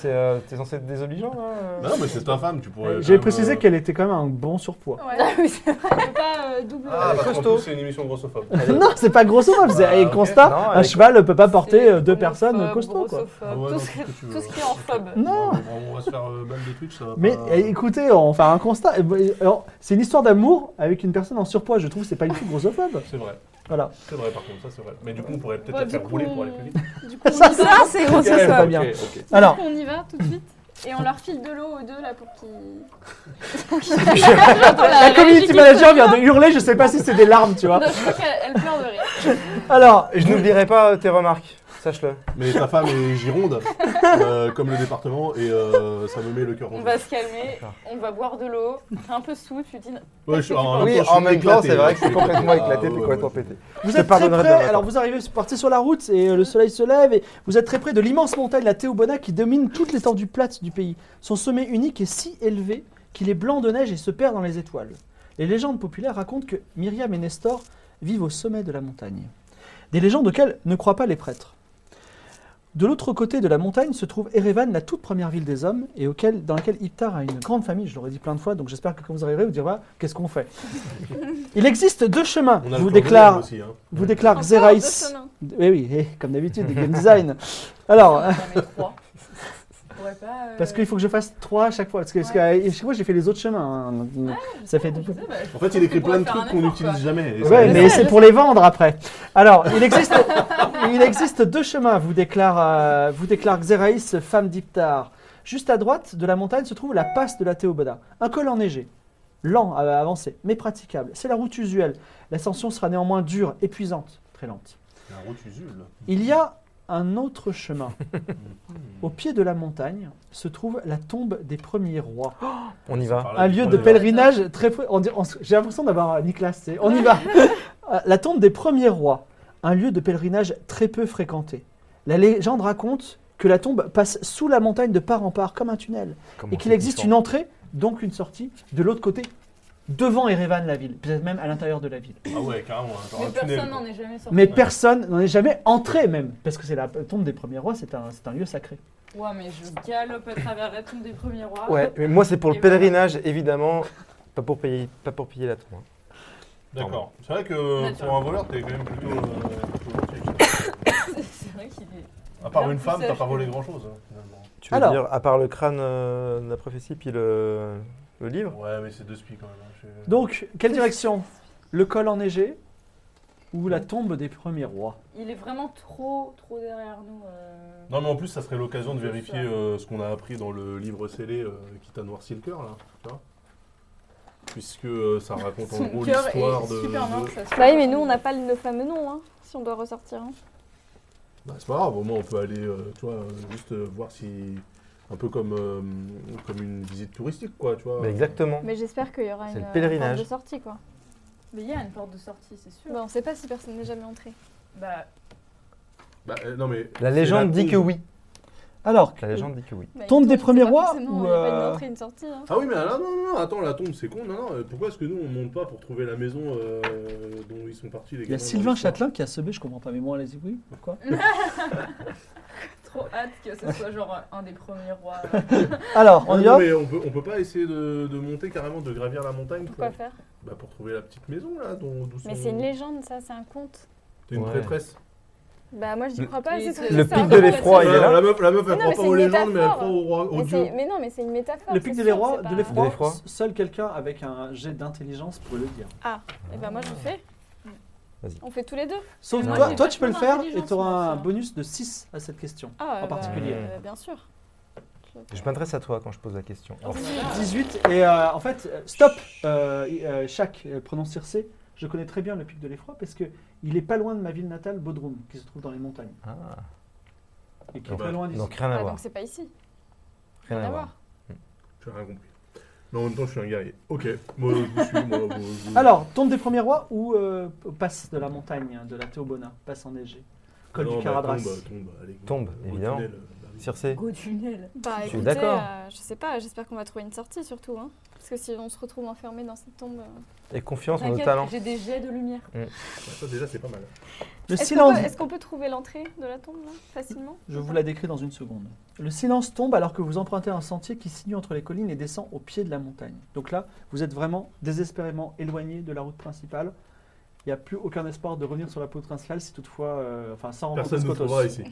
C'est, euh, T'es censé être désobligeant là euh Bah non, mais c'est ta femme, tu pourrais. J'ai quand même, précisé euh, qu'elle était quand même un bon surpoids. Ouais, Ah oui, c'est on peut pas euh, double. Ah, Elle est parce qu'en costaud. plus, c'est une émission grossophobe. non, c'est pas grossophobe, c'est Ah, et ok. constat, Non, un elle est- cheval ne peut pas porter euh, deux homophobe, personnes costauds. Quoi. grossophobe, Ah ouais, non, tout, tout ce ce que que- tu veux. tout ce qui est en phobe. Non. Bon, bon, on va se faire euh, mal de Twitch, ça va Mais pas- euh, écoutez, on va faire un constat. Et bah, et, alors, C'est une histoire d'amour avec une personne en surpoids, je trouve, c'est pas du tout grossophobe. C'est vrai, Voilà. c'est vrai par contre, ça c'est vrai. Mais du coup, on pourrait peut-être Bah, la du faire coup, rouler on- pour aller plus vite. Du coup, on Ça, y va. c'est c'est pas Ok, bien. ok. Alors, on y va tout de suite et on leur file de l'eau aux deux là pour qu'ils. la community manager vient de hurler, je sais pas si c'est des larmes, tu vois. Non, je crois qu'elle elle pleure de rire. Alors, Et je n'oublierai pas euh, tes remarques, sache-le. Mais ta femme est gironde, euh, comme le département, et euh, ça me met le cœur en On joue. va se calmer, on va boire de l'eau. T'es un peu sous, tu dis. Ouais, je suis- en oui, même temps, Ah, je en suis même temps, éclaté, c'est hein, vrai je que suis c'est complètement éclaté, Ah, t'es ouais, complètement ouais. pété. Vous Je êtes te très pardonnerai près, demain alors vous arrivez, vous partez sur la route et euh, le soleil se lève et vous êtes très près de l'immense montagne, la Théobona, qui domine toute l'étendue plate du pays. Son sommet unique est si élevé qu'il est blanc de neige et se perd dans les étoiles. Les légendes populaires racontent que Myriam et Nestor vivent au sommet de la montagne. Des légendes auxquelles ne croient pas les prêtres. De l'autre côté de la montagne se trouve Erevan, la toute première ville des hommes, et auquel, dans laquelle Iptar a une grande famille. Je l'aurais dit plein de fois, donc j'espère que quand vous arriverez, vous direz voilà, qu'est-ce qu'on fait Il existe deux chemins, On a vous le plan déclare, bonhomme aussi, hein. vous déclare Encore Xerais. deux chemins. Oui, oui, eh, comme d'habitude, des game design. Alors, Euh, J'en ai trois. On pourrait Oh. pas. euh, parce qu'il faut que je fasse trois à chaque fois, parce que, parce que, euh, chaque fois j'ai fait les autres chemins. hein. Ah, Ça fait deux. je sais bah, pas, je En fait, pense il écrit qu'on pourrait plein de faire trucs un qu'on effort, n'utilise quoi. jamais. Et ça, Ouais, c'est- mais c'est pour les vendre après. Alors, il existe, il existe deux chemins, vous déclare, euh, vous déclare Xeraïs, femme d'Iptar. Juste à droite de la montagne se trouve la passe de la Théoboda, un col enneigé, lent à avancer, mais praticable. C'est la route usuelle. L'ascension sera néanmoins dure, épuisante, très lente. La route usule. Il y a un autre chemin. Au pied de la montagne se trouve la tombe des premiers rois. On y Ah, va. Un lieu de pèlerinage très. fr- on dit- on s- J'ai l'impression d'avoir euh, Nicolas. c'est- On y va. Euh, La tombe des premiers rois, un lieu de pèlerinage très peu fréquenté. La légende raconte que la tombe passe sous la montagne de part en part comme un tunnel Comment et qu'il c'est existe puissant. une entrée, donc une sortie, de l'autre côté, devant Erevan la ville, peut-être même à l'intérieur de la ville. Ah ouais, carrément. hein, genre Mais un tunnel, personne quoi. n'en est jamais sorti. Mais personne n'en est jamais entré même, parce que c'est la tombe des premiers rois, c'est un, c'est un lieu sacré. Ouais, mais je galope à travers la tombe des premiers rois. Ouais, mais moi c'est pour le Et voilà. pèlerinage, évidemment. Pas pour payer, pas pour piller la tombe. hein. D'accord. C'est vrai que euh, pour un voleur, t'es quand même plutôt. euh, plutôt gentil. C'est vrai qu'il est. À part Bien une plus femme, t'as sage pas que- volé grand chose, finalement. Tu veux Alors. dire, à part le crâne euh, de la prophétie, puis le, le livre Ouais, mais c'est deux spies quand même. hein, je- Donc, quelle direction Le col enneigé ou la tombe des premiers rois Il est vraiment trop, trop derrière nous. euh. Non, mais en plus, ça serait l'occasion de C'est vérifier ça. euh, ce qu'on a appris dans le livre scellé euh, qui t'a noirci le cœur, là. tu vois. Puisque euh, ça raconte en Son gros cœur l'histoire est de. super mince. de- ça se Bah oui, voit. mais nous, on n'a pas le fameux nom, hein, si on doit ressortir. hein. Bah, c'est pas grave, au moins on peut aller, euh, tu vois, euh, juste euh, voir si. Un peu comme, euh, comme une visite touristique, quoi, tu vois. Bah, Exactement. Mais j'espère qu'il y aura C'est une le euh, pèlerinage. porte de sortie, quoi. Mais il y a une porte de sortie, c'est sûr. Bah, on sait pas si personne n'est jamais entré. Bah, Bah, euh, non, mais. La légende c'est la dit que tombe. oui. Alors, La légende dit que oui. Bah, Tombe une des tombe, premiers c'est pas rois forcément- ou, Il n'y a pas euh, une entrée, une sortie. hein. Ah oui, mais là, non, non, non, attends, la tombe, c'est con. Non, non, euh, pourquoi est-ce que nous, on monte pas pour trouver la maison euh, dont ils sont partis, il les y a gamins, dans Sylvain l'histoire Châtelain qui a semé, je comprends pas, mais moi, allez-y, oui, pourquoi trop hâte que ce soit genre un des premiers rois. Alors, on y Ah, va Non, mais on peut, on peut pas essayer de, de monter carrément, de gravir la montagne Pourquoi faire Bah pour trouver la petite maison là, dont, d'où Mais sont- c'est une légende, ça, c'est un conte. T'es une Ouais. prêtresse. Bah, Bah, moi, j'y Le- crois pas. Et c'est c'est- ce que Le je sais, pic un de conte, l'effroi, c'est- il est là. la meuf, la meuf, elle Non, croit mais pas c'est aux une légendes, mais elle métaphore. croit au roi, au Mais, dieu. c'est- mais non, mais c'est une métaphore. Le pic c'est des sûr, rois, c'est de pas- De l'effroi. l'effroi, seul quelqu'un avec un jet d'intelligence peut le dire. Eh ben, moi, je le fais. Vas-y. On fait tous les deux. Sauf Non, toi, j'ai toi pas tu peux le trop faire et d'intelligence, tu auras moi, un ça. bonus de 6 à cette question. Ah, En bah, particulier. euh, bien sûr. Je m'adresse à toi quand je pose la question. Ah, Alors, 18, et euh, en fait, euh, stop euh, euh, Chaque euh, prononce C. Je connais très bien le pic de l'effroi parce que il est pas loin de ma ville natale, Bodrum, qui se trouve dans les montagnes. ah. Et qui Ah est bah, pas loin d'ici. Donc rien à Ah, voir. donc, c'est pas ici. Rien à à voir. J'ai rien compris. Mais en même temps, je suis un guerrier. Ok, moi je vous suis, moi vous- vous- Alors, tombe des premiers rois ou euh, passe de la montagne, hein, de la Théobona, passe enneigée, col Non, du bah, Caradras. Tombe, tombe, allez, go. Tombe, Au évidemment. tunnel, euh, bah oui. Circé, Go tunnel. Bah, Je suis écoutez, d'accord. euh, je sais pas, j'espère qu'on va trouver une sortie surtout. Hein. Parce que si on se retrouve enfermé dans cette tombe. euh, et confiance en nos talents. T'inquiète, j'ai des jets de lumière. Bah, ça déjà, c'est pas mal. Le Est-ce qu'on silence peut, est-ce qu'on peut trouver l'entrée de la tombe là, facilement Je vous la décris dans une seconde. Le silence tombe alors que vous empruntez un sentier qui sinuie entre les collines et descend au pied de la montagne. Donc là, vous êtes vraiment désespérément éloigné de la route principale. Il n'y a plus aucun espoir de revenir sur la route principale si toutefois, euh, enfin, sans rencontrer Personne ne nous Skotos. trouvera ici.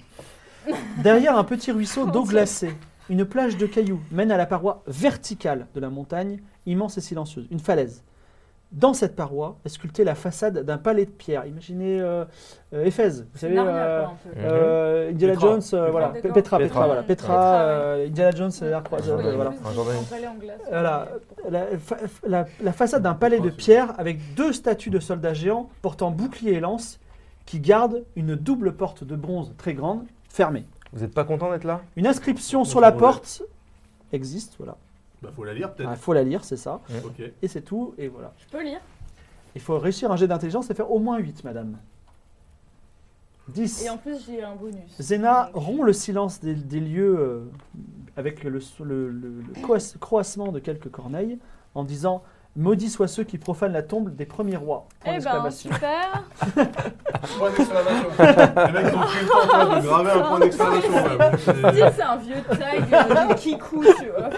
Derrière un petit ruisseau d'eau glacée, une plage de cailloux mène à la paroi verticale de la montagne, immense et silencieuse, une falaise. Dans cette paroi est sculptée la façade d'un palais de pierre. Imaginez euh, euh, Éphèse, vous savez, Narnia, euh, quoi, un peu. Mhm. euh, Indiana Petra. Jones, euh, Petra. voilà, Pe- D'accord. Petra, Petra, Petra. voilà, Petra, Petra, euh, Indiana Jones, euh, la croix- Un euh, Jordan. voilà. Un Jordan. Voilà, La, fa- la- la façade d'un Petra, palais de c'est- pierre avec deux statues de soldats géants portant bouclier et lance qui gardent une double porte de bronze très grande fermée. Vous n'êtes pas content d'être là Une inscription On sur la s'en porte existe, voilà. Bah faut la lire Il peut-être. faut la lire, c'est ça. Ok. Et c'est tout, et voilà. Je peux lire. Il faut réussir un jet d'intelligence et faire au moins 8, madame. 10. Et en plus, j'ai un bonus. Zéna Donc, euh, rompt le silence des, des lieux euh, avec le, le- le- le croass- croassement de quelques corneilles en disant Maudits soient ceux qui profanent la tombe des premiers rois. Point Eh ben, d'exclamation. super. Point d'exclamation. Les mecs ils ont pris le temps toi, de Oh, graver un point d'exclamation. même. Si, C'est- c'est un vieux tag euh, de Kikou, tu vois.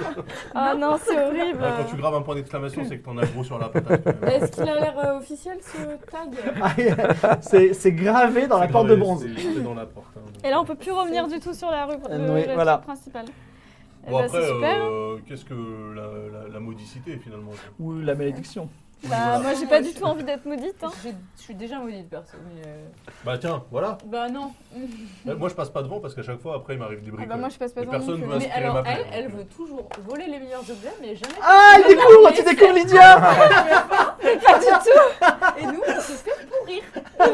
Ah non, c'est horrible. Ah, Quand tu graves un point d'exclamation, c'est que t'en as gros sur la patate. quand même. Est-ce qu'il a l'air euh, officiel ce tag Ah, c'est c'est gravé dans la C'est porte dans de les- bronze. c'est- C'est dans la porte. hein. Et là, on peut plus revenir du tout sur la rue le- Euh, oui, le voilà. truc principal. Eh Bon, ben, après, c'est super. euh, qu'est-ce que la, la- la maudicité finalement Ou la malédiction. Bah, moi, j'ai pas du tout envie d'être maudite. hein. Je je suis déjà maudite, perso. mais, euh, Bah tiens, voilà. Bah non. Eh, Moi je passe pas devant parce qu'à chaque fois après il m'arrive des Ah briques. bah, moi, je passe pas Mais devant non personne plus. doit- Parce Mais qu'elle alors, m'appelle. elle, elle veut toujours voler les meilleurs objets, mais jamais. Ah, il découvre Tu découvres Lydia Pas du tout. Et nous, on se fait pourrir. On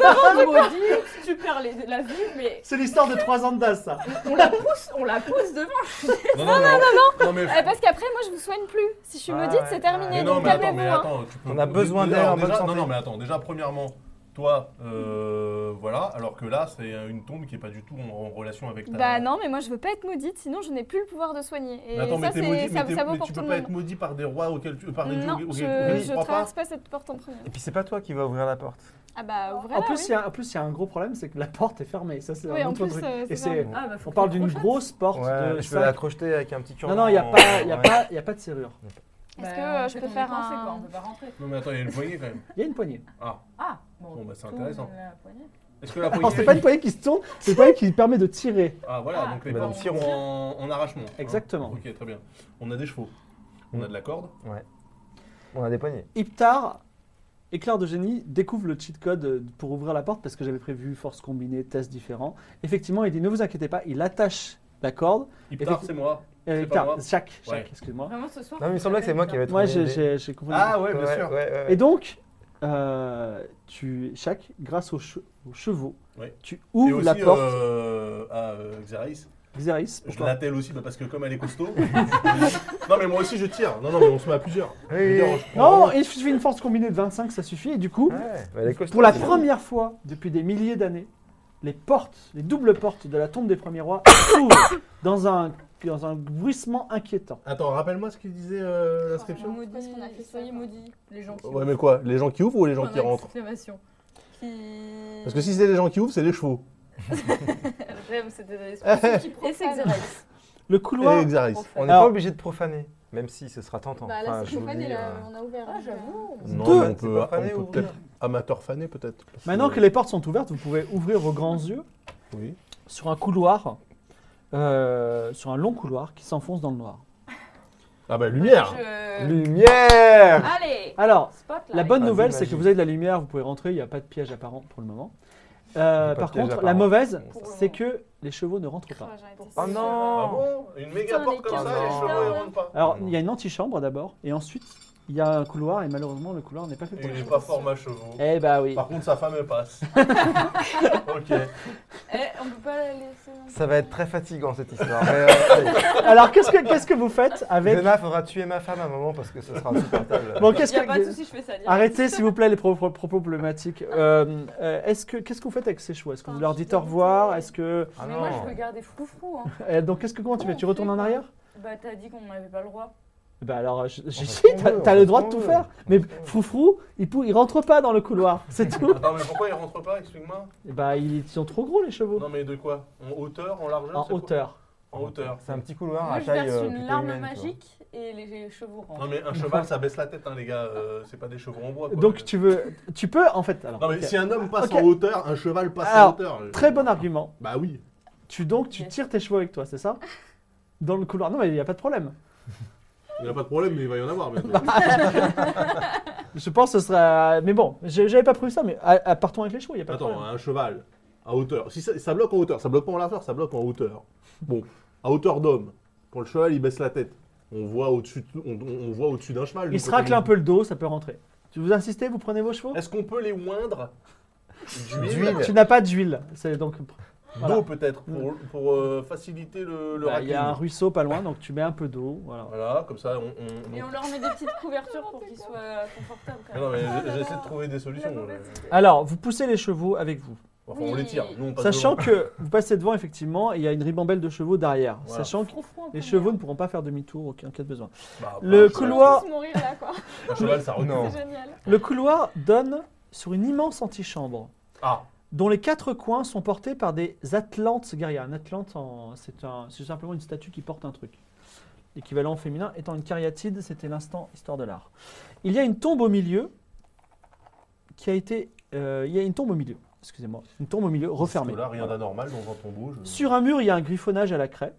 est maudite, tu perds les- la vue, mais C'est l'histoire de 3 ans de DAS, ça. on la pousse, on la pousse devant. Non, non, non, non, non, mais. Eh, Parce qu'après, moi, je vous soigne plus. Si je suis Ah maudite, ouais. c'est Mais terminé. non, Donc, mais attends, calmez-vous. mais hein. attends, tu peux. On a besoin Déjà, d'air en déjà- bonne santé. Non, non, mais attends, déjà, premièrement, toi, euh, voilà, alors que là, c'est une tombe qui est pas du tout en, en relation avec ta. Bah non, mais moi je veux pas être maudite, sinon je n'ai plus le pouvoir de soigner. Et Mais attends, mais ça, t'es c'est- maudit, ça, mais, t'es- ça vaut mais pour tu tout peux le pas être monde. maudit par des rois auxquels tu. Par des dieux Non, auxquels- auxquels je, tu je crois pas. traverse pas cette porte en premier. Et puis c'est pas toi qui va ouvrir la porte. Ah bah ouvrez En plus, il y a- en plus, il y a un gros problème, c'est que la porte est fermée. Ça, c'est Oui, un en autre plus, truc. euh, Et c'est ça. c'est- Ah, bah, faut on parle qu'on d'une crochette. grosse porte Ouais, de je peux cinq- la crocheter avec un petit Non, turban. non, il n'y a, en- pas- il y a, ouais. pas- il y a pas de serrure. Est-ce Bah, que, on euh, fait je peux comme faire les Français, un- quoi, on peut pas rentrer. Non, mais attends, il y a une poignée quand même. Il y a une poignée. Ah, Ah, Bon, bah, c'est tourne intéressant. la poignée. est-ce que la Alors, c'est pas une poignée. poignée qui se tourne, c'est une poignée qui permet de tirer. Ah, voilà, Ah, donc les bah, portes donc, sont en, en arrachement. hein. Exactement. Ok, très bien. On a des chevaux. On a de la corde. On a des poignées. Iptar, éclair de génie, découvre le cheat code euh, pour ouvrir la porte parce que j'avais prévu force combinée, tests différents. Effectivement, il dit ne vous inquiétez pas, il attache la corde. Iptar, c'est moi. Euh, C'est pas Iptar, moi. Shaq, Shaq, Ouais. excuse-moi. Vraiment, ce soir. Non, mais il me semblait que c'est moi qui avais trouvé. Moi, j'ai- l'idée. j'ai j'ai compris. Ah, ouais, bien ouais, sûr. ouais, ouais. Et donc, euh, tu, Shaq, grâce aux, che- aux chevaux, Ouais. tu Et ouvres aussi, la porte. euh, à euh, Xerais. Xeris, Je pourquoi l'attelle aussi bah, parce que comme elle est costaud. non mais moi aussi je tire. Non non mais on se met à plusieurs. Oui, Je veux oui, dire, oui. je prends- Non, il suffit une force combinée de 25, ça suffit. Et du coup, Ah, Ouais, bah, elle est costaud, Pour la c'est première fois depuis des milliers d'années, les portes, les doubles portes de la tombe des premiers rois s'ouvrent dans un, dans un bruissement inquiétant. Attends rappelle-moi ce qu'il disait euh, Soyez l'inscription. maudits, Parce qu'on a fait ça, soyez quoi. maudits, les gens qui Ouais mais quoi Les gens qui ouvrent ou les gens qui rentrent Parce que si c'est les gens qui ouvrent c'est les chevaux. c'était Eh, Et c'est Xerex. Le couloir, Et Xerais. On n'est Alors- pas obligé de profaner, même si ce sera tentant. Bah Enfin, là, je c'est vous le profané, dis, là, euh, on a ouvert. Ah, j'avoue. Non Deux. mais on peut, C'est pas fané on ou- peut peut-être amateur fané peut-être. Parce maintenant que les portes sont ouvertes, vous pouvez ouvrir vos grands yeux Oui. sur un couloir, euh, sur un long couloir qui s'enfonce dans le noir. Ah bah lumière. Euh. Lumière Allez Alors, Spotlight. la bonne Vas-y, nouvelle, c'est vas-y. que vous avez de la lumière, vous pouvez rentrer, il n'y a pas de piège apparent pour le moment. Euh, Il y a pas de par piège contre, la apparent. mauvaise, Pour le c'est moment. que les chevaux ne rentrent pas. Oh Ah non bon Une méga Putain, porte les Ah, comme ça et les cœurs. chevaux ils rentrent pas. Alors, Non. il y a une antichambre d'abord, et ensuite, il y a un couloir, et malheureusement, le couloir n'est pas fait Et pour Il les est chevaux. pas fort ma chevaux. Eh bah oui. Par contre sa femme elle passe. ok. Eh, on peut pas la laisser. Ça va être très fatigant cette histoire. Mais, euh, Alors qu'est-ce que qu'est-ce que vous faites avec Zena faudra tuer ma femme à un moment parce que ce sera insupportable. Bon, qu'est-ce Y a pas de que soucis, je fais ça. direct. Arrêtez s'il vous plaît les propos, propos problématiques. Euh, euh, est-ce que qu'est-ce que vous faites avec ces chevaux Est-ce que Ah, vous leur dites au revoir Est-ce que Ah mais non. moi, je veux garder froufrou. Hein. Euh, donc qu'est-ce que comment tu fais Tu retournes en arrière Bah, t'as dit qu'on n'avait pas le droit. Bah alors je- je- On si, fait ce qu'on t'as veut, on t'as fait le ce droit de qu'on tout veut. faire. Mais Froufrou, il pou- il rentre pas dans le couloir, c'est tout. Attends mais pourquoi ils rentrent pas explique-moi. Et bah ils sont trop gros les chevaux Non mais de quoi En hauteur, en largeur en c'est quoi hauteur. En hauteur. C'est un petit couloir Ah, moi, à je taille. verse euh, une plutôt larme humaine, tu vois. magique et les chevaux rentrent. Non mais un cheval ça baisse la tête hein les gars, euh, c'est pas des chevaux en bois. quoi. Donc tu veux tu peux en fait alors. Non mais ok. si un homme passe Ok. en hauteur, un cheval passe Alors, en hauteur. Très bon argument. Bah oui. Tu donc tu Ok. tires tes chevaux avec toi, c'est ça Dans le couloir. Non mais il n'y a pas de problème. Il n'y a pas de problème mais il va y en avoir bientôt. Je pense que ce sera. Mais bon, j'ai- j'avais pas prévu ça, mais à- à- partons avec les chevaux, il n'y a pas de Attends, problème. un cheval à hauteur. Si ça, ça bloque en hauteur, ça bloque pas en largeur, ça bloque en hauteur. Bon, à hauteur d'homme. Quand le cheval il baisse la tête, on voit au-dessus de- on, on- on voit au-dessus d'un cheval. lui, Il se quand on- racle un peu le dos, ça peut rentrer. Tu vous insistez, vous prenez vos chevaux Est-ce qu'on peut les moindre D'huile. Tu n'as pas d'huile, c'est donc. Voilà. Mm. D'eau peut-être pour, pour, euh, faciliter le, le Bah, Il y a un racling. ruisseau pas loin, donc tu mets un peu d'eau. Voilà. Voilà, comme ça on. on- Ah Et on leur met des petites couvertures pour qu'ils soient confortables. Quand Non, même. non, mais j'essaie de trouver des solutions. Alors, vous poussez les chevaux avec vous. Enfin, on les tire. Nous, on passe Sachant devant. que vous passez devant, effectivement, et il y a une ribambelle de chevaux derrière. Voilà. Sachant que Trop fou, un peu, les mais- chevaux ne pourront pas faire demi-tour en cas de besoin. Bah, le un J'ai envie de couloir- mourir là, quoi. cheval- Un cheval, ça recule. Non. C'est génial. Le couloir donne sur une immense antichambre, Ah, dont les quatre coins sont portés par des atlantes guerrières. Un atlante, en- c'est un- c'est simplement une statue qui porte un truc. L'équivalent féminin étant une cariatide, c'était l'instant histoire de l'art. Il y a une tombe au milieu qui a été... euh, il y a une tombe au milieu, excusez-moi. Une tombe au milieu refermée. parce que Là, rien Voilà. d'anormal dans un tombeau je- Sur un mur, il y a un griffonnage à la craie.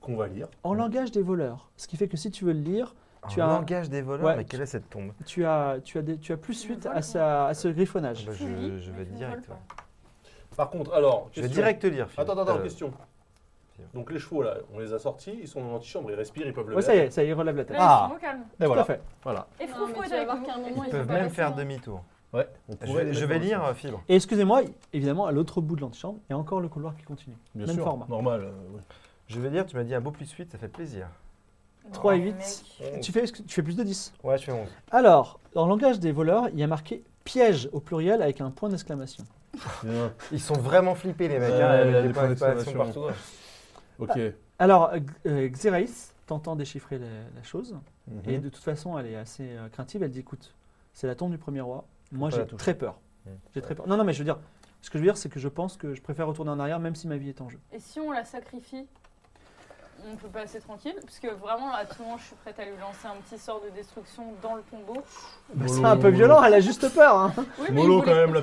qu'on va lire. en langage des voleurs. Ce qui fait que si tu veux le lire, Tu Tu as as- un langage des voleurs, Ouais. mais quelle est cette tombe tu as, tu as, des- tu as plus Le suite vol, à, sa- à ce Ah griffonnage. bah, je, Oui, je mais vais tu ne direct. voles ouais. Par contre, alors. Je vais question. direct te lire. Phil. Attends, attends, Euh, question. Phil. Donc les chevaux là, on les a sortis, ils sont dans l'antichambre, ils respirent, ils peuvent le Ouais, ça y est, ça y est, relève la tête. Là, Ah. ils sont au calme. Et Tout à voilà. fait. voilà. Et Non, Froufrou mais est tu vas avec voir nous. qu'à un moment, Ils ils peuvent même faire demi-tour. Ouais, on Je, pourrait les je mettre vais dans- lire euh, Fibre. Et excusez-moi, évidemment, à l'autre bout de l'antichambre, il y a encore le couloir qui continue. Bien même sûr, format. Normal. euh, ouais. Je vais lire, tu m'as dit un beau plus 8, ça fait plaisir. Oh, 3 et 8. mec. Tu fais, tu fais plus de 10. Ouais, je fais 11. Alors, dans le langage des voleurs, il y a marqué piège au pluriel avec un point d'exclamation. Bien. Ils sont vraiment flippés, les mecs. Ouais, hein, il y avec a des des points points d'exclamation d'exclamation. partout. Bah, Ok. Alors, euh, G- euh, Xeraïs, tentant déchiffrer la, la chose, Mhm. et de toute façon, elle est assez euh, craintive, elle dit écoute, c'est la tombe du premier roi. Moi, pas la j'ai toucher. très peur. Mhm. J'ai très peur. Non, non, mais je veux dire, ce que je veux dire, c'est que je pense que je préfère retourner en arrière, même si ma vie est en jeu. Et si on la sacrifie, on peut passer tranquille Parce que vraiment, à tout moment, je suis prête à lui lancer un petit sort de destruction dans le tombeau. Bah, Mollo, c'est un peu mollo. violent, elle a juste peur. hein. Oui, mais il Mollo voulait, quand même, la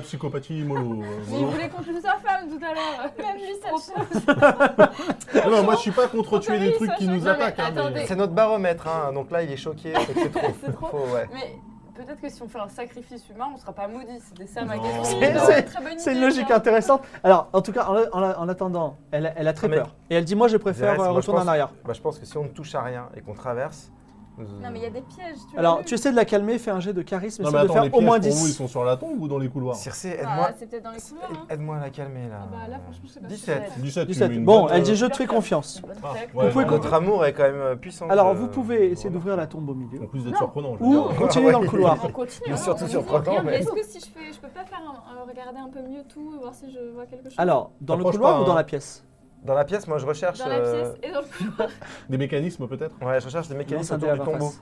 psychopathie, mollo. euh, mais il mollo. voulait qu'on tue sa femme tout à l'heure. Même lui, ça le choque. Non, non, moi je suis pas contre tuer Oui, des ça, trucs qui je- nous non, mais attaquent. hein, mais- attendez. C'est notre baromètre, hein, donc là il est choqué, c'est que c'est trop. C'est trop. Faut, ouais. Mais peut-être que si on fait un sacrifice humain, on sera pas maudit. C'était ça ma Non. question. C'est- Non, c'est- très bonne C'est une idée, hein. logique ça. intéressante. Alors, en tout cas, en, en- en attendant, elle, a- elle a très Ah, mais- peur. Et elle dit Moi, je préfère Xérès, euh, moi, je retourner pense- en arrière. Bah, je pense que si on ne touche à rien et qu'on traverse. euh, Non, mais il y a des pièges. Tu Alors, l'as tu vu. essaies de la calmer, fais un jet de charisme, Non, essaie de mais attends, les faire au pièges moins pour vous, ils 10. sont sur la tombe ou dans les couloirs Circe, Ah, aide-moi C'est peut-être dans les couloirs. hein. aide-moi à la calmer là. Ah bah là, franchement, je sais pas. si ça 17. va être. 17, tu 17. mets une Bon, bonne, elle euh, dit Je te fais confiance. Bonne Ah, tech. ouais, pouvez non, comprendre. Notre amour est quand même euh, puissant. Alors, je- vous pouvez essayer voilà. d'ouvrir la tombe au milieu En plus d'être Non. surprenant. je veux ou dire. continuer dans le ouais. couloir. On continue. Mais hein, surtout on sur dit Proc, rien, hein, mais- mais- Est-ce que si je fais, je peux pas faire un- euh, regarder un peu mieux tout, voir si je vois quelque chose Alors, dans le T'approches couloir pas, ou dans hein. la pièce Dans la pièce, moi je recherche. dans la euh, pièce et dans le couloir. Des mécanismes peut-être Ouais, je recherche des mécanismes Lance un dé autour à du 20 tombeau.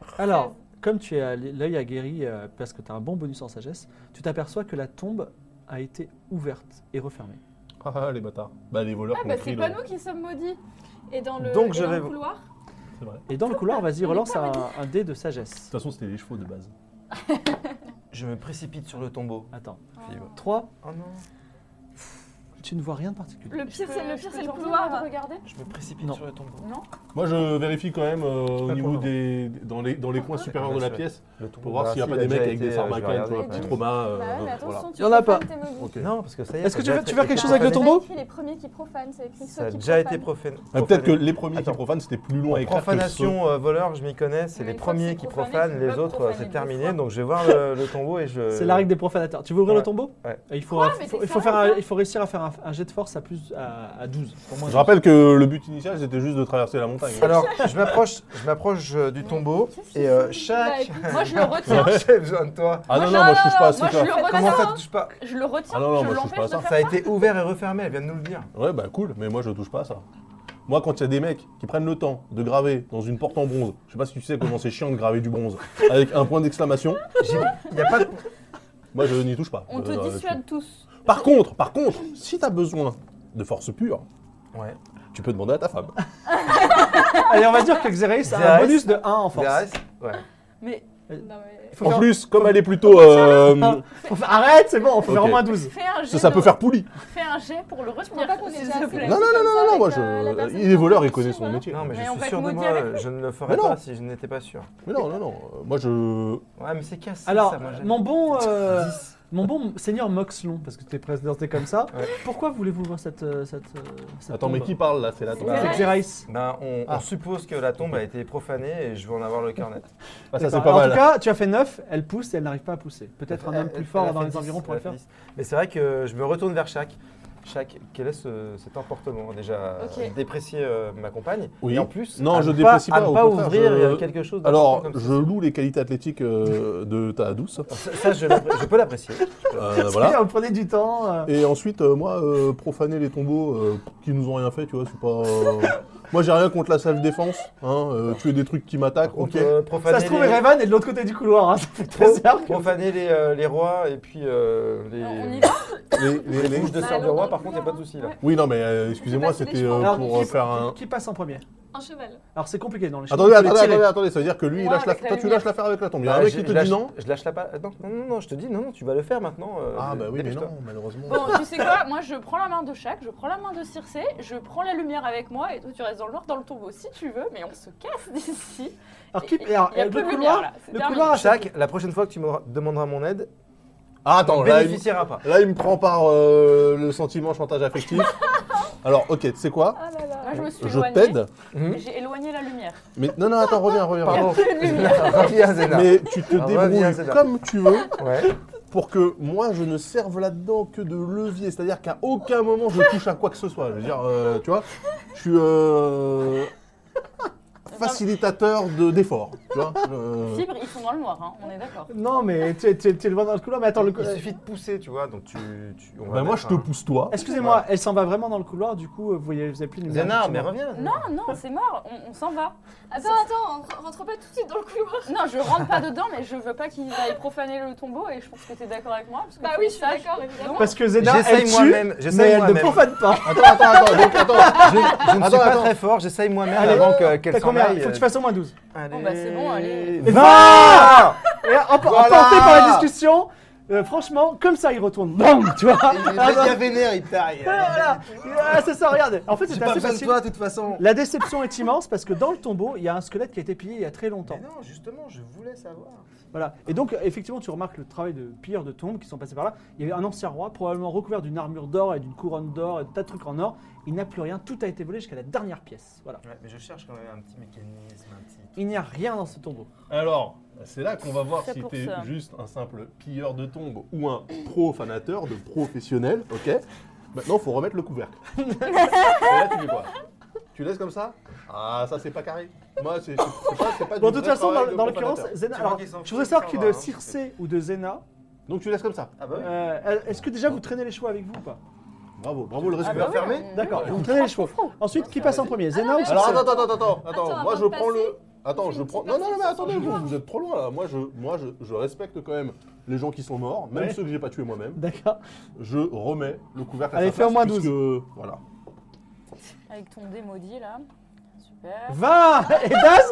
faces. Alors, comme tu as l'œil aguerri euh, parce que tu as un bon bonus en sagesse, tu t'aperçois que la tombe a été ouverte et refermée. Ah ah, les bâtards. Bah les voleurs Ah qui ont bah pris c'est le- pas nous qui sommes maudits. Et dans le, Donc, et je dans vais le vous- couloir. C'est vrai. De Et dans le couloir, vas-y, Il est relance pas un, maudit. un dé de sagesse. toute façon, c'était les chevaux de base. Je me précipite sur le tombeau. Attends. Fibre. 3, Oh non. tu ne vois rien de particulier. Le pire, peux- c'est le je pire, peux c'est le te couloir. rejoindre Regardez. Je me précipite Non. sur le tombeau. Moi, je vérifie quand même euh, au Pas niveau pour le des dans les dans les coins supérieurs de la Ouais. pièce Le tombeau pour voir bah, s'il n'y a si, pas il des mecs déjà avec des été, euh, je vais sarbacane, tu vois, regarder petit quand même. trauma. euh, Bah ouais, mais voilà. attention, tu Y en a profanes pas. tes maudits. Ok. Non, parce que ça y est. Est-ce ça que tu a veux, déjà tu veux été- quelque chose Ah, avec le c'est pas tombeau écrit les premiers qui profanent, c'est écrit Ça ceux a qui déjà été profanent. profané. Ah, Peut-être que profané. les premiers qui Attends. profanent, c'était plus long à écrire. que ceux- Profanation, euh, voleur, je m'y connais, c'est Mais les une fois que premiers c'est qui profané, profanent, tu peux les pas autres euh, profaner c'est deux terminé, fois. donc je vais voir le, le tombeau et je... C'est la règle des profanateurs. Tu veux ouvrir Ouais. le tombeau Ouais. Et Il faut, Quoi il Mais faut- t'es il faut faire sérieux, un- toi il faut réussir à faire un, un jet de force à, plus, à, à 12. au moins Je rappelle que le but initial, c'était juste de traverser la montagne. Alors, je m'approche, je m'approche euh, du tombeau et euh, chaque... Bah, Moi, je le retiens. J'ai besoin de toi. Ah Moi, non, je- non, moi je touche pas à moi, je ce le cas. retiens. Comment ça, tu touches pas Je le retiens. Ah non, non, je moi, je touche pas à l'empêche de ça. faire Ça a été ouvert et refermé, elle vient de nous le dire. Ouais, bah cool, mais moi je touche pas à ça. Moi, quand il y a des mecs qui prennent le temps de graver dans une porte en bronze, je sais pas si tu sais comment c'est chiant de graver du bronze, avec un point d'exclamation, J'ai- Il n'y a pas de... moi je n'y touche pas. On te Euh, dissuade tous. tu- Par contre, par contre, si t'as besoin de force pure, Ouais. tu peux demander à ta femme. Allez, on va dire que Xeraïs a un Xeraïs. bonus de 1 en force. Derrière, Ouais. Mais Non, mais- Faut En faire- plus, comme elle est plutôt. euh, faut faire- Arrête, c'est bon, on faut faire au Ok. moins 12. fais un jet. ça, ça peut de- faire poulie. Fais un jet pour le retenir, crois pas qu'on est s'il déjà te assez plaît. Non, non, non, comme non, ça non, moi avec, euh, la je. personne Il est voleur, qui il connaît cherche, son hein. métier. Non, mais, Mais je on va suis être sûr de maudit moi, avec euh, je ne le ferai Mais non. pas si je n'étais pas sûr. Mais non, non, non. euh, Moi je. Ouais, mais c'est cassé Alors, ça, moi, j'aime. mon bon, euh, 10. mon bon seigneur Moxlon, parce que tu es présenté comme ça, Ouais. pourquoi voulez-vous voir cette, euh, cette, euh, cette Attends, tombe mais qui parle là C'est la tombe. Bah, C'est Xeraïs. Ben, on, Ah. on suppose que la tombe a été profanée et je vais en avoir le cœur net. Ah, ça c'est D'accord. pas En tout mal. cas, tu as fait 9, elle pousse et elle n'arrive pas à pousser. Peut-être un homme Elle- plus elle- fort elle a dans fait les 10, environs elle pourrait a faire. fait 10. Mais c'est vrai que je me retourne vers chaque. chaque. Quel est ce- cet emportement Déjà, Ok. déprécier euh, ma compagne. Oui. Et en plus, Non, à je ne déprécie à pas, ne au pas contraire, ouvrir je- euh, quelque chose. Alors, d'important comme ça. je loue les qualités athlétiques euh, de ta douce. Ça, ça, je, l'appr- je peux l'apprécier. Euh, voilà. Vous prenez du temps. euh. Et ensuite, euh, moi, euh, profaner les tombeaux euh, qui nous ont rien fait, tu vois, c'est pas. euh, moi, j'ai rien contre la self-défense. Hein, euh, tuer des trucs qui Par m'attaquent, ok. contre, euh, Ça profaner se trouve, les- Erevan est de l'autre côté du couloir. hein, Ça fait très Pro- bizarre. Profaner les, euh, les rois et puis euh, les, Alors, on y les, va Les- les- les- bouches de Bah, sœur du alors, roi, on par y contre, il va, n'y a pas de hein. souci là. Ouais. Oui, non mais euh, excusez-moi, C'est c'était des euh, chevaux. pour euh, qui, faire un. qui passe en premier Un cheval. Alors c'est compliqué dans les choses. Attendez, Il faut les attendez, tirer. attendez, attendez, ça veut dire que lui, il Moi, lâche la... avec la toi, tu lumière. lâches l'affaire avec la tombe. Il y a Bah, un mec je- qui Ah te je lâche, dit non. Je lâche la pas. Non, non, non, non, je te dis, non, non, tu vas le faire maintenant. euh, Ah bah oui, mais dépêche-toi. non, malheureusement. Bon, tu sais quoi Moi, je prends la main de chaque, je prends la main de Circé, je prends la lumière avec moi et toi, tu restes dans le noir, dans le tombeau si tu veux, mais on se casse d'ici. Alors, qui... Il y alors, a plus le de lumière couloir, là. c'est le terminé. couloir à chaque. Jacques, la prochaine fois Ah, que tu me demanderas mon aide, Ah, attends, tu là, il... bénéficieras pas. là, il me prend par euh, le sentiment chantage affectif. Alors, ok, tu sais quoi Ah là là. Moi, je me suis Je éloignée. t'aide. Mhm. J'ai éloigné la lumière. Mais non, non, attends, reviens, reviens. Pardon. reviens. Reviens, Zéna. Mais tu te Ah, reviens, débrouilles Zéna. comme tu veux Ouais. pour que moi, je ne serve là-dedans que de levier. C'est-à-dire qu'à aucun moment, je touche à quoi que ce soit. Je veux dire, euh, tu vois, je suis euh, facilitateur de- d'efforts. tu vois Euh, Fibre, ils sont dans le noir, hein, on est d'accord. Non mais tu es, tu es- tu es loin dans le couloir. Mais attends, le cou- Il suffit de pousser, tu vois. Donc tu. tu- on va Bah moi mettre je te un- pousse toi. Excusez-moi, elle s'en va vraiment dans le couloir. Du coup, euh, vous n'avez plus de lumière. Zéna, mais effectivement. reviens. Non, non, c'est mort, on, on s'en va. Attends, attends, on rentre pas tout de suite dans le couloir. Non, je rentre pas dedans, mais je veux pas qu'ils aillent profaner le tombeau et je pense que t'es d'accord avec moi. Parce que Bah faut oui, que je suis sache. d'accord, évidemment. Parce que Zéna, elle J'essaye tue, moi-même. mais J'essaye elle ne moi-même. profane pas. Attends, attends, attends, donc, attends. Je, je ne Attends, suis pas attends. très fort, j'essaye moi-même Allez, avant que- T'as qu'elle s'en combien aille. euh. Il faut que tu fasses au moins 12. Allez. Ah, Bon, bah, c'est bon, allez. 20 Va Et emp- Voilà. emporté par la discussion, euh, franchement, comme ça, il retourne. Bam Tu vois Il Ah, bah, est vénère, il taille. voilà. Ah, C'est ça, regarde. En fait, J'ai c'est pas assez besoin de facile. toi, de toute façon. La déception est immense parce que dans le tombeau, il y a un squelette qui a été pillé il y a très longtemps. Mais non, justement, je voulais savoir. Voilà. Et donc, effectivement, tu remarques le travail de pilleurs de tombes qui sont passés par là. Il y avait un ancien roi, probablement recouvert d'une armure d'or et d'une couronne d'or et de tas de trucs en or. Il n'a plus rien. Tout a été volé jusqu'à la dernière pièce. Voilà. Ouais, mais je cherche quand même un petit mécanisme, un petit. Il n'y a rien dans ce tombeau. Alors, c'est là qu'on va voir C'est si pour t'es ça. juste un simple pilleur de tombe ou un profanateur de professionnel, ok Maintenant, faut remettre le couvercle. Et là, tu fais quoi Tu laisses comme ça Ah, ça, c'est pas carré. Moi, c'est c'est- c'est pas, c'est pas du Bon, de toute vrai façon, travail dans, de dans l'occurrence, profanateur. Zena. Tu vois Alors, qu'ils s'en je voudrais foutent, savoir ça que va, de hein. Circé ou de Zena, Donc, tu laisses comme ça. Ah bah oui. euh, est-ce que déjà vous traînez les chevaux avec vous ou pas Bravo, bravo le Ah respect. bah oui, fermé on- D'accord, vous traînez les chevaux. Ensuite, qui passe en premier Zena ou Alors, Circé attends, attends, attends, attends, attends. Attends, moi, avant je de prends le. passer, Attends, on fait je une prends. Non, petite non, non, mais partie sur attendez, le vous, couloir. vous êtes trop loin là. Moi, je, moi, je, je respecte quand même les gens qui sont morts, même Ouais. ceux que j'ai pas tués moi-même. D'accord. je remets le couvercle à Allez, sa fais au moins place, 12. puisque- Voilà. Avec ton dé maudit là. Super. 20 Et Daz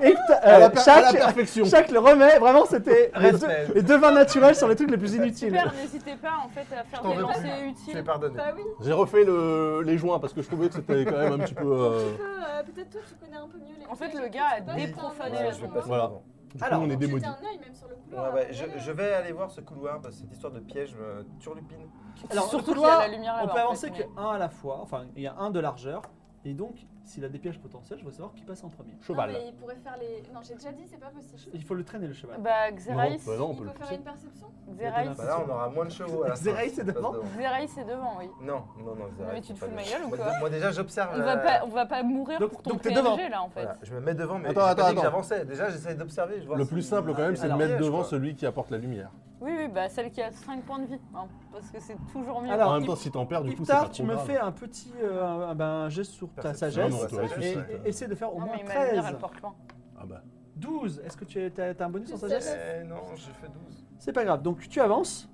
Et à, la euh, per- à la chaque, perfection. chaque le remet. Vraiment, c'était les deux, Respect. les deux vins naturels sur les trucs les plus inutiles. Super, n'hésitez pas en fait à faire t'en des veux plus. lancers Tu es utiles. pardonné. Bah oui, J'ai refait le- les joints parce que je trouvais que c'était quand même un petit peu. euh, peu, euh, peut-être toi tu connais un peu mieux les En fait, coulisses, le gars a tu peux pas déprofané t'en- la Ouais, je tombe. vais passer Voilà. devant. Du coup, Alors, hein, on est Tu jettes démaudits. un œil même sur le Ouais, couloir. ouais, je, voilà. je vais aller voir ce couloir parce que cette histoire de piège me turlupine. Alors, Surtout qu'il y couloir, a la lumière là-bas. On peut Ah, en avancer fait, mais- que un à la fois, enfin il y a un de largeur, et donc s'il a des pièges potentiels, je veux savoir qui passe en premier. Cheval. Ah Non, mais il pourrait faire les. Non, j'ai déjà dit, c'est pas possible. Il faut le traîner le cheval. Bah, Xeraïs, bah non, on il peut peut le faire pousser. une perception Xeraïs, Bah là, on aura moins de chevaux. à la fin. Zeraï, c'est Je passe devant Xeraïs est devant, oui. Non, non, non, Zeraï. mais tu c'est te pas fous de ma devant. gueule ou Moi, quoi de- Moi déjà, j'observe. On la- va pas, on va pas mourir Euh, Donc- pour ton donc t'es PNG devant. là en fait. Voilà, je me mets devant, mais Attends, j'ai pas attends, dit que attends. j'avançais. Déjà, j'essaye d'observer. je vois Le si- plus simple quand même, c'est de Alors, mettre piège, devant quoi. celui qui apporte la lumière. Oui, oui, bah celle qui a 5 points de vie, hein, parce que c'est toujours mieux. Alors, en même temps, Ip- si t'en perds, du coup, c'est pas Iptar, trop tu me grave. fais un petit euh, un- ben, un geste sur ta Perception, sagesse, non, toi, et, tu sais, et essaie de faire au non, moins mais ma 13. lumière, elle porte loin. Ah bah. 12, est-ce que tu as, t'as- t'as un bonus en Tu sagesse sais. Eh non, j'ai fait 12. C'est pas grave, donc tu avances,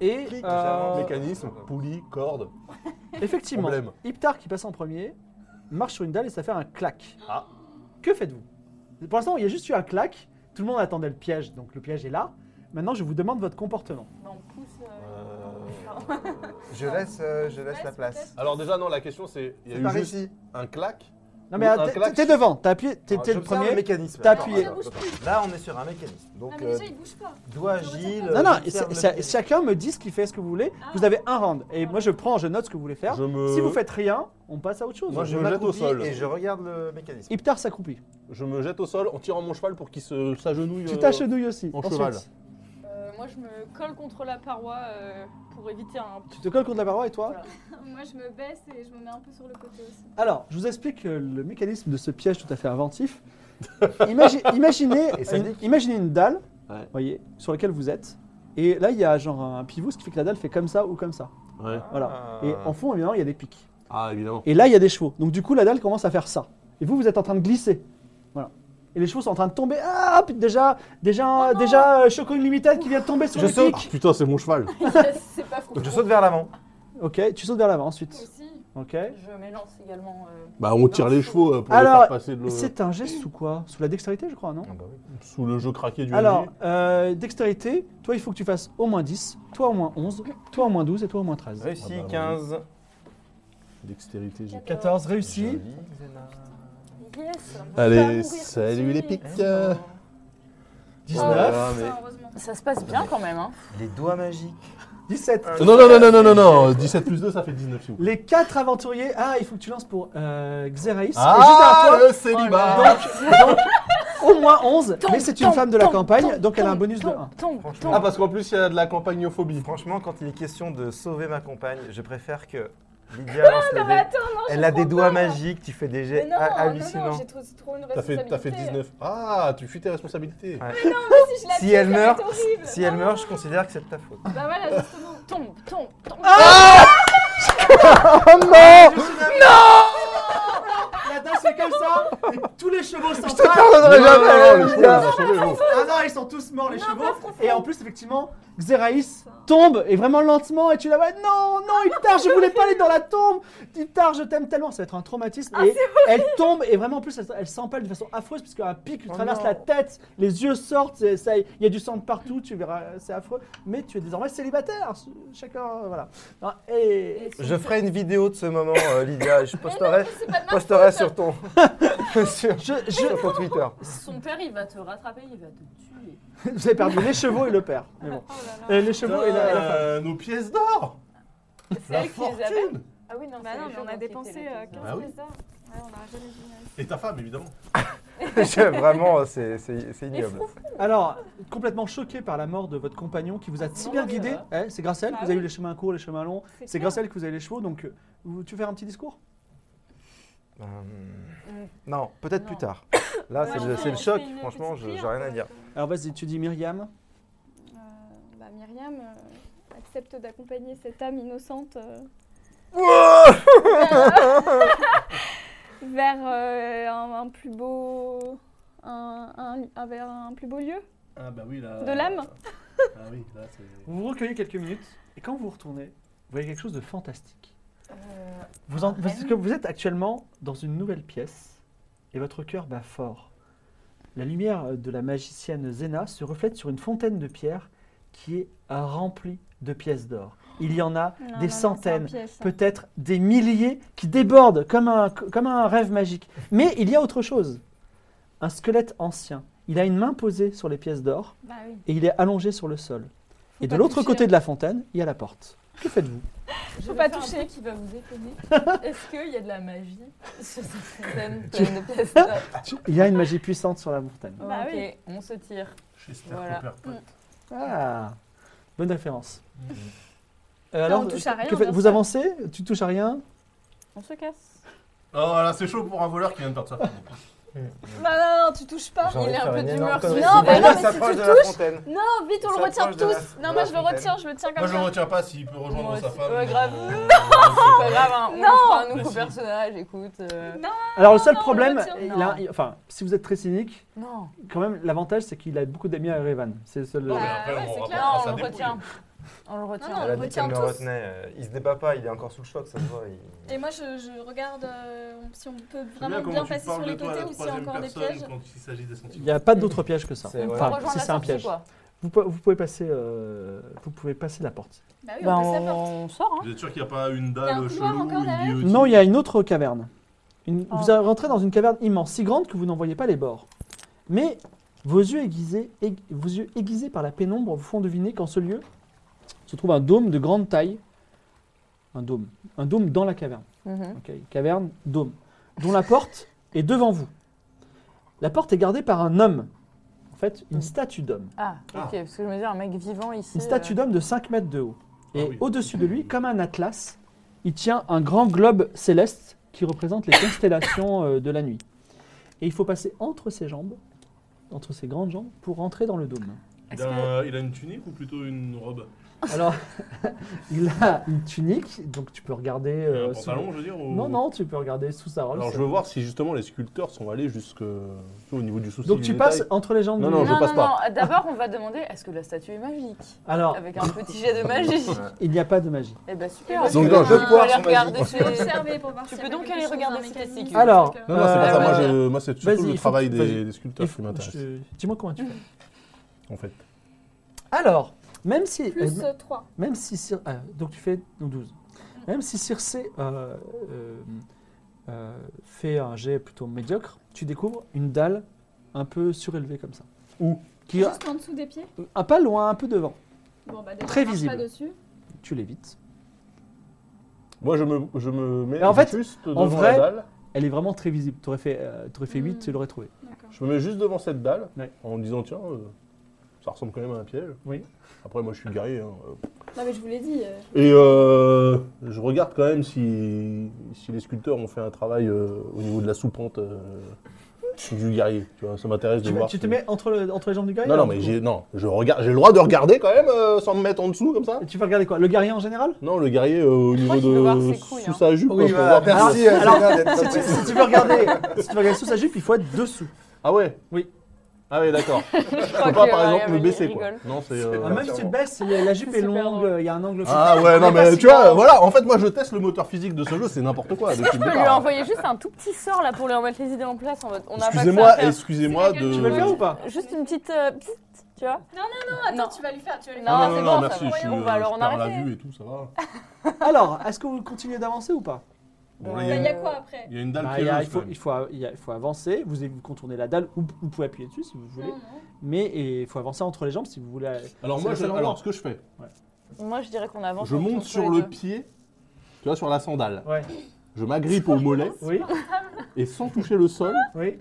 et Clic, euh, j'avance. Mécanisme, poulie, corde, effectivement, problème. Iptar qui passe en premier, marche sur une dalle et ça fait un clac. Ah. Que faites-vous Pour l'instant, il y a juste eu un clac, tout le monde attendait le piège, donc le piège est là. Maintenant, je vous demande votre comportement. Non, pousse. Euh, Je laisse, euh, je laisse la place. Alors déjà, non, la question c'est, il y a C'est eu par juste ici. un clac. Non Ou mais un attends, clac. Ah, t'es t'es devant, t'as appuyé, t'es Alors, t'es le j'observe premier. mécanisme. t'as Attends, appuyé. attends, Ça bouge attends. Là, on est sur un mécanisme. Non, Ah, Donc, mais déjà, il bouge pas. euh, doigt agile. Non, non, c'est- j'observe le Ah. c'est- mécanisme. chacun me dit ce qu'il fait, ce que vous voulez. Vous avez un round. Et moi, je prends, je note ce que vous voulez faire. Je me, Si vous faites rien, on passe à autre chose. Moi, je me jette au m'accroupis sol. Et je regarde le mécanisme. Iptar s'accroupit. je me jette au sol en tirant mon cheval pour qu'il se s'agenouille. Tu euh, t'agenouilles aussi. en Ensuite, cheval. Euh, moi, je me colle contre la paroi euh, pour éviter un. Tu te colles contre la paroi et toi Voilà. Moi, je me baisse et je me mets un peu sur le côté aussi. Alors, je vous explique euh, le mécanisme de ce piège tout à fait inventif. Imagi- imaginez, Et ça une, nique. imaginez une dalle, Ouais. voyez, sur laquelle vous êtes. Et là, il y a genre un pivot, ce qui fait que la dalle fait comme ça ou comme ça. Ouais. Ah. Voilà. Et en fond, évidemment, il y a des pics. Ah, évidemment. Et là, il y a des chevaux. Donc du coup, la dalle commence à faire ça. Et vous, vous êtes en train de glisser. Voilà. Et les chevaux sont en train de tomber. Ah, puis déjà, déjà, déjà, euh, Choco Unlimited qui vient de tomber sur Je les saute. pics. putain, c'est mon cheval. C'est pas fou. Donc je saute vers l'avant. Ok, tu sautes vers l'avant Ah, ensuite. Aussi, Ok. je m'élance également. euh, Bah, on tire les chevaux euh, pour Alors, les faire passer de le- C'est un geste ou quoi Sous la dextérité, je crois, non Ah bah oui. sous le jeu craqué du Alors, MJ. euh, dextérité, toi, il faut que tu fasses au moins 10, toi au moins 11, toi au moins 12 et toi au moins 13. Réussi, Ah bah oui. 15. Dextérité, j'ai. 14 réussi. Joli, Xena. Yes on va pas Allez, mourir salut ici. les pics. Eh ben, 19, Ah, mais- Enfin, heureusement. Ça se passe bien quand même, hein. Les doigts magiques. Ah. 17. Non, non, non, non, non, non, non, 17 plus 2, ça fait 19, s'il vous plaît. Les 4 aventuriers. Ah, il faut que tu lances pour euh, Xeraïs. Et juste derrière toi, Ah, le célibat au moins 11, Tombe, mais c'est une tombe, femme de la tombe, campagne, tombe, donc elle a un tombe, bonus de tombe, 1. tombe, Franchement. tombe. Ah, parce qu'en plus, il y a de la campagnophobie. Franchement, quand il est question de sauver ma compagne, je préfère que Ah, Lydia lance le dé. Elle a des doigts magiques, tu fais des Mais jets non, ha- non, non, hallucinants. j'ai trop, c'est trop une T'as fait, responsabilité. Oh, t'as fait 19. Ah, tu fuis tes responsabilités. Ouais. Si, je la Si tue, elle ça va meurt, être horrible. Si elle meurt, je considère que c'est de ta faute. Bah voilà, justement. Tombe, tombe, tombe. Ah Oh non La danse fait comme ça, et tous les chevaux sont pardonnerai non, le Lydia. chevaux, il a sauvé, gros. Ah non, ils sont tous morts les chevaux. Et en plus, effectivement, Xeraïs tombe et vraiment lentement. Et tu la vois, non, non, Iptar, je voulais pas aller dans la tombe. Iptar, je t'aime tellement. Ça va être un traumatisme. et elle tombe et vraiment, en plus, elle, elle s'empale de façon affreuse puisque un pic lui Oh traverse non. la tête, les yeux sortent, c'est- ça- il y a du sang de partout. Tu verras, c'est affreux. Mais tu es désormais célibataire. Chacun, voilà. Non, Et Je ferai une vidéo de ce moment, euh, Lydia, et je posterai, C'est pas de ma posterai sur ton sur, je, je- sur ton Twitter. Son père, il va te rattraper, il va te tuer. vous avez perdu les chevaux et le père. Mais bon. Oh là là. Euh, les chevaux et la, et la femme. Euh, Nos pièces d'or C'est La elle qui les appelle. fortune Ah oui, non, Bah c'est non, les mais on gens a qui dépensé étaient là, euh, tout ça. 15 Bah oui. pièces Ah d'or. Ouais, on a jamais vu ça. Et ta femme, évidemment. Je- Vraiment, c'est c'est- c'est ignoble. Alors, complètement choqué par la mort de votre compagnon qui vous a si Non, bien mais guidé, là. eh, c'est grâce à elle que Bah vous avez eu oui. les chemins courts, les chemins longs, c'est clair. grâce à elle que vous avez les chevaux, donc euh, vous- tu veux faire un petit discours Euh, non, peut-être plus Non. tard. Là, Ah, c'est Mm. Ouais, le, non, c'est le on choc. fait une Franchement, je- petite j'ai prière, rien à quoi. dire. Alors vas-y, tu dis Myriam, Euh, bah, Myriam euh, accepte d'accompagner cette âme innocente euh, vers euh, un, un plus beau un, un- un- vers un plus beau lieu. Ah, bah oui, là. De l'âme Ah, oui, là, c'est. vous vous recueillez quelques minutes, et quand vous retournez, vous voyez quelque chose de fantastique. Euh, Vous, en- parce que vous êtes actuellement dans une nouvelle pièce, et votre cœur bat fort. La lumière de la magicienne Zena se reflète sur une fontaine de pierre qui est remplie de pièces d'or. Il y en a Non, non, des non, c'est un centaines, piège, ça. peut-être des milliers qui débordent comme un, comme un rêve magique. Mais il y a autre chose. Un squelette ancien. Il a une main posée sur les pièces d'or Bah oui. et il est allongé sur le sol. Et de pas l'autre toucher. hein. côté de la fontaine, il y a la porte. Que faites-vous Je Faut vais pas faire un toucher. truc qui va vous étonner. Est-ce qu'il y a de la magie sur cette fontaine Tu- pleine de pièces d'or Il y a une magie puissante sur la montagne. Bah Ok, oui. on se tire. J'espère Voilà. Copperpot. Ah Bonne référence. Mhm. Euh, on touche à rien, que faites- bien vous sûr. avancez Tu touches à rien On se casse. Oh là, c'est chaud pour un voleur qui vient de perdre sa femme. Bah non, non, tu touches pas. J'ai envie il de est un faire peu une d'humeur énorme sur- connerie. Non, mais Il non, mais si s'approche tu de la touches- fontaine. Non, vite, on Ça le retire approche de la- tous. de Non, moi la je le fontaine. retire, je le tiens Moi, comme je le ça. retiens pas s'il peut rejoindre Moi sa aussi. femme. Ouais, grave. Non, C'est pas grave, hein, on Non. fera un nouveau Vas-y. personnage, écoute. euh, Alors le seul Ah non, on problème, retire. il Non. a- il- enfin, si vous êtes très cynique, Non, quand même, l'avantage c'est qu'il a beaucoup d'amis à Erevan. C'est le seul. mais Bah, après, ouais, c'est on clair. non, reprend on ça le dépouille. retient. On le retient. Non, non, Elle a on dit le qu'elle retient me Ah, tous. retenait. euh, Il se débat pas, il est encore sous le choc, ça se voit. il- Et moi je, je regarde euh, si on peut C'est vraiment bien, comment tu passer parles sur de les toi à la côtés ou s'il y a troisième encore des personne pièges. Quand il s'agit des Il sentiments. n'y a pas d'autre piège que ça. C'est- ouais. Enfin, Rejoindre si la c'est un sortie, piège. quoi. Vous, po- vous pouvez passer, euh, vous pouvez passer la porte. Bah oui, Bah, on passe la porte. on sort, hein. Vous êtes sûr qu'il n'y a pas une Il y a un dalle couloir chelou encore une derrière guillotine Non, il y a une autre caverne. Une- Oh. Vous rentrez dans une caverne immense, si grande que vous n'en voyez pas les bords. Mais vos yeux aiguisés, aig- vos yeux aiguisés par la pénombre vous font deviner qu'en ce lieu se trouve un dôme de grande taille. Un dôme. Un dôme dans la caverne. Mhm. Ok, caverne, dôme, dont la porte est devant vous. La porte est gardée par un homme en fait Mm. une statue d'homme. Ah, ok, Ah. parce que je me dis, un mec vivant ici. Une statue euh, d'homme de 5 mètres de haut. Et Ah oui. au-dessus de lui, comme un atlas, il tient un grand globe céleste qui représente les constellations euh, de la nuit. Et il faut passer entre ses jambes, entre ses grandes jambes, pour rentrer dans le dôme. Il a, il a une tunique ou plutôt une robe Alors, il a une tunique, donc tu peux regarder. euh, Un sous- pantalon, je veux dire ou- Non, non, tu peux regarder sous sa robe. Alors, je ça- veux voir si justement les sculpteurs sont allés jusque tu vois, au niveau du souci. Donc du tu détail. passes entre les jambes. Non, du- non, Non, je non, passe pas. Ah. non, d'abord on va demander est-ce que la statue est magique Alors, Avec un petit jet Bah, de magie. il n'y a pas de magie. Eh ben super. Donc, Tu peux dans le jeu de aller poire, sur regarder magie. Tu peux ses- observer pour voir Tu s'il y peux a donc quelque aller chose, regarder un ses mécanisme, testicules. quelque Alors, chose. Non, non, c'est Euh, pas ça. Moi, ouais. je- moi, c'est surtout Vas-y, le faut- travail vas-y. des, des sculpteurs Il qui faut- m'intéresse. je- Dis-moi comment tu fais. En fait, Alors, même si. euh, Plus 3. Même si Cir- ah, donc tu fais donc 12. Même si Circé euh, euh, euh, fait un jet plutôt médiocre, tu découvres une dalle un peu surélevée comme ça. Où qui, a- Juste en dessous des pieds. Un pas loin, un peu devant. Bon, bah, déjà, Très on marche visible. Pas dessus. Tu l'évites. moi, je me, je me mets Mais en fait, juste devant en vrai- la dalle. Elle est vraiment très visible. Tu aurais fait, euh, t'aurais fait 8, Hmm. tu l'aurais trouvé. D'accord. Je me mets juste devant cette dalle Ouais. en me disant tiens, euh, ça ressemble quand même à un piège. Oui. Après, moi, je suis guerrier. hein. Non, mais je vous l'ai dit. euh, Et euh, je regarde quand même si, si les sculpteurs ont fait un travail euh, au niveau de la soupente euh, du guerrier. Tu vois, ça m'intéresse de Tu, voir. tu te si- mets entre, le- entre les jambes du guerrier Non, non, alors, mais du j'ai non, je regarde, j'ai le droit de regarder quand même euh, sans me mettre en dessous comme ça. coup. Tu vas regarder quoi Le guerrier en général Non, le guerrier euh, au niveau crois qu'il veut voir de ses couilles, sous hein. sa jupe. quoi, Oui, pour voilà, voir- merci, euh, Alors, Sénat, d'être Ah, si, tu, si tu veux regarder, si tu veux regarder sous sa jupe, il faut être dessous. Ah ouais. Oui. Ah ouais, d'accord. Je Je peux crois pas que, par euh, exemple me Amélie baisser quoi. rigole. Non, c'est. euh, Ah, même si tu te baisses, la la jupe est Super longue, il y a un angle. Ah ouais, non Mais pas mais si tu vois, grand. voilà, en fait moi je teste le moteur physique de ce jeu, c'est n'importe quoi. depuis Je le peux lui départ. envoyer juste un tout petit sort là pour lui remettre les idées en place en mode on n'a pas que ça à Excusez-moi, faire. excusez-moi C'est la gueule. Tu veux le faire de. ou pas Juste une petite euh, pssst, tu vois Non, attends, Non. tu vas lui faire. Tu vas lui Non, faire. c'est bon, ça merci, va. je suis. Voyons, euh, bah alors, je on perds la arrête. vue et tout, ça va. Alors, est-ce que vous continuez d'avancer ou pas Bon, Ouais. là, Bah, il y a- Il y a quoi après il y a une dalle Bah, il, y a- il piégeuse. faut, quand même. il, faut, il y a- il faut avancer, vous, vous contournez la dalle ou vous pouvez appuyer dessus si vous voulez, Non, non. mais et il faut avancer entre les jambes si vous voulez. aller- Alors C'est moi, le je- seul alors endroit. ce que je fais, Moi je dirais qu'on avance. je on monte tourne sur tous les le deux. pied, tu vois, sur la sandale. Ouais. Je m'agrippe au mollet Oui, et sans toucher le sol, oui.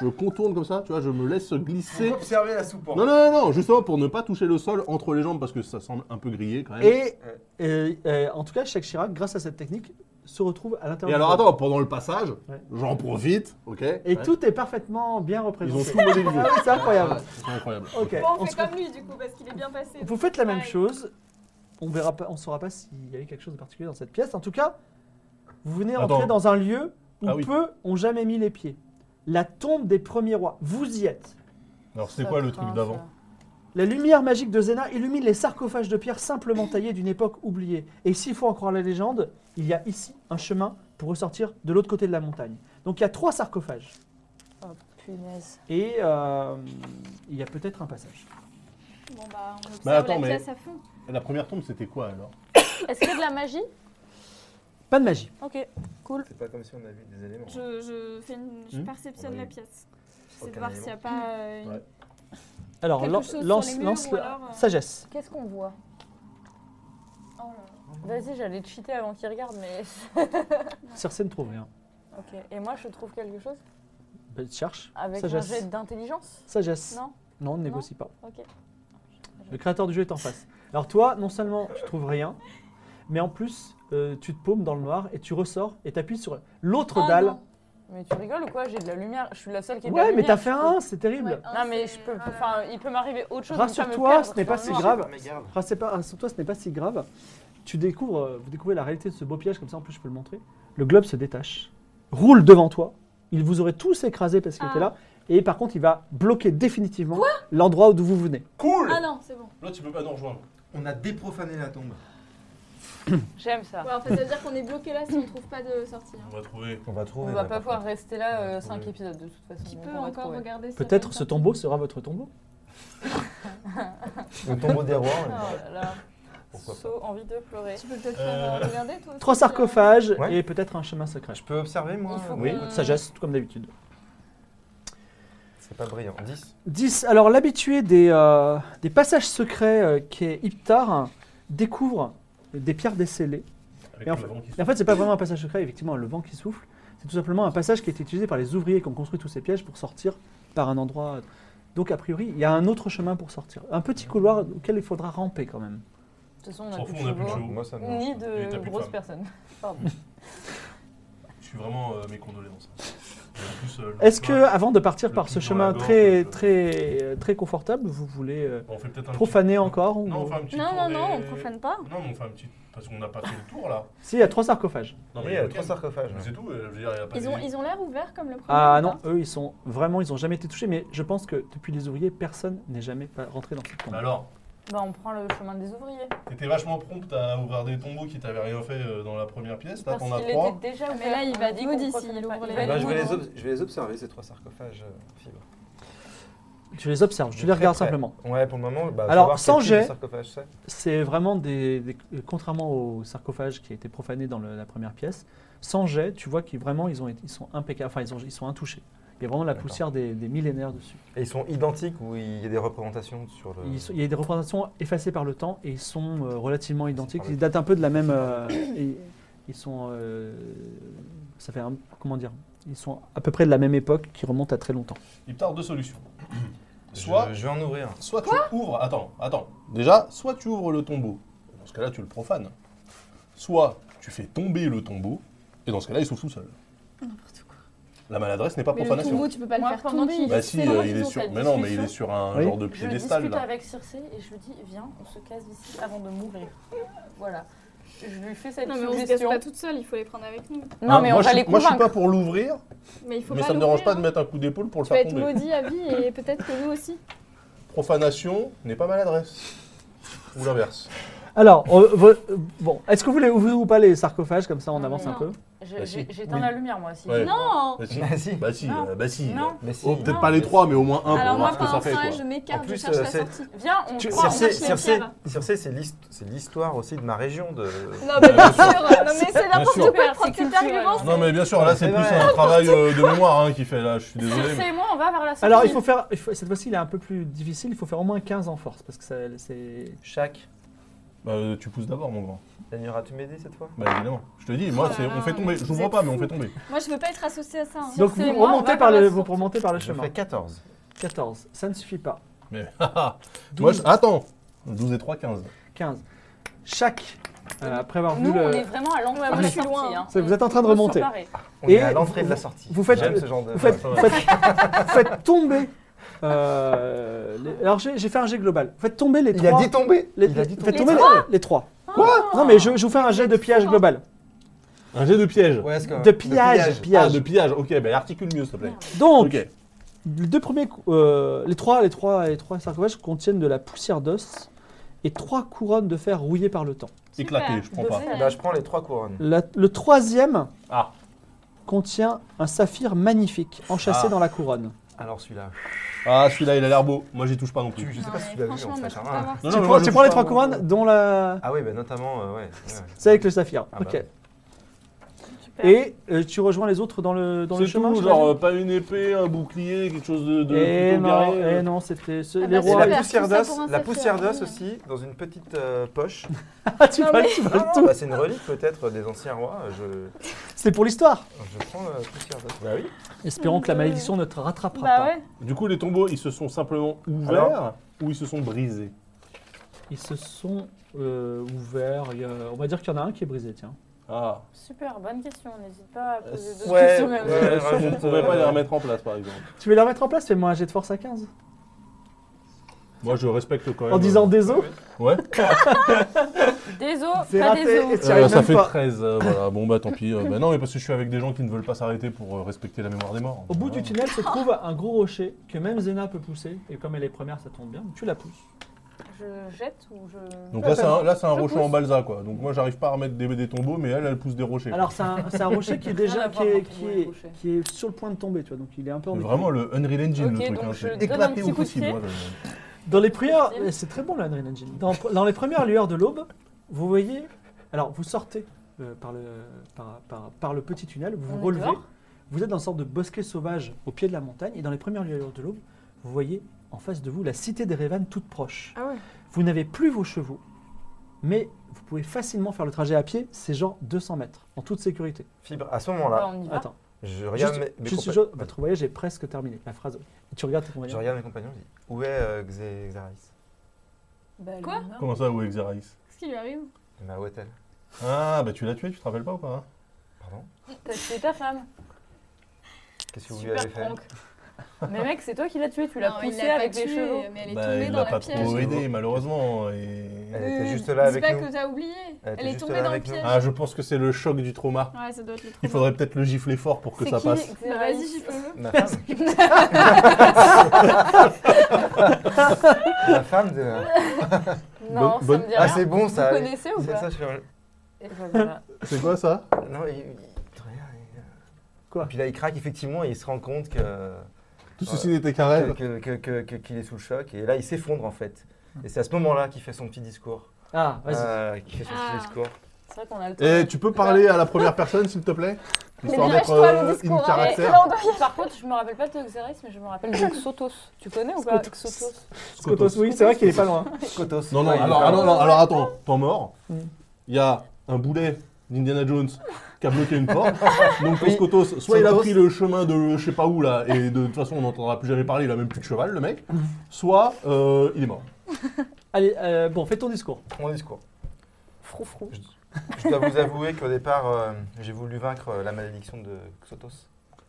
je contourne comme ça, tu vois, je me laisse glisser. Observez la soupe. hein. Non, non, non, non, justement pour ne pas toucher le sol entre les jambes parce que ça semble un peu grillé quand même. Et euh, euh, en tout cas, Jacques Chirac, grâce à cette technique, se retrouve à l'intérieur. Et du alors groupe. attends, pendant le passage, Ouais. j'en profite, ok Et Ouais. tout est parfaitement bien Ils ont représenté. tout modélisé. Ah oui, c'est incroyable. Ah, C'est incroyable. Ok. Bon, on on fait se- comme lui du coup parce qu'il est bien passé. Vous faites la même Pareil. chose. On verra pas, on saura pas s'il y avait quelque chose de particulier dans cette pièce. En tout cas, vous venez Attends. entrer dans un lieu où Ah oui. peu ont jamais mis les pieds. La tombe des premiers rois. Vous y êtes. Alors c'est Ça quoi le truc craint, d'avant ça. La lumière magique de Zena illumine les sarcophages de pierre simplement taillés d'une époque oubliée. Et s'il faut en croire la légende, il y a ici un chemin pour ressortir de l'autre côté de la montagne. Donc il y a trois sarcophages Oh punaise. et euh, il y a peut-être un passage. Bon, bah, on observe attends, la mais- pièce à fond. La première tombe c'était quoi alors Est-ce qu'il y a de la magie Pas de magie. Ok. C'est pas comme si on avait des éléments. Je, je fais une je Hmm perceptionne Oui. la pièce. J'essaie de Aucun voir s'il n'y a élément. pas euh, une- Ouais. Alors Quelque lan- chose sur lance, les murs lance ou la- alors, euh, sagesse. Qu'est-ce qu'on voit Oh là là. Vas-y, j'allais te cheater avant qu'il regarde, mais. Circe ne trouve rien. Ok. Et moi, je trouve quelque chose Bah, cherche. avec un sagesse. jet d'intelligence Sagesse. Non Non, on ne négocie pas. Ok. Le créateur du jeu est en face. Alors toi, non seulement tu trouves rien, mais en plus euh, tu te paumes dans le noir et tu ressors et t'appuies sur l'autre Oh dalle. non. Ah, Mais tu rigoles ou quoi J'ai de la lumière. Je suis la seule qui a de la Ouais, mais lumière, t'as je fait trouve. un, c'est terrible. Ouais, un, Non mais c'est- je peux. voilà. Enfin, il peut m'arriver autre chose. donc ça me Rassure-toi, perdre ce dans n'est Ah, pas le si noir. grave. Mais garde. Rassure pas- Rassure-toi, ce n'est pas si grave. Tu découvres, euh, vous découvrez la réalité de ce beau piège, comme ça en plus je peux le montrer. Le globe se détache, roule devant toi. Il vous aurait tous écrasé parce qu'il Ah. était là. Et par contre, il va bloquer définitivement l'endroit d'où vous venez. Cool Ah non, c'est bon. Là tu peux pas nous rejoindre. On a déprofané la tombe. J'aime ça. Ouais, en fait, ça veut dire qu'on est bloqué là si on ne trouve pas de sortie. hein. On va trouver. On va trouver. On va pas pouvoir rester On là va 5 trouver. épisodes de toute façon. bah, Qui donc peut on va encore trouver. regarder s'il y a Peut-être une ce sortie. tombeau sera votre tombeau. Le tombeau des rois. Oh on est- là là. Pourquoi pas. So, envie de pleurer. Tu peux peut-être faire euh, regarder toi aussi, Trois sarcophages Ouais. et peut-être un chemin secret. Je peux observer moi Il faut Oui, Euh, sagesse, tout comme d'habitude. C'est pas brillant. 10. 10. Alors, l'habitué des, euh, des passages secrets euh, qu'est Iptar hein, découvre des pierres décellées. Avec Et en le fait- vent qui se- Et en fait, c'est pas vraiment un passage secret, effectivement, le vent qui souffle. C'est tout simplement un passage qui a été utilisé par les ouvriers qui ont construit tous ces pièges pour sortir par un endroit. Donc, a priori, il y a un autre chemin pour sortir. Un petit couloir auquel il faudra ramper quand même. De toute façon, On on a s'en plus fout, de on a plus hein. de chevaux, chevaux. Moi, ça me. ni Et t'as plus de de grosses femmes. personnes. Pardon. Je suis vraiment euh, mes condoléances. Et en plus, euh, le Est-ce que, lendemain, avant de partir Le par ce pic dans chemin la gorge, très, le- très, euh, très confortable, vous voulez euh, on fait peut-être un profaner petit- encore ou- Non, on fait un petit Non, tour non, non, on des- profane pas. Non, mais on fait un petit. Parce qu'on n'a pas fait le tour là. Si, il y a trois sarcophages. Non, Oui, il y a ok, trois sarcophages. mais C'est tout, euh, je veux dire, il n'y a pas Ils de- ont, ils ont l'air ouverts comme le premier. Ah ou non, pas eux, ils sont vraiment, ils ont jamais été touchés, mais je pense que depuis les ouvriers, personne n'est jamais pas rentré dans cette tombe. Bah alors, Bah, on prend le chemin des ouvriers. t'étais vachement prompt à ouvrir des tombeaux qui t'avaient rien fait euh, dans la première pièce. Là, Parce t'en as qu'il trois. était déjà Mais là, il va dire nous qu'on dit prenait s'il pas. ouvre Il les va Eh nous ben, portes. je, vais les Bonjour. ob- je vais les observer, ces trois sarcophages euh, fibres. Tu les observes, tu les De très regardes près. simplement. Ouais, pour le moment, bah, Alors, savoir sans quel type de jet. sarcophage c'est. C'est vraiment des, des- Contrairement au sarcophage qui a été profané dans le- la première pièce, sans jet, tu vois qu'ils vraiment, ils, ont, été- ils sont impeccables, enfin, ils, ont- ils sont intouchés. Il y a vraiment la D'accord. poussière des, des millénaires dessus. Et ils sont identiques ou il y a des représentations sur le. Ils sont- il y a des représentations effacées par le temps et ils sont euh, relativement identiques. par le Ils datent un peu de la même. euh, et- ils sont. euh, ça fait un. Comment dire Ils sont à peu près de la même époque qui remonte à très longtemps. Il te tarde deux solutions. Je- Soit, Je, vais en ouvrir. soit tu ouvres. Attends, attends. Déjà, soit tu ouvres le tombeau. Dans ce cas-là, tu le profanes. Soit tu fais tomber le tombeau. Et dans ce cas-là, il s'ouvre tout seul. N'importe quoi. La maladresse n'est pas Mais le profanation. tombeau, tu peux pas Moi, le faire pendant tomber. qu'il- Bah si, C'est euh, vrai, il ils est ont sur. cette Mais non, mais il discussion. est sur un Oui. genre de Je piédestal discute là. avec Circé et je lui dis Viens, on se casse d'ici avant de mourir. Voilà. Je lui fais cette Non, mais on se casse suggestion. pas toute seule, il faut les prendre avec nous. Non, Hein, mais moi, on va je suis- les Moi, je convaincre. suis pas pour l'ouvrir, Mais il faut mais pas ça me dérange l'ouvrir, pas de hein. mettre un coup d'épaule pour le Tu vas faire être tomber. maudit à vie et peut-être que nous aussi. Profanation n'est pas maladresse. Ou l'inverse. Alors, on- vo- euh, bon, est-ce que vous voulez ouvrir ou pas les sarcophages comme ça on Non, avance mais un non. peu Je- Bah, j'ai- si. J'éteins Oui. la lumière, moi aussi. Ouais. Non Bah si, Ah si. bah si, Non. euh, bah si. Non. Mais si. Oh, peut-être pas les trois, mais au moins un Alors moi, pour voir ce que par ça un fait. frein, je quoi. En m'écarte, je plus, cherche euh, la c'est- sortie. Viens, on Tu- croit. on Circé, cherche les Circé- pierres. Circé, c'est l'hist- c'est l'histoire aussi de ma région. De... Non, mais bien sûr, non, mais c'est Bien sûr. n'importe quoi de prendre C'est cet culturel. argument. Non mais bien sûr, là C'est c'est plus vrai. un travail euh, de mémoire hein, qui fait là, je suis désolé. Circé et moi, on va vers la sortie. Alors, il faut faire. il faut- cette fois-ci, il est un peu plus difficile. Il faut faire au moins 15 en force parce que ça, c'est. Chaque. Bah, euh, tu pousses d'abord mon grand. Daniela, tu m'aider cette fois Bah évidemment, je te dis, moi Oh là c'est on là, fait tomber, vous j'ouvre êtes pas mais on fous. fait tomber. Moi, je veux pas être associée à ça. hein. Donc, c'est vous moi, on remontez, va par vers le, la vous source. remontez par le Je chemin. fais 14. 14. Ça ne suffit pas. Mais moi 12, je... attends, 12 et 3 15. 15. Chaque. euh, après avoir Nous, vu on le. est vraiment à l'entrée. Ouais, de moi, la je suis sortie, loin. hein. C'est- Vous êtes en train de On se remonter. séparer. On Et est à l'entrée de la vous- sortie. vous faites- J'aime ce genre de. Vous faites, Ouais, faites- faites tomber. euh, les- alors j'ai j'ai fait un jet global. Faites tomber les Il trois. a dit tomber. les, Il a dit faites tomber. tomber les, les trois. Quoi Non mais je, je vous fais un jet de pillage global. Un jet de piège. Ouais, c'est quand même- De pillage. Ah, pillage. Oh, de pillage, ok, bah articule mieux s'il te plaît. Donc Ok. les deux premiers, cou- euh, les trois, les trois, les trois sarcophages contiennent de la poussière d'os et trois couronnes de fer rouillées par le temps. Éclaté, je prends pas. Dosé. Bah, je prends les trois couronnes. La- le troisième Ah. contient un saphir magnifique enchâssé Ah. dans la couronne. Alors celui-là. Ah celui-là il a l'air beau, moi j'y touche pas non Tu- plus. Je sais Non, pas mais si tu l'as vu franchement, en moi, fait. je peux hein. pas voir. Non, non, tu mais prends, moi, je tu prends les touche pas. trois couronnes dont la Ah oui, bah, notamment, euh, ouais. ouais. C'est avec le saphir. Ah ok. bah. Super. Et euh, tu rejoins les autres dans le, dans le C'est chemin tout, j'imagine genre euh, pas une épée, un bouclier, quelque chose de, de Eh plutôt non, garé, euh. eh non, c'était ce- Ah les bah, Et rois. c'est la poussière tout ça d'os, pour un la saphir, poussière d'os oui. aussi, dans une petite euh, poche. Ah, tu Non, vas- mais- tu vas Non, non, le tout. bah, c'est une relique peut-être des anciens rois. Je, C'est pour l'histoire. je prends la poussière d'os. Bah oui. Espérons que la Euh, malédiction ne te rattrapera Bah pas. ouais. Du coup, les tombeaux, ils se sont simplement ouverts Alors ou ils se sont brisés Ils se sont euh, ouverts. il y a- on va dire qu'il y en a un qui est brisé, tiens. Ah, Super, bonne question. N'hésite pas à poser Euh, d'autres ouais, questions. même. ouais. Est-ce qu'on ne rajoute, pourrait pas euh, les remettre en place, par exemple Tu veux les remettre en place Fais-moi un jet de force à 15. Moi, je respecte quand même. euh, En disant désolé. bah, Ouais, Des os, C'est pas des raté. os. Et tu arrives ça même fait pas. 13. euh, voilà, bon, bah tant pis. euh, bah non, mais parce que je suis avec des gens qui ne veulent pas s'arrêter pour euh, respecter la mémoire des morts. Au bout du Voilà. tunnel se trouve un gros rocher que même Zena peut pousser. Et comme elle est première, ça tombe bien. Tu la pousses. Je jette ou je. Donc là, c'est un, là, c'est un Je rocher pousse. en balsa, quoi. Donc moi, j'arrive pas à remettre des, des tombeaux, mais elle, elle pousse des rochers. Alors, c'est un, c'est un rocher qui est Rien déjà à qui voir est, entre qui, moi et le est, rocher. qui est sur le point de tomber, tu vois. Donc, il est un peu en C'est équilibre. Vraiment le Unreal Engine, Ok, le truc. donc hein, je c'est donne un éclaté petit au coup de possible. pied. hein, je- Dans les premières, Facile. c'est très bon le Unreal Engine. Dans, dans les premières lueurs de l'aube, vous voyez, alors vous sortez euh, par, le, par, par- par le petit tunnel, vous vous On est relevez, dehors vous êtes dans une sorte de bosquet sauvage au pied de la montagne, et dans les premières lueurs de l'aube, vous voyez en face de vous la cité des Révanes toute proche. Ah ouais. Vous n'avez plus vos chevaux, mais vous pouvez facilement faire le trajet à pied, c'est genre 200 mètres, en toute sécurité. Fibre, à ce Bah, moment-là, on y va. Attends, Je regarde Juste- mes, mes juste une compa- chose, votre voyage est presque terminé. La phrase. Et tu regardes tes Je compagnons. regarde mes compagnons, je dis Où est euh, Xe- Xaris Quoi Comment ça, où est Xeraïs Qu'est-ce qui lui arrive Elle m'a où est-elle Ah, bah tu l'as tué, tu te rappelles pas ou pas hein Pardon T'as tué ta femme. Qu'est-ce que vous lui Super avez fait prank. Mais mec, c'est toi qui l'as tué, tu l'as Non, il poussé l'a avec pas des tué, chevaux. Mais elle est Bah, tombée il dans l'a la pas pièce. trop aidé, malheureusement. et- Elle était Euh, juste là Dis avec pas nous. que t'as oublié. Elle était Elle est juste tombée là dans le avec nous. piège. Ah, je pense que c'est le choc du trauma. Ouais, ça doit être le truc. Il faudrait peut-être le gifler fort pour que C'est ça qui, Bah, passe. Xeraïs Vas-y, j'y peux le. Ma femme La femme de. hein. Bonne- Non, ça bonne- me dit Ah, rien. c'est bon ça Vous connaissez ou Ça, pas ça, je suis- Et ben voilà. C'est quoi ça Non, il. il- regarde, il- Quoi euh, Et Puis là, il craque effectivement et il se rend compte que. Tout Voilà. ceci n'était qu'un que- rêve. que- que- que- que- qu'il est sous le choc et là il s'effondre en fait. Et c'est à ce moment-là qu'il fait son petit discours. Ah, Hum. vas-y. Euh, qu'il fait son Ah. petit discours. C'est vrai qu'on a le temps. Et tu peux parler à la première personne, s'il te plaît Eh, Histoire d'être dirige-toi le euh, in discours, character. Par contre, je me rappelle pas de Xeraïs, mais je me rappelle de Xotos. Tu connais ou pas Xotos Skotos, oui, c'est vrai qu'il est pas loin. Skotos. Non, non, Ouais, il est alors, pas- alors, alors, alors, attends, temps mort. Hmm. Mm. Il y a un boulet d'Indiana Jones qui a bloqué une porte. Donc, pour Oui. Skotos, soit il a Skotos. pris le chemin de je sais pas où là, et de toute façon, on n'entendra plus jamais parler, il a même plus de cheval, le mec. Hmm. Soit euh, il est mort. Allez, euh, bon, fais ton discours. Mon discours. Froufrou. Je dois vous avouer qu'au départ, euh, j'ai voulu vaincre euh, la malédiction de Xotos.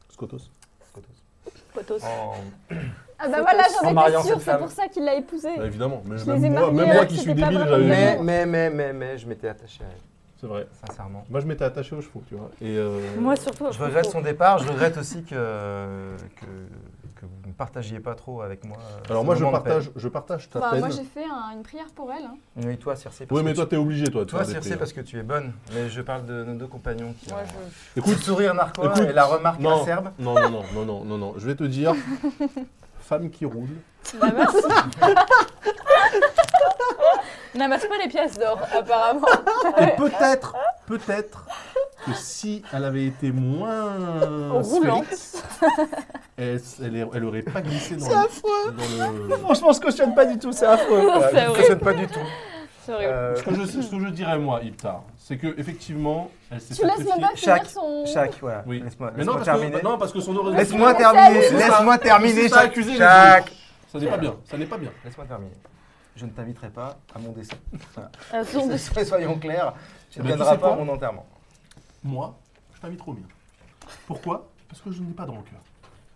Skotos. Skotos. Xotos. En- Ah bah voilà, En j'en mariant étais sûre, cette c'est femme. pour ça qu'il l'a épousée. Bah, évidemment, mais Je même, les ai moi, mariés, même moi alors qui que suis c'était pas débile, vraiment j'avais bien. jamais- Mais, mais, mais, mais, mais, je m'étais attaché à elle, C'est vrai. sincèrement. Moi, je m'étais attaché aux chevaux, tu vois. Et euh, Moi surtout. à Je regrette Froufrou. son départ, je regrette aussi que, que, que vous ne partagiez pas trop avec moi. euh, Alors ce moi je moment de paix. partage, je partage ta Enfin, Bah, moi peine. j'ai fait un- une prière pour elle. hein. Oui, toi, Circe. parce Oui que mais toi tu- t'es obligé toi. de Toi, faire des Circe, prières. parce que tu es bonne. Mais je parle de nos deux compagnons qui Moi, ont le je- Écoute, sourire narquois écoute, et la remarque non. acerbe. non non non non non non non, je vais te dire, femme qui roule. N'amasse N'amasse pas les pièces d'or, apparemment. Et peut-être, peut-être que si elle avait été moins Roulante. sphérique, elle, elle, est- elle aurait pas glissé dans le. Dans le... Franchement, je cautionne pas du tout, c'est affreux. Voilà, C'est je ne Euh, horrible. cautionne pas du tout. C'est horrible. Euh, Ce que, je, ce que je dirais moi, Iptar, c'est que effectivement, elle s'est Tu laisses même sacrifiée- pas Chaque- finir son. Chaque, voilà. Oui. Laisse-moi Mais non laisse-moi parce, terminer. que, non, parce que son oraison. Laisse-moi terminer. C'est ça. Laisse-moi terminer. C'est ça, Chaque. accuser les Chaque. Ça n'est pas bien. Ça n'est pas bien. Laisse-moi terminer. Je ne t'inviterai pas à mon décès. Un tour de- Soyons soyons clairs, tu ne Mais tu viendras sais pas à quoi mon enterrement. Moi, je t'invite trop bien. Pourquoi Parce que je n'ai pas de rancœur.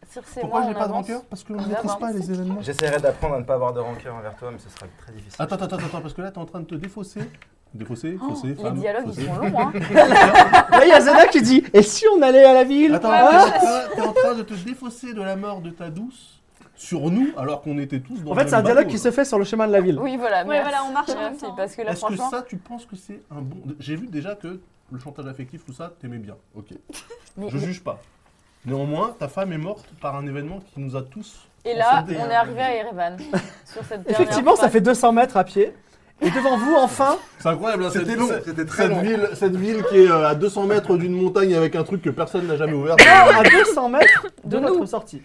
Circe et Pourquoi moi, je n'ai on pas de avance. rancœur Parce que On je ne maîtrise avance. pas les événements. J'essaierai d'apprendre à ne pas avoir de rancœur envers toi, mais ce sera très difficile. Attends, attends, attends, attends, parce que là, t'es en train de te défausser. Défausser, Oh, fausser, les femme, dialogues, ils fausser. sont longs, hein. Là, il y a Zena qui dit Et si on allait à la ville Attends, Ah, t'es en train- t'es en train de te défausser de la mort de ta douce sur nous, alors qu'on était tous dans En le fait, même c'est un dialogue bateau, qui là. se fait sur le chemin de la ville. Oui, voilà. Ouais, merci. voilà, on marche en même Merci, temps. parce que là, Est-ce que franchement, ça, tu penses que c'est un bon. J'ai vu déjà que le chantage affectif, tout ça, t'aimais bien. Ok. Mm, mais- Je juge pas. Néanmoins, ta femme est morte par un événement qui nous a tous. et là, on on s'est- est arrivé à Erevan. sur cette dernière Effectivement, ça phrase. fait 200 mètres à pied. Et devant vous, enfin, C'est incroyable, hein, cette- cette- c'était Cette ville, cette ville qui est euh, à 200 mètres d'une montagne avec un truc que personne n'a jamais ouvert. Ah à 200 mètres de De notre nous. sortie.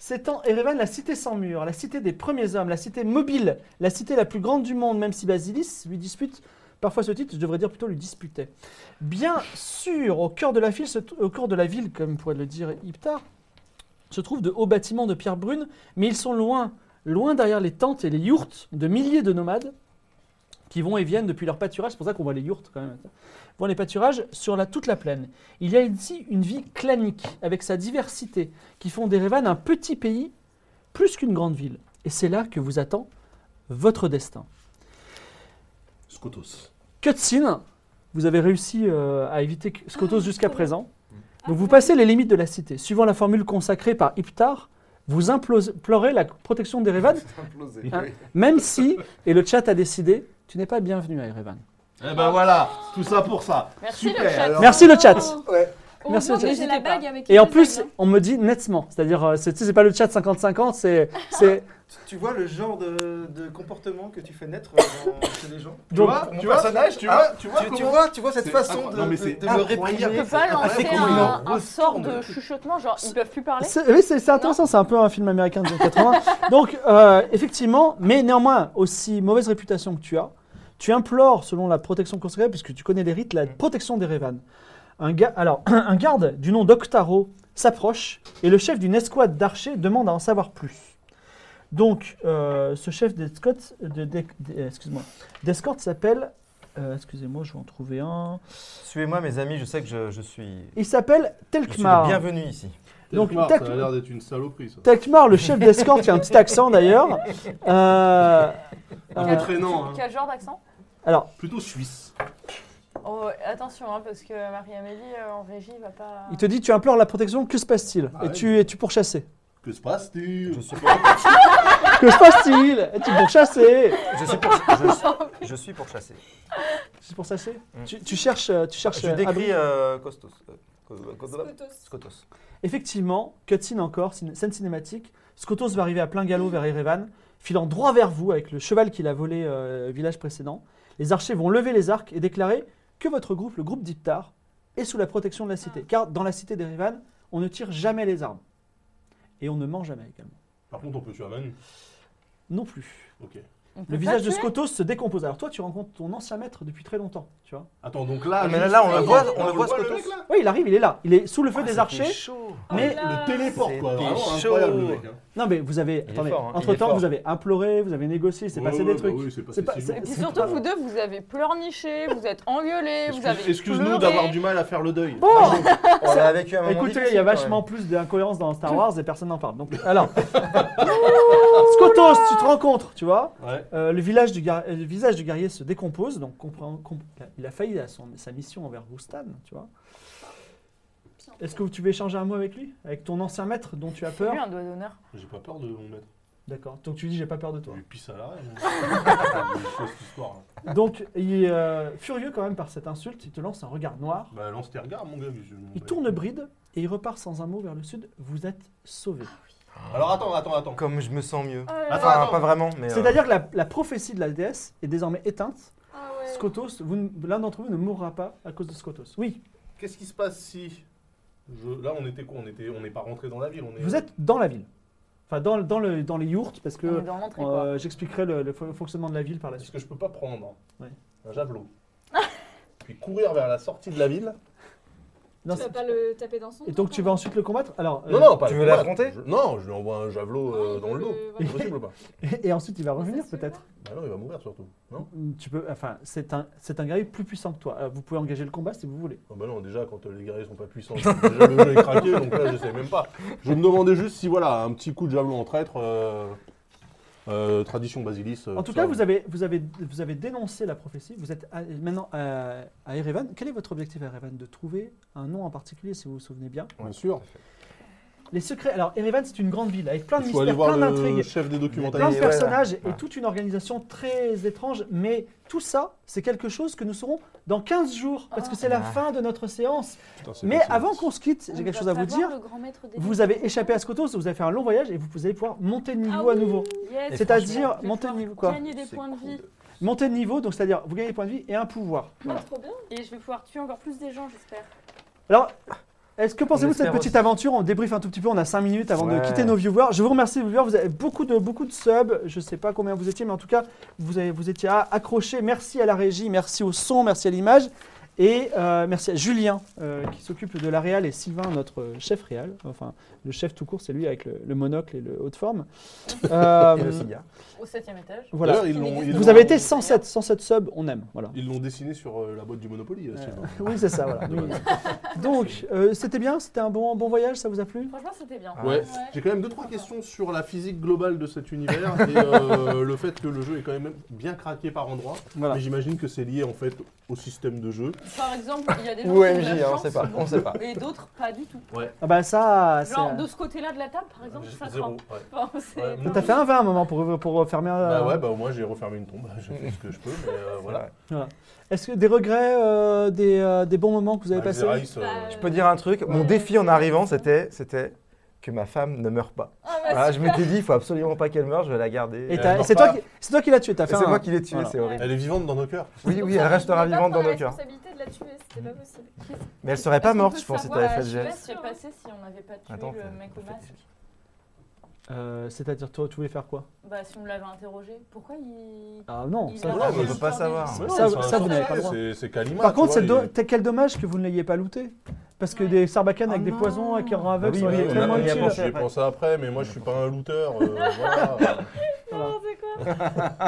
S'étend Erevan, la cité sans mur, la cité des premiers hommes, la cité mobile, la cité la plus grande du monde, même si Basilis lui dispute parfois ce titre, je devrais dire plutôt lui disputait. Bien sûr, au cœur de la ville, se t- au cœur de la ville comme pourrait le dire Iptar, se trouvent de hauts bâtiments de pierre brune, mais ils sont loin, loin derrière les tentes et les yourtes de milliers de nomades qui vont et viennent depuis leur pâturage. C'est pour ça qu'on voit les yourtes quand même. Voient les pâturages sur la, toute la plaine. Il y a ici une vie clanique, avec sa diversité, qui font d'Erevan un petit pays plus qu'une grande ville. Et c'est là que vous attend votre destin. Skotos. Cutscene, vous avez réussi euh, à éviter que- Skotos jusqu'à présent. Donc vous passez les limites de la cité. Suivant la formule consacrée par Iptar, vous implose- implorez la protection d'Erevan, Hein même si, et le chat a décidé, tu n'es pas bienvenu à Erevan. Eh ben voilà, tout ça pour ça. Merci Super, le chat. alors- Merci le chat oh, On Merci, voit que Jess. j'ai la N'hésitez pas. bague avec Et en les plus, ailes, hein. on me dit nettement, c'est-à-dire, euh, c'est tu sais, c'est pas le chat 50-50, c'est- c'est... Tu vois le genre de, de comportement que tu fais naître euh, dans- chez les gens Donc, pour mon tu vois, personnage, tu vois, ah, tu vois tu, comment- vois, tu vois cette c'est façon incroyable. de, Non, mais de- c'est de me incroyable. On réprimer. peut pas lancer compliment. un, un Retourne. sort de chuchotement, genre ils peuvent plus parler. C'est oui, c'est- c'est intéressant, c'est un peu un film américain des années 80. Donc, euh, effectivement, mais néanmoins, aussi mauvaise réputation que tu as, tu implores, selon la protection consacrée, puisque tu connais les rites, la protection des Révan. Un, ga- alors, un garde du nom d'Octaro s'approche et le chef d'une escouade d'archers demande à en savoir plus. Donc, euh, ce chef d'escorte de- d'e- d'e- excuse-moi, d'escorte s'appelle. euh, excusez-moi, je vais en trouver un. Suivez-moi, mes amis, je sais que je, je suis. Il s'appelle Je suis le Telkmar. bienvenu ici. Donc, Donc, ça tac- a l'air d'être une saloperie, ça. Telkmar, le chef d'escorte, qui a un petit accent d'ailleurs. Euh, Un euh, peu traînant, hein. Quel genre d'accent alors, Plutôt suisse. Oh, attention, hein, parce que Marie-Amélie euh, en régie va pas. il te dit Tu implores la protection, que se passe-t-il Bah Ah Et ouais. tu es tu pourchassé. Que se passe-t-il Je suis, pour- Que se passe-t-il Es-tu pourchassé je suis, pour, je, je suis pourchassé. C'est pour chasser Mm. tu, tu cherches, euh, tu cherches Je euh, abri. décris euh, Costos. euh, Co- Costos- Scotos. Scotos. Effectivement, cutscene encore, cin- scène cinématique. Skotos va arriver à plein galop vers Erevan, filant droit vers vous avec le cheval qu'il a volé euh, au village précédent. Les archers vont lever les arcs et déclarer que votre groupe, le groupe d'Iptar, est sous la protection de la cité. Car dans la cité d'Erevan, on ne tire jamais les armes. Et on ne ment jamais également. Par contre, on peut tuer Aman. Non plus. Ok. Le visage de Skotos se décompose. Alors toi, tu rencontres ton ancien maître depuis très longtemps, tu vois. Attends, donc là. Ah, mais là, juste- là, on le voit- on Là, le voit, ce mec, coton. là. Oui, il arrive, il est là. Il est sous le feu Ah, des c'était archers. chaud. Mais le C'était téléport, quoi. Vraiment chaud. incroyable, le mec. hein. Non, mais vous avez. Il est Attendez, fort, hein, il est entre temps, fort. vous avez imploré, vous avez négocié, il s'est Ouais, passé ouais, des bah trucs. oui, c'est passé C'est pas- si c'est- long. Et puis surtout, vous deux, vous avez pleurniché, vous êtes engueulés, vous Excuse- avez. Excuse-nous pleuré. d'avoir du mal à faire le deuil. Bon On l'a vécu à un moment Écoutez, il y difficile, a quand même. vachement plus d'incohérences dans Star Wars et personne n'en parle. Donc, alors. Skotos, tu te rencontres, tu vois. Ouais. Euh, le, village du gar- euh, le visage du guerrier se décompose, donc comprend- comp- il a failli à son- sa mission envers Roustan, tu vois. Est-ce que tu veux échanger un mot avec lui Avec ton ancien maître dont tu as C'est lui peur un doigt d'honneur. J'ai pas peur de mon maître. D'accord, donc tu lui dis j'ai pas peur de Je toi. lui pisse à l'arrêt. moi. C'est quoi cette histoire hein. là Donc, il est euh, furieux quand même par cette insulte, il te lance un regard noir. Bah, lance tes regards, mon gars. mais je- Il tourne le bride et il repart sans un mot vers le sud. Vous êtes sauvés. Alors, attends, attends, attends. Comme je me sens mieux. Ah Attends, Enfin, attends. pas vraiment, mais. euh, C'est-à-dire que la, la prophétie de la déesse est désormais éteinte. Ah ouais. Skotos, vous ne- l'un d'entre vous ne mourra pas à cause de Skotos. Oui, Qu'est-ce qui se passe si. je- Là, on était quoi On était, on n'est pas rentré dans la ville. On est... vous êtes dans la ville. Enfin, dans, le- dans, le, dans les yourtes, parce On que est dans l'entrée, quoi. euh, j'expliquerai le, le fo- fonctionnement de la ville par la Est-ce suite. que je peux pas prendre Ouais. un javelot Puis courir vers la sortie de la ville Non, Tu vas c'est- pas le taper dans son et dos, donc tu vas quoi. ensuite le combattre Alors, Non, euh, non, pas tu le veux combattre. l'affronter Je- Non, je lui envoie un javelot euh, dans le dos. Ouais, C'est possible ou pas euh, Et, et ensuite il va revenir se fait peut-être. Mm, Bah non, il va mourir surtout. Non Tu peux, enfin, c'est un, c'est un guerrier plus puissant que toi. Alors, vous pouvez engager le combat si vous voulez. Ah Bah non, déjà, quand euh, les guerriers sont pas puissants, déjà le jeu est craqué, donc là, je sais même pas. Je me demandais juste si, voilà, un petit coup de javelot en traître, euh, euh, tradition basilis. euh, En tout ça, cas, vous avez, vous avez, vous avez dénoncé la prophétie. Vous êtes à- maintenant à, à Erevan. Quel est votre objectif à Erevan De trouver un nom en particulier, si vous vous souvenez bien. Bien sûr. Les secrets. Alors, Erevan, c'est une grande ville avec plein de Il faut aller mystères, voir plein le d'intrigues, chef des plein documentaires. de Et ouais, personnages et ouais. toute une organisation très étrange. Mais tout ça, c'est quelque chose que nous saurons dans 15 jours, parce que c'est la Ah. fin de notre séance. Putain, c'est Mais facile. avant qu'on se quitte, j'ai On quelque va chose à vous savoir dire. le grand maître des Vous dieux. avez échappé à Skotos, vous avez fait un long voyage et vous allez pouvoir monter de niveau Ah à oui. nouveau. Yes, Et C'est-à-dire franchement, monter je de vais niveau pouvoir quoi Gagner des C'est points de cool. vie. Monter de niveau, donc c'est-à-dire vous gagnez des points de vie et un pouvoir. Voilà. Ah, Trop bien. Et je vais pouvoir tuer encore plus des gens, j'espère. Alors, est-ce que pensez-vous de cette espère petite aussi. aventure On débriefe un tout petit peu, on a 5 minutes avant de Ouais. quitter nos viewers. Je vous remercie, les viewers. Vous avez beaucoup de, beaucoup de subs. Je ne sais pas combien vous étiez, mais en tout cas, vous, avez, vous étiez à- accrochés. Merci à la régie, merci au son, merci à l'image. Et euh, merci à Julien euh, qui s'occupe de la réal et Sylvain, notre chef réal. Enfin, le chef tout court, c'est lui avec le, le monocle et le haut de forme. Euh, Et le cigare. Au septième étage. voilà. D'ailleurs, ils l'ont- ils Vous l'ont- avez été 107, 107 subs, on aime. Voilà. Ils l'ont dessiné sur euh, la boîte du Monopoly. euh, Euh, Sylvain. oui, c'est ça, voilà. Oui. Donc, euh, c'était bien, c'était un bon, bon voyage, ça vous a plu Franchement, c'était Ah, bien. Ouais. Ouais. J'ai quand même deux trois questions sur la physique globale de cet univers et euh, le fait que le jeu est quand même bien craqué par endroits. Voilà. Mais j'imagine que c'est lié en fait au système de jeu. Par exemple, il y a des gens Ou qui ont de MJ, la hein, on chance, sait pas. On sait pas. Et d'autres, pas du tout. Ah bah ça, c'est... Genre, de ce côté-là de la table, par exemple, ça Zéro. craint. ouais. Enfin, c'est- Ouais, T'as fait un 20 à un moment pour, ouvrir- pour fermer... euh, Bah ouais, bah au moins j'ai refermé une tombe. J'ai fait ce que je peux, mais euh, voilà. Voilà. Est-ce que des regrets, euh, des, euh, des bons moments que vous avez Bah, Avec passés Zerais, euh, Je peux dire un truc. Mon défi en arrivant, c'était, c'était que ma femme ne meure pas. Ah, Voilà, je m'étais dit, il faut absolument pas qu'elle meure, je vais la garder. Et Ah, Et t'as- Elle c'est meurt toi, qui- c'est toi qui l'as tué, t'as fait C'est un- moi qui l'ai tuée, Voilà. c'est horrible. Elle est vivante dans nos cœurs. Oui, oui, elle restera Tu peux pas vivante dans prendre la nos cœurs. responsabilité de la tuer, c'était pas possible. Mais elle serait pas Est-ce qu'on morte, peut je pense, si savoir, t'avais fait euh, le Je sais pas geste. ce qui est passé si on n'avait pas tué Attends, le faut- mec au faut- masque. Euh, C'est-à-dire, toi, tu voulais faire quoi Bah, si on l'avait interrogé, pourquoi il. Ah non, il ça, a Bah, non, on raconté peut pas l'histoire des- savoir. Ouais, Ça, c'est un ça, vous n'avez pas le droit. sorcier, C'est Kalima. Par contre, c'est do- t'as- quel dommage que vous ne l'ayez pas looté. Parce que Ouais. Oh des sarbacanes avec Ah des non. poisons, avec un Bah aveugle, oui, ça bah aurait oui, été euh, on a- tellement on y a utile. pensé. J'y ai pensé après, mais moi je suis pas un looter. euh, voilà. N'importe quoi.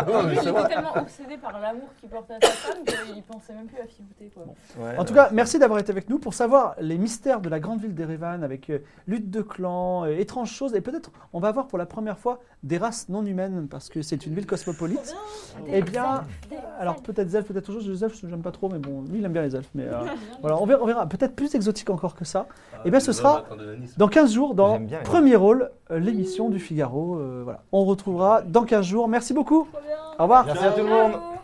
Non, En mais plus, il c'est vrai. était tellement obsédé par l'amour qu'il portait à sa femme qu'il pensait même plus à filouter, quoi. Ouais, En tout ouais. cas, merci d'avoir été avec nous pour savoir les mystères de la grande ville d'Erevan avec euh, lutte de clans, euh, étranges choses. Et peut-être on va voir pour la première fois des races non humaines parce que c'est une ville cosmopolite. Eh bien, alors peut-être elfes, peut-être autre chose. Les elfes, j'aime pas trop, mais bon, lui il aime bien les elfes. Mais euh, voilà, on verra, on verra. Peut-être plus exotique encore que ça. Eh bien, ce Ah, sera attendez, Anis. Dans 15 jours, dans J'aime bien, les Premier Rôle, euh, l'émission du Figaro. euh, voilà. On retrouvera dans 15 jours. Merci beaucoup. Au revoir. Merci à tout le monde. Bravo.